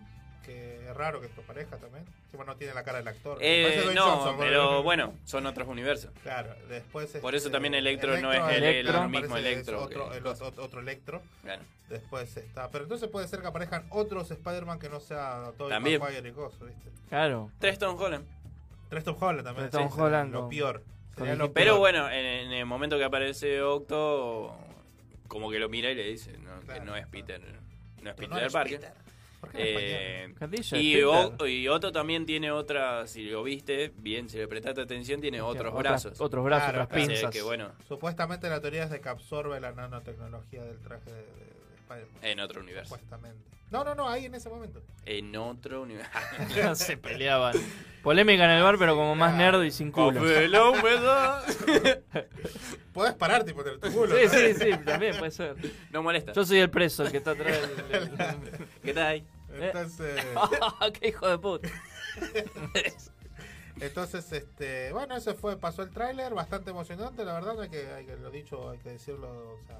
[SPEAKER 10] que es raro que esto parezca también, encima no tiene la cara del actor.
[SPEAKER 11] Eh,
[SPEAKER 10] Parece Dwayne
[SPEAKER 11] no,
[SPEAKER 10] Johnson,
[SPEAKER 11] pero bueno, son otros universos.
[SPEAKER 10] Claro, después.
[SPEAKER 11] Por eso
[SPEAKER 10] este,
[SPEAKER 11] también Electro, no es el, el
[SPEAKER 10] parece
[SPEAKER 11] mismo
[SPEAKER 10] que es
[SPEAKER 11] Electro.
[SPEAKER 10] Otro,
[SPEAKER 11] que-
[SPEAKER 10] el ot- otro Electro. Después está. Pero entonces puede ser que aparezcan otros Spider-Man que no sea todo
[SPEAKER 11] También.
[SPEAKER 10] Maguire y Gozo, ¿viste?
[SPEAKER 9] Claro.
[SPEAKER 11] Tres Tom Holland.
[SPEAKER 10] Tres Tom Holland también.
[SPEAKER 9] Tres Tom
[SPEAKER 10] sí, sería
[SPEAKER 9] Holland
[SPEAKER 10] Lo
[SPEAKER 9] con-
[SPEAKER 10] peor.
[SPEAKER 9] con
[SPEAKER 10] Sería lo
[SPEAKER 11] Pero
[SPEAKER 10] peor.
[SPEAKER 11] bueno, en, en el momento que aparece Octo, como que lo mira y le dice no, que no es Peter. No es
[SPEAKER 10] Que
[SPEAKER 11] Peter
[SPEAKER 10] no eres
[SPEAKER 11] Parker.
[SPEAKER 10] Peter. ¿Por qué en
[SPEAKER 11] Eh,
[SPEAKER 10] español? Cadilla es
[SPEAKER 11] y,
[SPEAKER 10] Peter.
[SPEAKER 11] O- y Otto también tiene otra, si lo viste bien, si le prestaste atención, tiene otros
[SPEAKER 9] otras-
[SPEAKER 11] brazos.
[SPEAKER 9] otros brazos,
[SPEAKER 11] Claro,
[SPEAKER 9] otras
[SPEAKER 11] así
[SPEAKER 9] pinzas.
[SPEAKER 11] que bueno,
[SPEAKER 10] Supuestamente la teoría es de que absorbe la nanotecnología del traje de, de- de Spider-Man.
[SPEAKER 11] en otro universo.
[SPEAKER 10] Supuestamente. No, no, no, ahí en ese momento.
[SPEAKER 11] En otro universo.
[SPEAKER 9] se peleaban. Polémica en el bar, pero como más nerd y sin culo.
[SPEAKER 11] Café, la humedad.
[SPEAKER 10] Puedes parar, tipo, en tu culo.
[SPEAKER 9] Sí,
[SPEAKER 10] ¿no?
[SPEAKER 9] sí, sí, también puede ser.
[SPEAKER 11] No molesta.
[SPEAKER 9] Yo soy el preso, el que está atrás. del- del-
[SPEAKER 11] ¿Qué está ahí? Ah,
[SPEAKER 10] Entonces.
[SPEAKER 9] ¡Qué hijo de puta!
[SPEAKER 10] Entonces, este, bueno, eso fue, pasó el tráiler, bastante emocionante, la verdad, no hay que, hay que lo dicho, hay que decirlo, o sea,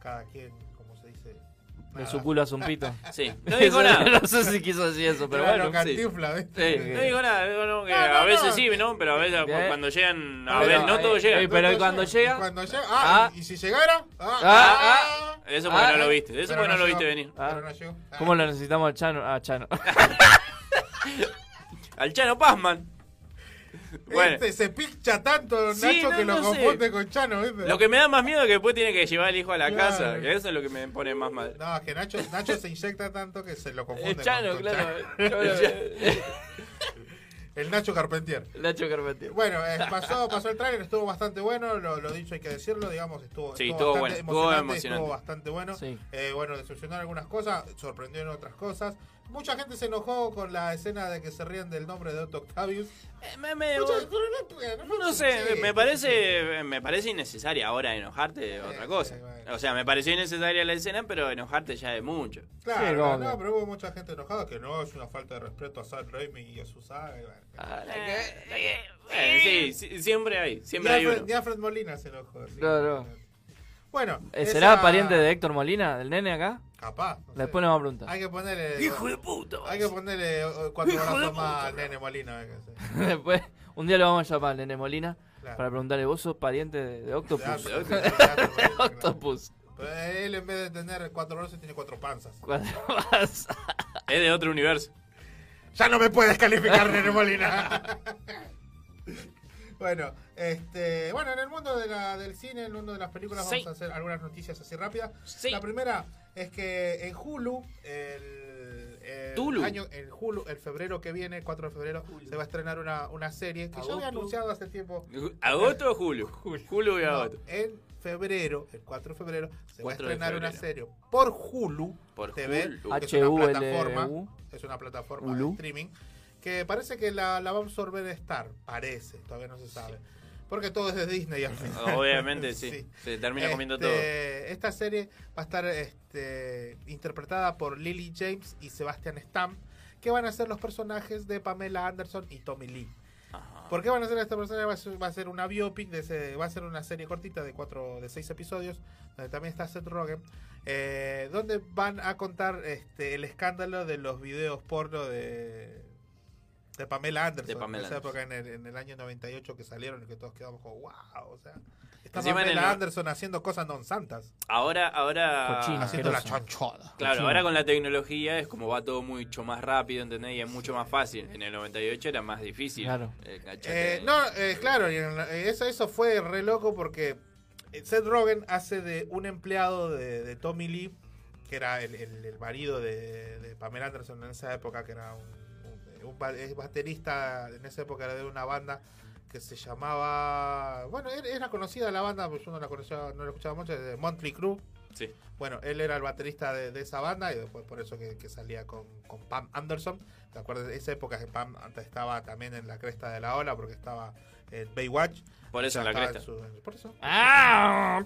[SPEAKER 10] cada quien, como se dice.
[SPEAKER 9] De su culo a su pito.
[SPEAKER 11] Sí. No dijo
[SPEAKER 9] Eso-
[SPEAKER 11] nada.
[SPEAKER 9] No sé si quiso decir eso, pero
[SPEAKER 10] Claro,
[SPEAKER 9] bueno. sí.
[SPEAKER 10] cantinfla, ¿viste?
[SPEAKER 9] Sí.
[SPEAKER 11] No digo nada, digo, no, que
[SPEAKER 10] No, no,
[SPEAKER 11] a veces
[SPEAKER 10] no.
[SPEAKER 11] sí, ¿no? Pero a veces cu-
[SPEAKER 9] Eh.
[SPEAKER 11] cuando llegan, a
[SPEAKER 9] Pero,
[SPEAKER 11] veces no
[SPEAKER 9] eh,
[SPEAKER 11] todos llegan.
[SPEAKER 9] eh, pero cuando llega.
[SPEAKER 10] Cuando llega, ah,
[SPEAKER 9] Ah.
[SPEAKER 10] y si llegara, ah,
[SPEAKER 9] Ah,
[SPEAKER 10] ah,
[SPEAKER 11] Eso porque
[SPEAKER 9] Ah,
[SPEAKER 11] no
[SPEAKER 9] eh, Ah.
[SPEAKER 11] lo viste, eso
[SPEAKER 10] pero
[SPEAKER 11] porque no
[SPEAKER 10] no
[SPEAKER 11] lo
[SPEAKER 10] llegó,
[SPEAKER 11] viste venir.
[SPEAKER 10] pero no llegó.
[SPEAKER 9] ¿Cómo lo necesitamos a Chano? A Chano.
[SPEAKER 11] Al Chano Pazman. Bueno,
[SPEAKER 10] Este se pincha tanto
[SPEAKER 11] Sí,
[SPEAKER 10] Nacho
[SPEAKER 11] no,
[SPEAKER 10] que lo
[SPEAKER 11] no sé.
[SPEAKER 10] confunde con Chano, ¿viste?
[SPEAKER 11] lo que me da más miedo es que después tiene que llevar al hijo a la
[SPEAKER 10] Claro.
[SPEAKER 11] casa, que eso es lo que me pone más mal.
[SPEAKER 10] No, es que Nacho, Nacho se inyecta tanto que se lo confunde.
[SPEAKER 9] El Chano,
[SPEAKER 10] con- con
[SPEAKER 9] claro.
[SPEAKER 10] Chano.
[SPEAKER 11] eh.
[SPEAKER 9] Chano.
[SPEAKER 10] El Nacho Carpentier.
[SPEAKER 9] Nacho Carpentier.
[SPEAKER 10] Bueno, eh, pasó, pasó el tráiler, estuvo bastante bueno, lo, lo dicho hay que decirlo, digamos, estuvo,
[SPEAKER 11] Sí,
[SPEAKER 10] estuvo
[SPEAKER 11] estuvo
[SPEAKER 10] bastante
[SPEAKER 11] bueno, estuvo
[SPEAKER 10] emocionante,
[SPEAKER 11] emocionante.
[SPEAKER 10] estuvo bastante bueno.
[SPEAKER 9] Sí.
[SPEAKER 10] Eh, bueno, decepcionó en algunas cosas, sorprendió en otras cosas. Mucha gente se enojó con la escena de que se ríen del nombre de Otto Octavius.
[SPEAKER 11] Eh,
[SPEAKER 10] Mucha- pero no-
[SPEAKER 11] No sé,
[SPEAKER 10] sí.
[SPEAKER 11] me- me parece me parece innecesaria ahora enojarte de otra cosa. O sea, me pareció innecesaria la escena, pero enojarte ya de mucho.
[SPEAKER 9] Sí,
[SPEAKER 10] Claro,
[SPEAKER 9] como
[SPEAKER 10] no,
[SPEAKER 9] que-
[SPEAKER 10] pero hubo mucha gente enojada que no, es una falta de respeto a Sam Raimi y a su saga. y bueno.
[SPEAKER 11] Eh, sí, sí, siempre hay,
[SPEAKER 10] Ni
[SPEAKER 11] siempre hay
[SPEAKER 10] Alfred,
[SPEAKER 11] uno.
[SPEAKER 10] ni Alfred Molina se enojó. sí.
[SPEAKER 9] No, no.
[SPEAKER 10] Bueno,
[SPEAKER 9] Eh, ¿Será
[SPEAKER 10] esa-
[SPEAKER 9] pariente de Héctor Molina, del nene acá?
[SPEAKER 10] Capaz.
[SPEAKER 9] Después nos vamos a preguntar.
[SPEAKER 10] Hay que ponerle.
[SPEAKER 9] ¡Hijo
[SPEAKER 10] de puta! Hay que ponerle eh, cuatro
[SPEAKER 9] ¡Hijo de
[SPEAKER 10] horas
[SPEAKER 9] puta!
[SPEAKER 10] más al nene Molina. eh, que sí.
[SPEAKER 9] Después, un día lo vamos a llamar, Nene Molina,
[SPEAKER 10] Claro.
[SPEAKER 9] para preguntarle, ¿vos sos pariente de, de Octopus?
[SPEAKER 10] De Octopus, de Octopus,
[SPEAKER 9] De
[SPEAKER 10] claro.
[SPEAKER 9] Octopus.
[SPEAKER 10] Pero él en vez de tener cuatro brazos tiene cuatro panzas.
[SPEAKER 9] Cuatro más.
[SPEAKER 11] Es de otro universo.
[SPEAKER 10] Ya no me puedes calificar, Nene Molina. bueno, este, bueno, en el mundo de la- del cine, en el mundo de las películas,
[SPEAKER 11] Sí.
[SPEAKER 10] vamos a hacer algunas noticias así rápidas. La primera es que en Hulu, el, el
[SPEAKER 11] Tulu.
[SPEAKER 10] año, el Hulu, el febrero que viene, 4 de febrero, se va a estrenar una, una serie que yo había
[SPEAKER 11] Agosto.
[SPEAKER 10] anunciado hace tiempo.
[SPEAKER 11] ¿Agosto o Julio? Julio y
[SPEAKER 10] No,
[SPEAKER 11] agosto.
[SPEAKER 10] en febrero, el 4 de febrero, se va a
[SPEAKER 11] 4 de
[SPEAKER 10] estrenar una serie
[SPEAKER 11] febrero.
[SPEAKER 10] por Hulu
[SPEAKER 11] Por
[SPEAKER 10] TV,
[SPEAKER 11] Hulu.
[SPEAKER 10] que es una
[SPEAKER 9] HULU.
[SPEAKER 10] plataforma, es una plataforma de
[SPEAKER 9] Hulu.
[SPEAKER 10] streaming, que parece que la, la va a absorber Star, parece, todavía no se sabe. Porque todo es de Disney al final.
[SPEAKER 11] Obviamente, sí. Se termina comiendo
[SPEAKER 10] Este,
[SPEAKER 11] todo.
[SPEAKER 10] Esta serie va a estar este, interpretada por Lily James y Sebastian Stamp, que van a ser los personajes de Pamela Anderson y Tommy Lee. ¿Por qué van a ser esta persona? Va a ser, va a ser una biopic, de ese- va a ser una serie cortita de cuatro, de seis episodios, donde también está Seth Rogen, eh, donde van a contar este, el escándalo de los videos porno de, de Pamela Anderson.
[SPEAKER 11] De Pamela
[SPEAKER 10] en esa
[SPEAKER 11] Anderson.
[SPEAKER 10] época, en el, en el año 98 que salieron y que todos quedamos como, wow, o sea, está
[SPEAKER 11] Encima en
[SPEAKER 10] Pamela
[SPEAKER 11] el-
[SPEAKER 10] Anderson haciendo cosas non santas.
[SPEAKER 11] Ahora, ahora.
[SPEAKER 10] Cochino, Haciendo asqueroso. la chanchada.
[SPEAKER 11] Claro,
[SPEAKER 10] Cochino.
[SPEAKER 11] ahora con la tecnología es como va todo mucho más rápido, ¿entendés? Y es mucho más fácil. En el 98 era más difícil.
[SPEAKER 9] Claro.
[SPEAKER 11] Eh, cachate.
[SPEAKER 10] Eh, no, eh, claro, y en la- eh, eso, eso fue eh, re loco porque Seth Rogen hace de un empleado de, de Tommy Lee que era el, el- el marido de, de Pamela Anderson en esa época, que era un, un- un ba- es baterista en esa época era de una banda que se llamaba. Bueno, era- era conocida la banda, pues yo no la conocía, no la escuchaba mucho, de Monthly Crew.
[SPEAKER 11] Sí.
[SPEAKER 10] Bueno, él era el baterista de, de esa banda y después por eso que, que salía con, con Pam Anderson. ¿Te acuerdas? de Esa época que Pam antes estaba también en la cresta de la ola porque estaba en Baywatch.
[SPEAKER 11] Por eso
[SPEAKER 10] Ya
[SPEAKER 11] en la
[SPEAKER 10] estaba
[SPEAKER 11] cresta.
[SPEAKER 10] su- por eso.
[SPEAKER 11] ¡Ah!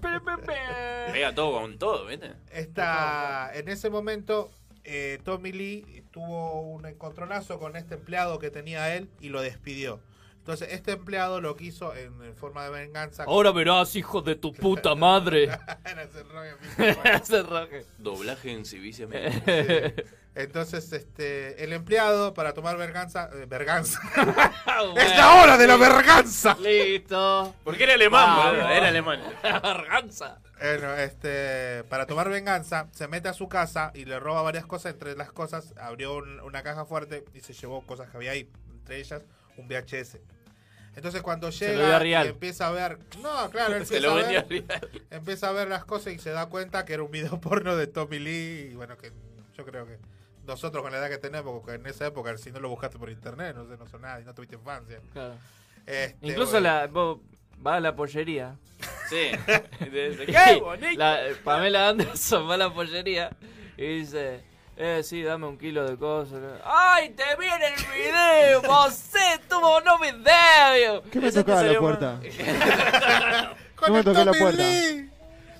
[SPEAKER 11] Pega todo con todo, ¿viste?
[SPEAKER 10] Esta, en ese momento, eh, Tommy Lee tuvo un encontronazo con este empleado que tenía él y lo despidió. Entonces, este empleado lo quiso en, en forma de venganza.
[SPEAKER 9] Ahora verás, hijo de tu puta madre.
[SPEAKER 10] Era ese rollo,
[SPEAKER 9] Ese rollo.
[SPEAKER 11] Doblaje en Civicia
[SPEAKER 10] Sí. Entonces, este, el empleado para tomar verganza. eh, verganza. ¡Es la
[SPEAKER 9] Bueno.
[SPEAKER 10] hora de la verganza!
[SPEAKER 9] Listo. Ah,
[SPEAKER 11] Porque era alemán,
[SPEAKER 10] Vamos.
[SPEAKER 11] boludo, era alemán.
[SPEAKER 9] Verganza.
[SPEAKER 10] Bueno, este, para tomar venganza, se mete a su casa y le roba varias cosas. Entre las cosas, abrió un- una caja fuerte y se llevó cosas que había ahí. Entre ellas, un VHS. Entonces, cuando
[SPEAKER 9] Se lo dio
[SPEAKER 10] llega
[SPEAKER 9] a
[SPEAKER 10] y
[SPEAKER 9] Rial.
[SPEAKER 10] empieza a ver. No, claro,
[SPEAKER 11] Se
[SPEAKER 10] empieza,
[SPEAKER 11] lo
[SPEAKER 10] a,
[SPEAKER 11] vendió a
[SPEAKER 10] ver, empieza a ver las cosas y se da cuenta que era un video porno de Tommy Lee. Y bueno, que yo creo que nosotros con la edad que tenemos, porque en esa época, si no lo buscaste por internet, no sé, no son nada y no tuviste infancia.
[SPEAKER 9] Claro.
[SPEAKER 10] Este,
[SPEAKER 9] Incluso
[SPEAKER 10] bueno.
[SPEAKER 9] la, vos va a la pollería.
[SPEAKER 11] Sí. ¡Qué bonito!
[SPEAKER 9] La- eh, Pamela Anderson va a la pollería y dice, eh, sí, dame un kilo de cosas. ¡Ay, te viene el video! ¡José Eh, tuvo no video!
[SPEAKER 12] ¿Qué me
[SPEAKER 9] Eso te
[SPEAKER 12] tocaba la
[SPEAKER 9] salió
[SPEAKER 12] puerta?
[SPEAKER 9] mal.
[SPEAKER 12] No me toqué la puerta.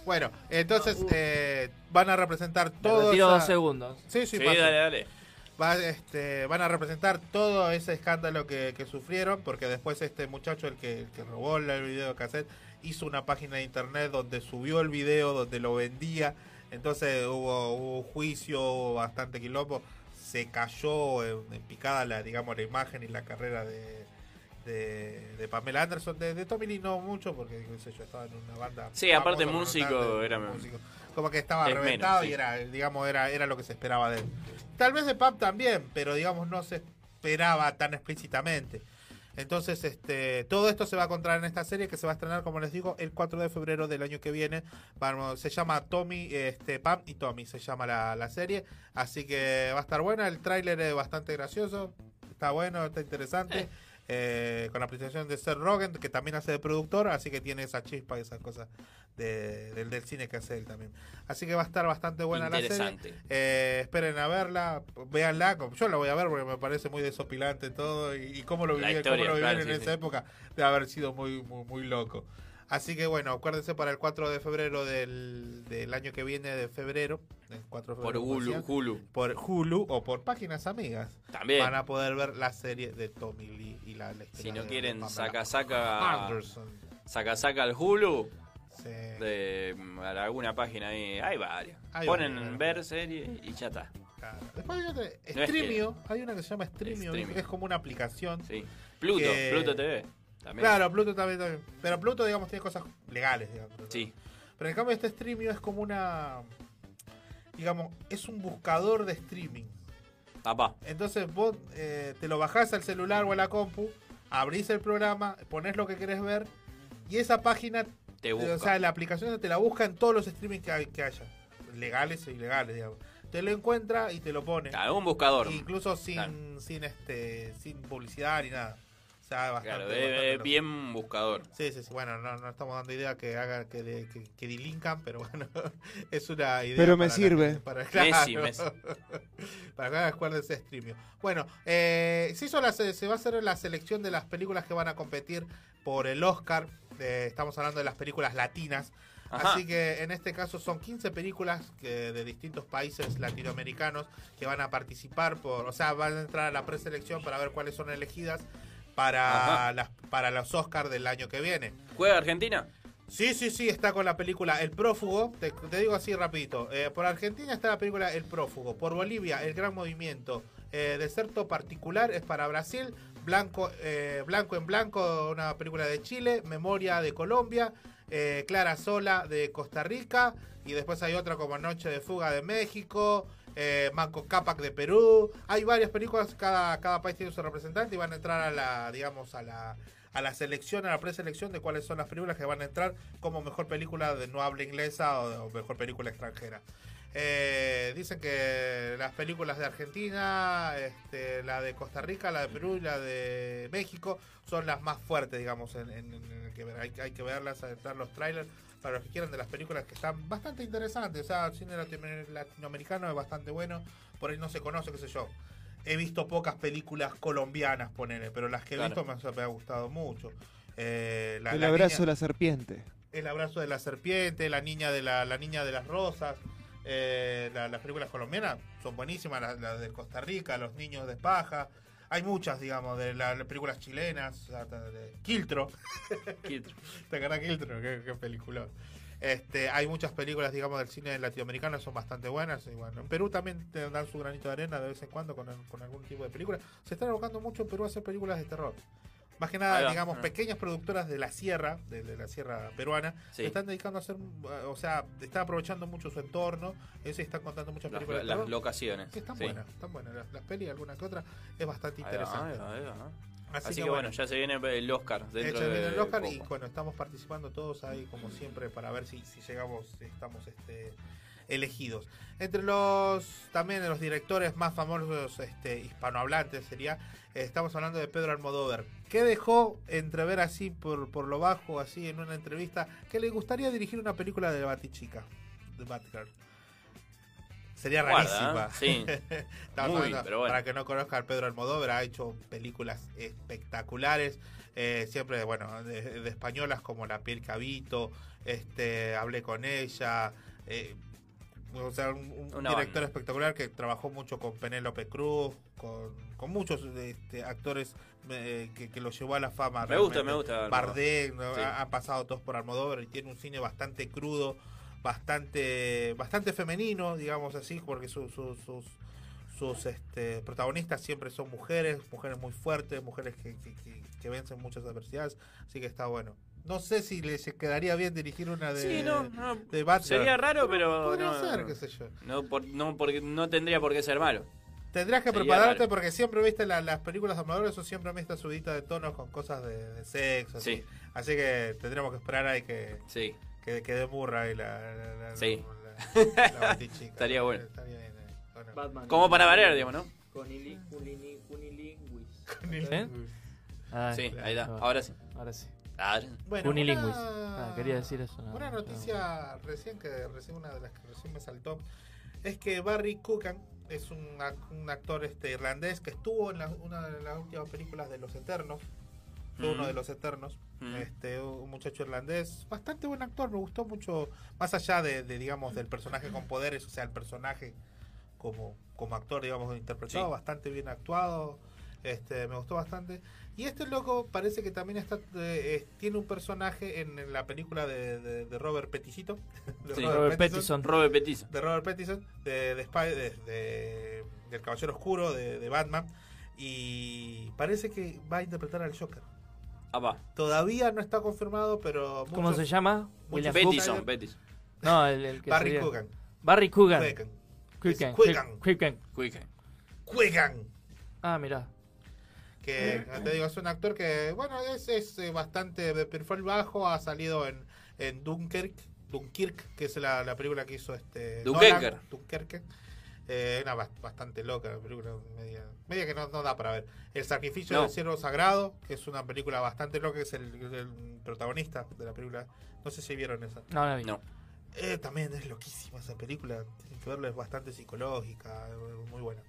[SPEAKER 10] Bueno, entonces eh, van a representar todo.
[SPEAKER 9] Ah, uh. retiro
[SPEAKER 10] esa-
[SPEAKER 9] dos segundos.
[SPEAKER 10] Sí, sí,
[SPEAKER 11] Sí,
[SPEAKER 10] pasa.
[SPEAKER 11] dale, dale.
[SPEAKER 10] Va, este, van a representar todo ese escándalo que, que sufrieron, porque después este muchacho, el que, el que robó el video cassette, hizo una página de internet donde subió el video, donde lo vendía. Entonces hubo, hubo juicio, hubo bastante quilombo. Se cayó en, en picada la, digamos, la imagen y la carrera de, de, de Pamela Anderson. De, de Tommy Lee no mucho, porque qué sé yo, estaba en una banda.
[SPEAKER 11] Sí, aparte
[SPEAKER 10] famosa,
[SPEAKER 11] músico
[SPEAKER 10] importante,
[SPEAKER 11] era
[SPEAKER 10] músico. Como que estaba
[SPEAKER 11] Es menos,
[SPEAKER 10] reventado
[SPEAKER 11] sí.
[SPEAKER 10] y era, digamos, era, era lo que se esperaba de él. Tal vez de Pam también, pero digamos no se esperaba tan explícitamente. Entonces, este, todo esto se va a encontrar en esta serie que se va a estrenar, como les digo, el 4 de febrero del año que viene. Vamos, se llama Tommy, este, Pam y Tommy, se llama la, la serie. Así que va a estar buena, el tráiler es bastante gracioso, está bueno, está interesante. Eh, con la presentación de Seth Rogen, que también hace de productor, así que tiene esa chispa y esas cosas de- del, del cine que hace él también. Así que va a estar bastante buena la serie.
[SPEAKER 11] Interesante.
[SPEAKER 10] Eh, esperen a verla, véanla. como- Yo la voy a ver porque me parece muy desopilante todo y, y cómo lo
[SPEAKER 11] La
[SPEAKER 10] vivían,
[SPEAKER 11] historia,
[SPEAKER 10] cómo lo vivían
[SPEAKER 11] claro,
[SPEAKER 10] en
[SPEAKER 11] sí,
[SPEAKER 10] esa
[SPEAKER 11] sí.
[SPEAKER 10] época de haber sido muy, muy, muy loco. Así que bueno, acuérdense para el 4 de febrero del, del año que viene de febrero. el 4 de
[SPEAKER 11] Por
[SPEAKER 10] febrero, como
[SPEAKER 11] Hulu,
[SPEAKER 10] decía,
[SPEAKER 11] Hulu.
[SPEAKER 10] Por Hulu o por páginas amigas.
[SPEAKER 11] También.
[SPEAKER 10] Van a poder ver la serie de Tommy Lee y la, la historia
[SPEAKER 11] Si no
[SPEAKER 10] de
[SPEAKER 11] quieren,
[SPEAKER 10] Pamela
[SPEAKER 11] saca, saca.
[SPEAKER 10] Anderson.
[SPEAKER 11] Saca, saca al Hulu.
[SPEAKER 10] Sí.
[SPEAKER 11] De mm, alguna página ahí. Hay varias.
[SPEAKER 10] Hay
[SPEAKER 11] Ponen
[SPEAKER 10] varias, hay
[SPEAKER 11] ver serie y ya está.
[SPEAKER 10] Después hay otra,
[SPEAKER 11] No es que-
[SPEAKER 10] Streamio, hay una que se llama Streamio,
[SPEAKER 11] Streamio.
[SPEAKER 10] que es como una aplicación.
[SPEAKER 11] Sí. Pluto,
[SPEAKER 10] que-
[SPEAKER 11] Pluto TV. También.
[SPEAKER 10] Claro, Pluto también, también. Pero Pluto, digamos, tiene cosas legales, digamos.
[SPEAKER 11] Sí.
[SPEAKER 10] Pero en cambio este Streamio es como una... Digamos, es un buscador de streaming.
[SPEAKER 11] Papá.
[SPEAKER 10] Entonces vos eh, te lo bajás al celular o a la compu, abrís el programa, ponés lo que querés ver y esa página, eh,
[SPEAKER 11] Te
[SPEAKER 10] o
[SPEAKER 11] busca.
[SPEAKER 10] sea, la aplicación te la busca en todos los streamings que, hay- que haya. Legales e ilegales, digamos. Te lo encuentra y te lo pone. E
[SPEAKER 11] Claro, un buscador.
[SPEAKER 10] Incluso sin,
[SPEAKER 11] Claro.
[SPEAKER 10] sin, este, sin publicidad ni nada. O sea, bastante,
[SPEAKER 11] Claro,
[SPEAKER 10] bastante
[SPEAKER 11] eh, eh,
[SPEAKER 10] loco.
[SPEAKER 11] bien buscador.
[SPEAKER 10] Sí, sí, sí. Bueno, no, no estamos dando idea que hagan, que, de- que, que delincan, pero bueno, es una idea.
[SPEAKER 12] Pero me
[SPEAKER 10] para la-
[SPEAKER 12] sirve.
[SPEAKER 10] para,
[SPEAKER 11] Messi,
[SPEAKER 10] claro.
[SPEAKER 11] Messi.
[SPEAKER 10] para que acuérdense de streamio. Bueno, eh, se, hizo la, se se va a hacer la selección de las películas que van a competir por el Oscar. Eh, estamos hablando de las películas latinas.
[SPEAKER 11] Ajá.
[SPEAKER 10] Así que en este caso son 15 películas que- de distintos países latinoamericanos que van a participar por, o sea, van a entrar a la preselección para ver cuáles son elegidas para
[SPEAKER 11] Ajá.
[SPEAKER 10] las para los Oscars del año que viene.
[SPEAKER 11] ¿Juega Argentina?
[SPEAKER 10] Sí, sí, sí, está con la película El Prófugo. Te, te digo así rapidito. Eh, por Argentina está la película El Prófugo. Por Bolivia, El Gran Movimiento. Eh, Deserto Particular es para Brasil. Blanco, eh, Blanco en Blanco, una película de Chile. Memoria de Colombia. eh, Clara Sola de Costa Rica. Y después hay otra como Noche de Fuga de México. eh, Manco Cápac de Perú. Hay varias películas, cada, cada país tiene su representante y van a entrar a la, digamos, a la, a la selección, a la preselección de cuáles son las películas que van a entrar como mejor película de no habla inglesa o, o mejor película extranjera. Eh, dicen que las películas de Argentina, este, la de Costa Rica, la de Perú y la de México son las más fuertes, digamos, en, en- en que ver. Hay, hay que verlas, adelantar los trailers para los que quieran de las películas que están bastante interesantes. O sea, el cine latino- latinoamericano es bastante bueno, por ahí no se conoce, qué sé yo. He visto pocas películas colombianas, ponele, pero las que he
[SPEAKER 12] Claro.
[SPEAKER 10] visto me, me ha gustado mucho. Eh, la-
[SPEAKER 12] El
[SPEAKER 10] la
[SPEAKER 12] abrazo de
[SPEAKER 10] niña-
[SPEAKER 12] la serpiente.
[SPEAKER 10] el abrazo de la serpiente, la niña de la, la niña de las rosas, eh, la- las películas colombianas son buenísimas, las las de Costa Rica, los niños de paja, hay muchas, digamos, de la- las películas chilenas, hasta de Quiltro. Quiltro. ¿Te acuerdas Quiltro? Qué, qué película. Este, hay muchas películas, digamos, del cine latinoamericano, son bastante buenas. Y bueno, en Perú también te dan su granito de arena de vez en cuando con, con algún tipo de película. Se están abocando mucho en Perú a hacer películas de terror. Más que
[SPEAKER 11] Ahí
[SPEAKER 10] nada,
[SPEAKER 11] va.
[SPEAKER 10] digamos,
[SPEAKER 11] Ah.
[SPEAKER 10] pequeñas productoras de la sierra, de, de la sierra peruana,
[SPEAKER 11] Sí.
[SPEAKER 10] se están dedicando a hacer, eh, o sea, están aprovechando mucho su entorno, eso y están contando muchas
[SPEAKER 11] Las,
[SPEAKER 10] películas. de
[SPEAKER 11] las
[SPEAKER 10] terror,
[SPEAKER 11] locaciones.
[SPEAKER 10] Que están
[SPEAKER 11] sí.
[SPEAKER 10] buenas, están buenas. Las, las pelis, alguna que otra, es bastante
[SPEAKER 11] Ahí va,
[SPEAKER 10] interesante.
[SPEAKER 11] ahí va, ahí va.
[SPEAKER 10] Así
[SPEAKER 11] Así,
[SPEAKER 10] que
[SPEAKER 11] que, bueno, ya se viene el Oscar. Dentro
[SPEAKER 10] Hecho
[SPEAKER 11] de
[SPEAKER 10] en el Oscar y
[SPEAKER 11] poco.
[SPEAKER 10] bueno, estamos participando todos ahí como siempre para ver si, si llegamos, si estamos este, elegidos. Entre los también de los directores más famosos este, hispanohablantes sería, eh, estamos hablando de Pedro Almodóvar, que dejó entrever así por, por lo bajo, así en una entrevista, que le gustaría dirigir una película de Batichica, de Batgirl. Sería
[SPEAKER 11] Guarda,
[SPEAKER 10] rarísima.
[SPEAKER 11] ¿eh? Sí.
[SPEAKER 10] Estamos
[SPEAKER 11] Muy,
[SPEAKER 10] hablando-
[SPEAKER 11] pero bueno.
[SPEAKER 10] Para que no conozca al Pedro Almodóvar, ha hecho películas espectaculares, eh, siempre bueno, de, de españolas como La piel que habito, este, hablé con ella, eh, o sea, un, un
[SPEAKER 11] Una
[SPEAKER 10] director
[SPEAKER 11] banda.
[SPEAKER 10] espectacular que trabajó mucho con Penélope Cruz, con, con muchos este, actores eh, que, que lo llevó a la fama.
[SPEAKER 11] Me gusta,
[SPEAKER 10] realmente.
[SPEAKER 11] me gusta Almodóvar.
[SPEAKER 10] Bardem, ¿no?
[SPEAKER 11] Sí.
[SPEAKER 10] Ha- han pasado todos por Almodóvar y tiene un cine bastante crudo, bastante, bastante femenino, digamos así, porque su- su- sus sus este, protagonistas siempre son mujeres, mujeres muy fuertes, mujeres que, que- que- que vencen muchas adversidades, así que está bueno. No sé si les quedaría bien dirigir una de,
[SPEAKER 11] Sí, no, no,
[SPEAKER 10] de Batgirl.
[SPEAKER 11] Sería raro, pero.
[SPEAKER 10] Podría
[SPEAKER 11] no,
[SPEAKER 10] ser,
[SPEAKER 11] no.
[SPEAKER 10] qué sé yo.
[SPEAKER 11] No, por- no, porque no tendría por qué ser malo.
[SPEAKER 10] Tendrías que
[SPEAKER 11] Sería
[SPEAKER 10] prepararte
[SPEAKER 11] raro.
[SPEAKER 10] porque siempre viste la- las películas de Amador, eso siempre me está subidita de tonos con cosas de, de sexo. así.
[SPEAKER 11] Sí.
[SPEAKER 10] Así que tendremos que esperar ahí que,
[SPEAKER 11] Sí.
[SPEAKER 10] que, que dé burra ahí la, la, la-
[SPEAKER 11] Sí.
[SPEAKER 10] la- la batichica.
[SPEAKER 11] Estaría bueno.
[SPEAKER 9] Batman.
[SPEAKER 11] Como para variar, digamos, ¿no?
[SPEAKER 9] Con ili- unili- unilingüis.
[SPEAKER 10] Unilingüis.
[SPEAKER 9] ¿Eh? Ah,
[SPEAKER 11] Sí, ahí da.
[SPEAKER 9] claro.
[SPEAKER 11] Ahora sí.
[SPEAKER 9] Ahora sí.
[SPEAKER 11] Ahora-
[SPEAKER 10] Bueno,
[SPEAKER 9] Unilingüis.
[SPEAKER 10] una-
[SPEAKER 9] Ah, quería decir eso. no,
[SPEAKER 10] Una
[SPEAKER 9] no.
[SPEAKER 10] noticia recién que recién una de las que recién me saltó es que Barry Coogan es un, ac- un actor este irlandés que estuvo en la- una de las últimas películas de Los Eternos. Fue uno
[SPEAKER 11] Mm.
[SPEAKER 10] de los Eternos.
[SPEAKER 11] Mm.
[SPEAKER 10] Este, un muchacho irlandés, bastante buen actor, me gustó mucho, más allá de, de, digamos del personaje con poderes, o sea, el personaje como, como actor, digamos, interpretado,
[SPEAKER 11] Sí.
[SPEAKER 10] bastante bien actuado. Este, me gustó bastante. Y este loco parece que también está eh, eh, tiene un personaje en, en la película de, de- de Robert Peticito. De
[SPEAKER 11] Sí.
[SPEAKER 9] Robert Pattinson.
[SPEAKER 11] Robert Pattinson.
[SPEAKER 10] De Robert Pattinson, de, de Spy- de- de- del Caballero Oscuro, de, de Batman. Y parece que va a interpretar al Joker.
[SPEAKER 11] Ah, va.
[SPEAKER 10] Todavía no está confirmado, pero...
[SPEAKER 9] ¿Cómo
[SPEAKER 10] muchos-
[SPEAKER 9] se llama?
[SPEAKER 10] muchos
[SPEAKER 9] William
[SPEAKER 11] Pattinson,
[SPEAKER 10] trailers-
[SPEAKER 11] Pattinson.
[SPEAKER 9] No, el, el que
[SPEAKER 10] Barry
[SPEAKER 9] sería-
[SPEAKER 10] Coogan.
[SPEAKER 9] Barry Coogan.
[SPEAKER 10] Coogan.
[SPEAKER 9] Coogan.
[SPEAKER 10] Coogan.
[SPEAKER 9] Coogan.
[SPEAKER 11] Quick.
[SPEAKER 10] Coogan.
[SPEAKER 9] Ah, mirá.
[SPEAKER 10] que te digo, es un actor que, bueno, es, es eh, bastante de perfil bajo, ha salido en, en Dunkirk, Dunkirk, que es la, la película que hizo este
[SPEAKER 11] Dunkerque.
[SPEAKER 10] Nolan, Dunkerque. Eh, una bas- bastante loca la película, media, media que no, no da para ver. El sacrificio
[SPEAKER 11] No.
[SPEAKER 10] del siervo sagrado, que es una película bastante loca, es el, el protagonista de la película. No sé si vieron esa.
[SPEAKER 9] No, la vi.
[SPEAKER 11] No.
[SPEAKER 10] Eh, también es loquísima esa película. Tienen que verla, es bastante psicológica, eh, muy buena.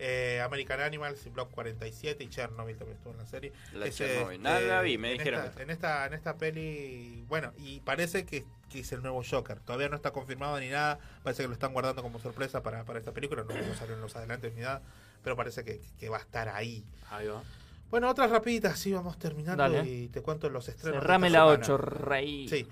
[SPEAKER 10] Eh, American Animals, Block 47 y Chernobyl también estuvo en la serie.
[SPEAKER 11] La
[SPEAKER 10] Es,
[SPEAKER 11] Chernobyl.
[SPEAKER 10] este,
[SPEAKER 11] Nada, la vi, me
[SPEAKER 10] en
[SPEAKER 11] dijeron
[SPEAKER 10] Esta, en, esta, en esta peli, bueno, y parece que, que es el nuevo Joker. Todavía no está confirmado ni nada. Parece que lo están guardando como sorpresa para, para esta película. No, no salieron los adelantes ni nada. Pero parece que, que va a estar ahí.
[SPEAKER 11] Ahí va.
[SPEAKER 10] Bueno, otras rapiditas, sí, vamos terminando
[SPEAKER 9] Dale.
[SPEAKER 10] y te cuento los estrenos. de
[SPEAKER 9] Cerrame
[SPEAKER 10] esta
[SPEAKER 9] la
[SPEAKER 10] semana.
[SPEAKER 9] 8, rey.
[SPEAKER 10] Sí,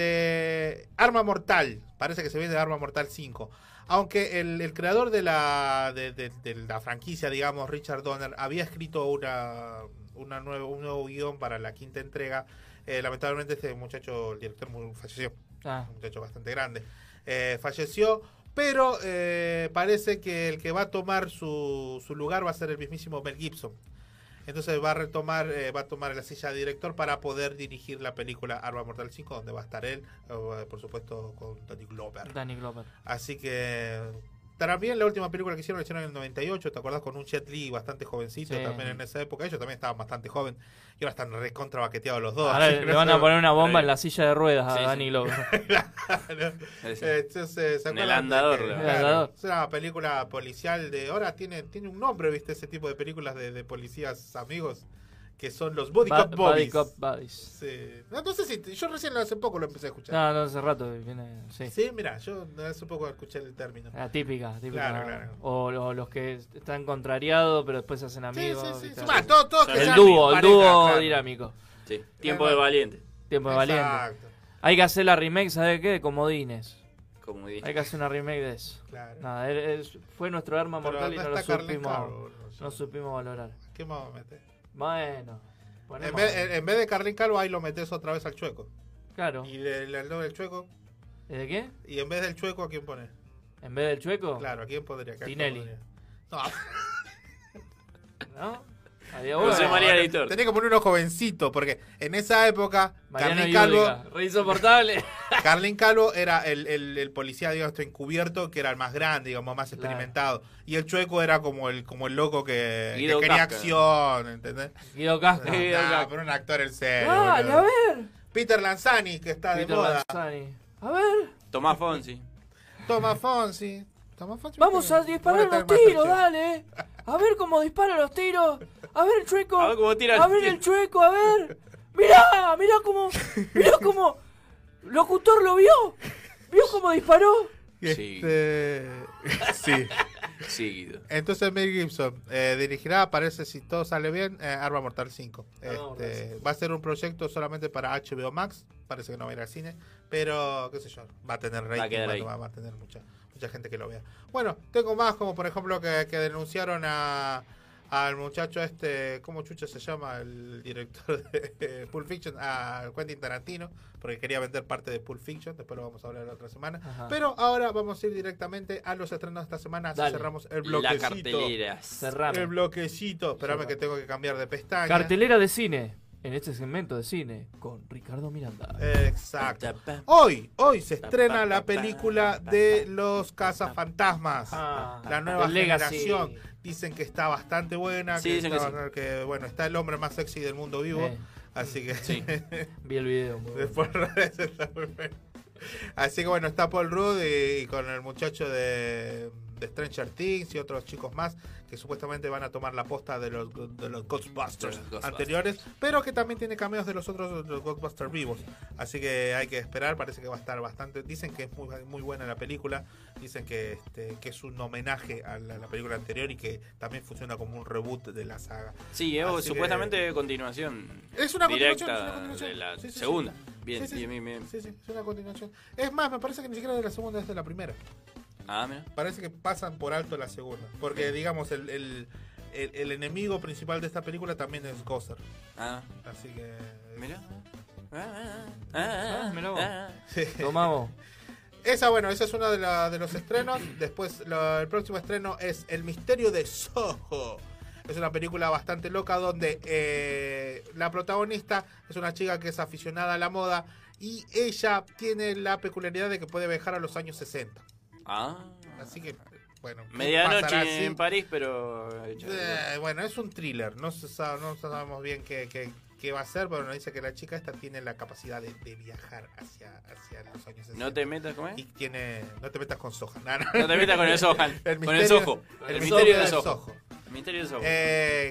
[SPEAKER 10] este. Arma Mortal. Parece que se viene de Arma Mortal 5. Aunque el, el creador de la, de, de- de la franquicia, digamos, Richard Donner, había escrito una, una nueva, un nuevo guión para la quinta entrega, eh, lamentablemente este muchacho, el director, mu- falleció.
[SPEAKER 9] Ah.
[SPEAKER 10] Un muchacho bastante grande. Eh, falleció, pero eh, parece que el que va a tomar su, su lugar va a ser el mismísimo Mel Gibson. Entonces va a retomar, eh, va a tomar la silla de director para poder dirigir la película Arma Mortal 5, donde va a estar él, eh, por supuesto, con Danny Glover.
[SPEAKER 9] Danny Glover.
[SPEAKER 10] Así que también la última película que hicieron la hicieron en el 98, ¿te acordás? Con un Jet Li bastante jovencito
[SPEAKER 9] Sí.
[SPEAKER 10] también en esa época. Ellos también estaban bastante joven y ahora están recontra baqueteados los dos.
[SPEAKER 9] Ahora
[SPEAKER 10] Así que
[SPEAKER 9] le
[SPEAKER 10] no
[SPEAKER 9] van a
[SPEAKER 10] sé-
[SPEAKER 9] poner una bomba en la silla de ruedas
[SPEAKER 10] Sí,
[SPEAKER 9] a
[SPEAKER 10] sí.
[SPEAKER 9] Danny Glover.
[SPEAKER 10] Claro. Entonces, Este, ¿se
[SPEAKER 11] En el
[SPEAKER 10] acuerdan
[SPEAKER 11] andador,
[SPEAKER 10] de que-
[SPEAKER 11] le va a
[SPEAKER 10] claro,
[SPEAKER 11] andador.
[SPEAKER 10] Es una película policial de. Ahora tiene, tiene un nombre, ¿viste? Ese tipo de películas de, de policías amigos que son los Body
[SPEAKER 9] Ba-
[SPEAKER 10] Cop
[SPEAKER 9] Body
[SPEAKER 10] Bobbies.
[SPEAKER 9] Cop Buddies.
[SPEAKER 10] Sí. No, no sé si. Yo recién hace poco lo empecé a escuchar.
[SPEAKER 9] No, no, hace rato. Viene, Ah, sí.
[SPEAKER 10] Sí, mira, yo hace poco escuché el término.
[SPEAKER 9] La típica, típica.
[SPEAKER 10] Claro, claro.
[SPEAKER 9] O lo- los que están contrariados, pero después se hacen amigos.
[SPEAKER 10] sí, sí,
[SPEAKER 9] ¿viste?
[SPEAKER 10] sí. Más, todos- todos que
[SPEAKER 9] el
[SPEAKER 10] sean
[SPEAKER 9] dúo, el
[SPEAKER 10] pareja,
[SPEAKER 9] dúo
[SPEAKER 10] claro.
[SPEAKER 9] dinámico.
[SPEAKER 11] Sí. Tiempo de valiente.
[SPEAKER 9] Tiempo de
[SPEAKER 10] Exacto.
[SPEAKER 9] valiente. Hay que hacer la remake, ¿sabes qué? De Comodines.
[SPEAKER 11] Como dije.
[SPEAKER 9] Hay que hacer una remake de eso.
[SPEAKER 10] Claro.
[SPEAKER 9] Nada, él- él- fue nuestro arma
[SPEAKER 10] Pero
[SPEAKER 9] mortal y
[SPEAKER 10] no
[SPEAKER 9] no lo
[SPEAKER 10] está Carles
[SPEAKER 9] supimos,
[SPEAKER 10] Caro,
[SPEAKER 9] no supimos valorar.
[SPEAKER 10] ¿Qué más vamos a meter?
[SPEAKER 9] Bueno.
[SPEAKER 10] En
[SPEAKER 9] ponemos-
[SPEAKER 10] vez, en- en vez de Carlín Calvo, ahí lo metes otra vez al chueco.
[SPEAKER 9] Claro.
[SPEAKER 10] ¿Y le- le- el nombre del chueco?
[SPEAKER 9] ¿De qué?
[SPEAKER 10] ¿Y en vez del chueco, a quién pones?
[SPEAKER 9] ¿En vez del chueco?
[SPEAKER 10] Claro, ¿a quién podría? ¿A quién
[SPEAKER 9] Tinelli.
[SPEAKER 10] podría? No.
[SPEAKER 9] ¿No?
[SPEAKER 11] José María
[SPEAKER 10] Ahora,
[SPEAKER 11] Editor.
[SPEAKER 10] Tenés que poner unos jovencitos, porque en esa época,
[SPEAKER 9] Mariano
[SPEAKER 10] Carlín
[SPEAKER 9] Yúdica,
[SPEAKER 10] Calvo.
[SPEAKER 9] re insoportable.
[SPEAKER 10] Carlín Calvo era el, el- el policía, digamos, encubierto, que era el más grande, digamos, más
[SPEAKER 9] Claro.
[SPEAKER 10] experimentado. Y el chueco era como el, como el loco Eh, que, que
[SPEAKER 11] Guido
[SPEAKER 10] quería
[SPEAKER 11] Casca.
[SPEAKER 10] acción, ¿entendés?
[SPEAKER 9] Guido Casca.
[SPEAKER 10] No,
[SPEAKER 9] Guido
[SPEAKER 10] no,
[SPEAKER 9] Casca. Ah,
[SPEAKER 10] pero un actor en serio.
[SPEAKER 9] Dale,
[SPEAKER 10] boludo.
[SPEAKER 9] a ver.
[SPEAKER 10] Peter Lanzani, que está de
[SPEAKER 9] Peter
[SPEAKER 10] moda.
[SPEAKER 9] Lanzani. A ver.
[SPEAKER 11] Tomás Fonsi.
[SPEAKER 10] Toma Fonsi. Toma Fonsi.
[SPEAKER 9] Vamos a disparar
[SPEAKER 10] Bueno,
[SPEAKER 9] los
[SPEAKER 10] está en
[SPEAKER 9] tiros,
[SPEAKER 10] Masterchef.
[SPEAKER 9] dale. A ver cómo disparan los tiros. A ver el chueco.
[SPEAKER 11] A ver cómo tira
[SPEAKER 9] A
[SPEAKER 11] el
[SPEAKER 9] ver
[SPEAKER 11] tiro.
[SPEAKER 9] el chueco, a ver. Mirá, mirá cómo. Mirá cómo. Locutor lo vio. Vio cómo disparó.
[SPEAKER 11] Sí.
[SPEAKER 10] Este, sí.
[SPEAKER 11] Sí, Guido.
[SPEAKER 10] Entonces Mel Gibson eh, dirigirá, parece si todo sale bien, eh, Arma Mortal 5.
[SPEAKER 9] Arma Mortal
[SPEAKER 10] Este,
[SPEAKER 9] 5.
[SPEAKER 10] va a ser un proyecto solamente para HBO Max, parece que no va a ir al cine, pero qué sé yo, va a tener rating, va a,
[SPEAKER 11] quedar ahí.
[SPEAKER 10] va a tener mucha, mucha gente que lo vea. Bueno, tengo más como por ejemplo que, que denunciaron a al muchacho este, ¿cómo chucha se llama? El director de Pulp Fiction, a Quentin Tarantino, porque quería vender parte de Pulp Fiction, después lo vamos a hablar la otra semana.
[SPEAKER 11] Ah.
[SPEAKER 9] Ajá.
[SPEAKER 10] Pero ahora vamos a ir directamente a los estrenos de esta semana, así
[SPEAKER 9] Dale.
[SPEAKER 10] cerramos el
[SPEAKER 11] La
[SPEAKER 10] bloquecito.
[SPEAKER 11] cartelera.
[SPEAKER 10] El bloquecito. Espérame que tengo que cambiar de pestaña.
[SPEAKER 9] Cartelera de cine. En este segmento de cine con Ricardo Miranda.
[SPEAKER 10] Exacto. Hoy, hoy se estrena la película de los cazafantasmas.
[SPEAKER 9] Ah,
[SPEAKER 10] la nueva
[SPEAKER 9] el Legacy.
[SPEAKER 10] generación. Dicen que está bastante buena.
[SPEAKER 11] Sí,
[SPEAKER 10] que
[SPEAKER 11] dicen
[SPEAKER 10] está
[SPEAKER 11] que
[SPEAKER 10] bastante- que, bueno, está el hombre más sexy del mundo vivo.
[SPEAKER 9] Eh.
[SPEAKER 10] Así que.
[SPEAKER 11] Sí.
[SPEAKER 9] Vi el video. muy bueno.
[SPEAKER 10] Después está muy bueno. Así que bueno, está Paul Rudd y, y con el muchacho de, de Stranger Things y otros chicos más que supuestamente van a tomar la posta de los, de los Ghostbusters
[SPEAKER 11] De los Ghostbusters.
[SPEAKER 10] anteriores, pero que también tiene cameos de los otros de los Ghostbusters vivos. Así que hay que esperar, parece que va a estar bastante. Dicen que es muy, muy buena la película, dicen que, este, que es un homenaje a la, la película anterior y que también funciona como un reboot de la saga.
[SPEAKER 11] Sí, es
[SPEAKER 10] Así que-
[SPEAKER 11] supuestamente continuación.
[SPEAKER 10] Es una
[SPEAKER 11] directa
[SPEAKER 10] continuación, es una continuación.
[SPEAKER 11] de la
[SPEAKER 10] Sí, sí, sí.
[SPEAKER 11] segunda. Bien,
[SPEAKER 10] Sí, sí,
[SPEAKER 11] bien, bien, bien.
[SPEAKER 10] Sí, sí, es una continuación. Es más, me parece que ni siquiera de la segunda es de la primera.
[SPEAKER 11] Ah, mira.
[SPEAKER 10] Parece que pasan por alto la segunda. Porque, digamos, el, el, el- el enemigo principal de esta película también es Gozer.
[SPEAKER 11] Ah,
[SPEAKER 10] Así que.
[SPEAKER 11] mira. Ah, ah,
[SPEAKER 9] Ah, mirá vos.
[SPEAKER 11] ah, ah.
[SPEAKER 10] Sí.
[SPEAKER 9] Tomamos.
[SPEAKER 10] Esa, bueno, esa es una de, la- de los estrenos. Después, lo- el próximo estreno es El misterio de Soho. Es una película bastante loca donde eh, la protagonista es una chica que es aficionada a la moda y ella tiene la peculiaridad de que puede viajar a los años 60.
[SPEAKER 11] Ah.
[SPEAKER 10] Así que, bueno. ¿qué pasará
[SPEAKER 11] Medianoche
[SPEAKER 10] si-
[SPEAKER 11] en París, pero.
[SPEAKER 10] Eh, bueno, es un thriller. No, se sabe- no sabemos bien qué, qué- qué va a ser, pero nos dice que la chica esta tiene la capacidad de, de viajar hacia, hacia los años 60.
[SPEAKER 11] No te metas, ¿cómo es?
[SPEAKER 10] Y tiene. No te metas con Soja. No,
[SPEAKER 11] No te metas con el Sohan,
[SPEAKER 10] El
[SPEAKER 11] con el
[SPEAKER 10] misterio-
[SPEAKER 11] Soho.
[SPEAKER 10] El, misterio
[SPEAKER 11] El misterio
[SPEAKER 10] de
[SPEAKER 11] del
[SPEAKER 10] Soho.
[SPEAKER 11] Soho. Misterio de Soho.
[SPEAKER 10] Eh,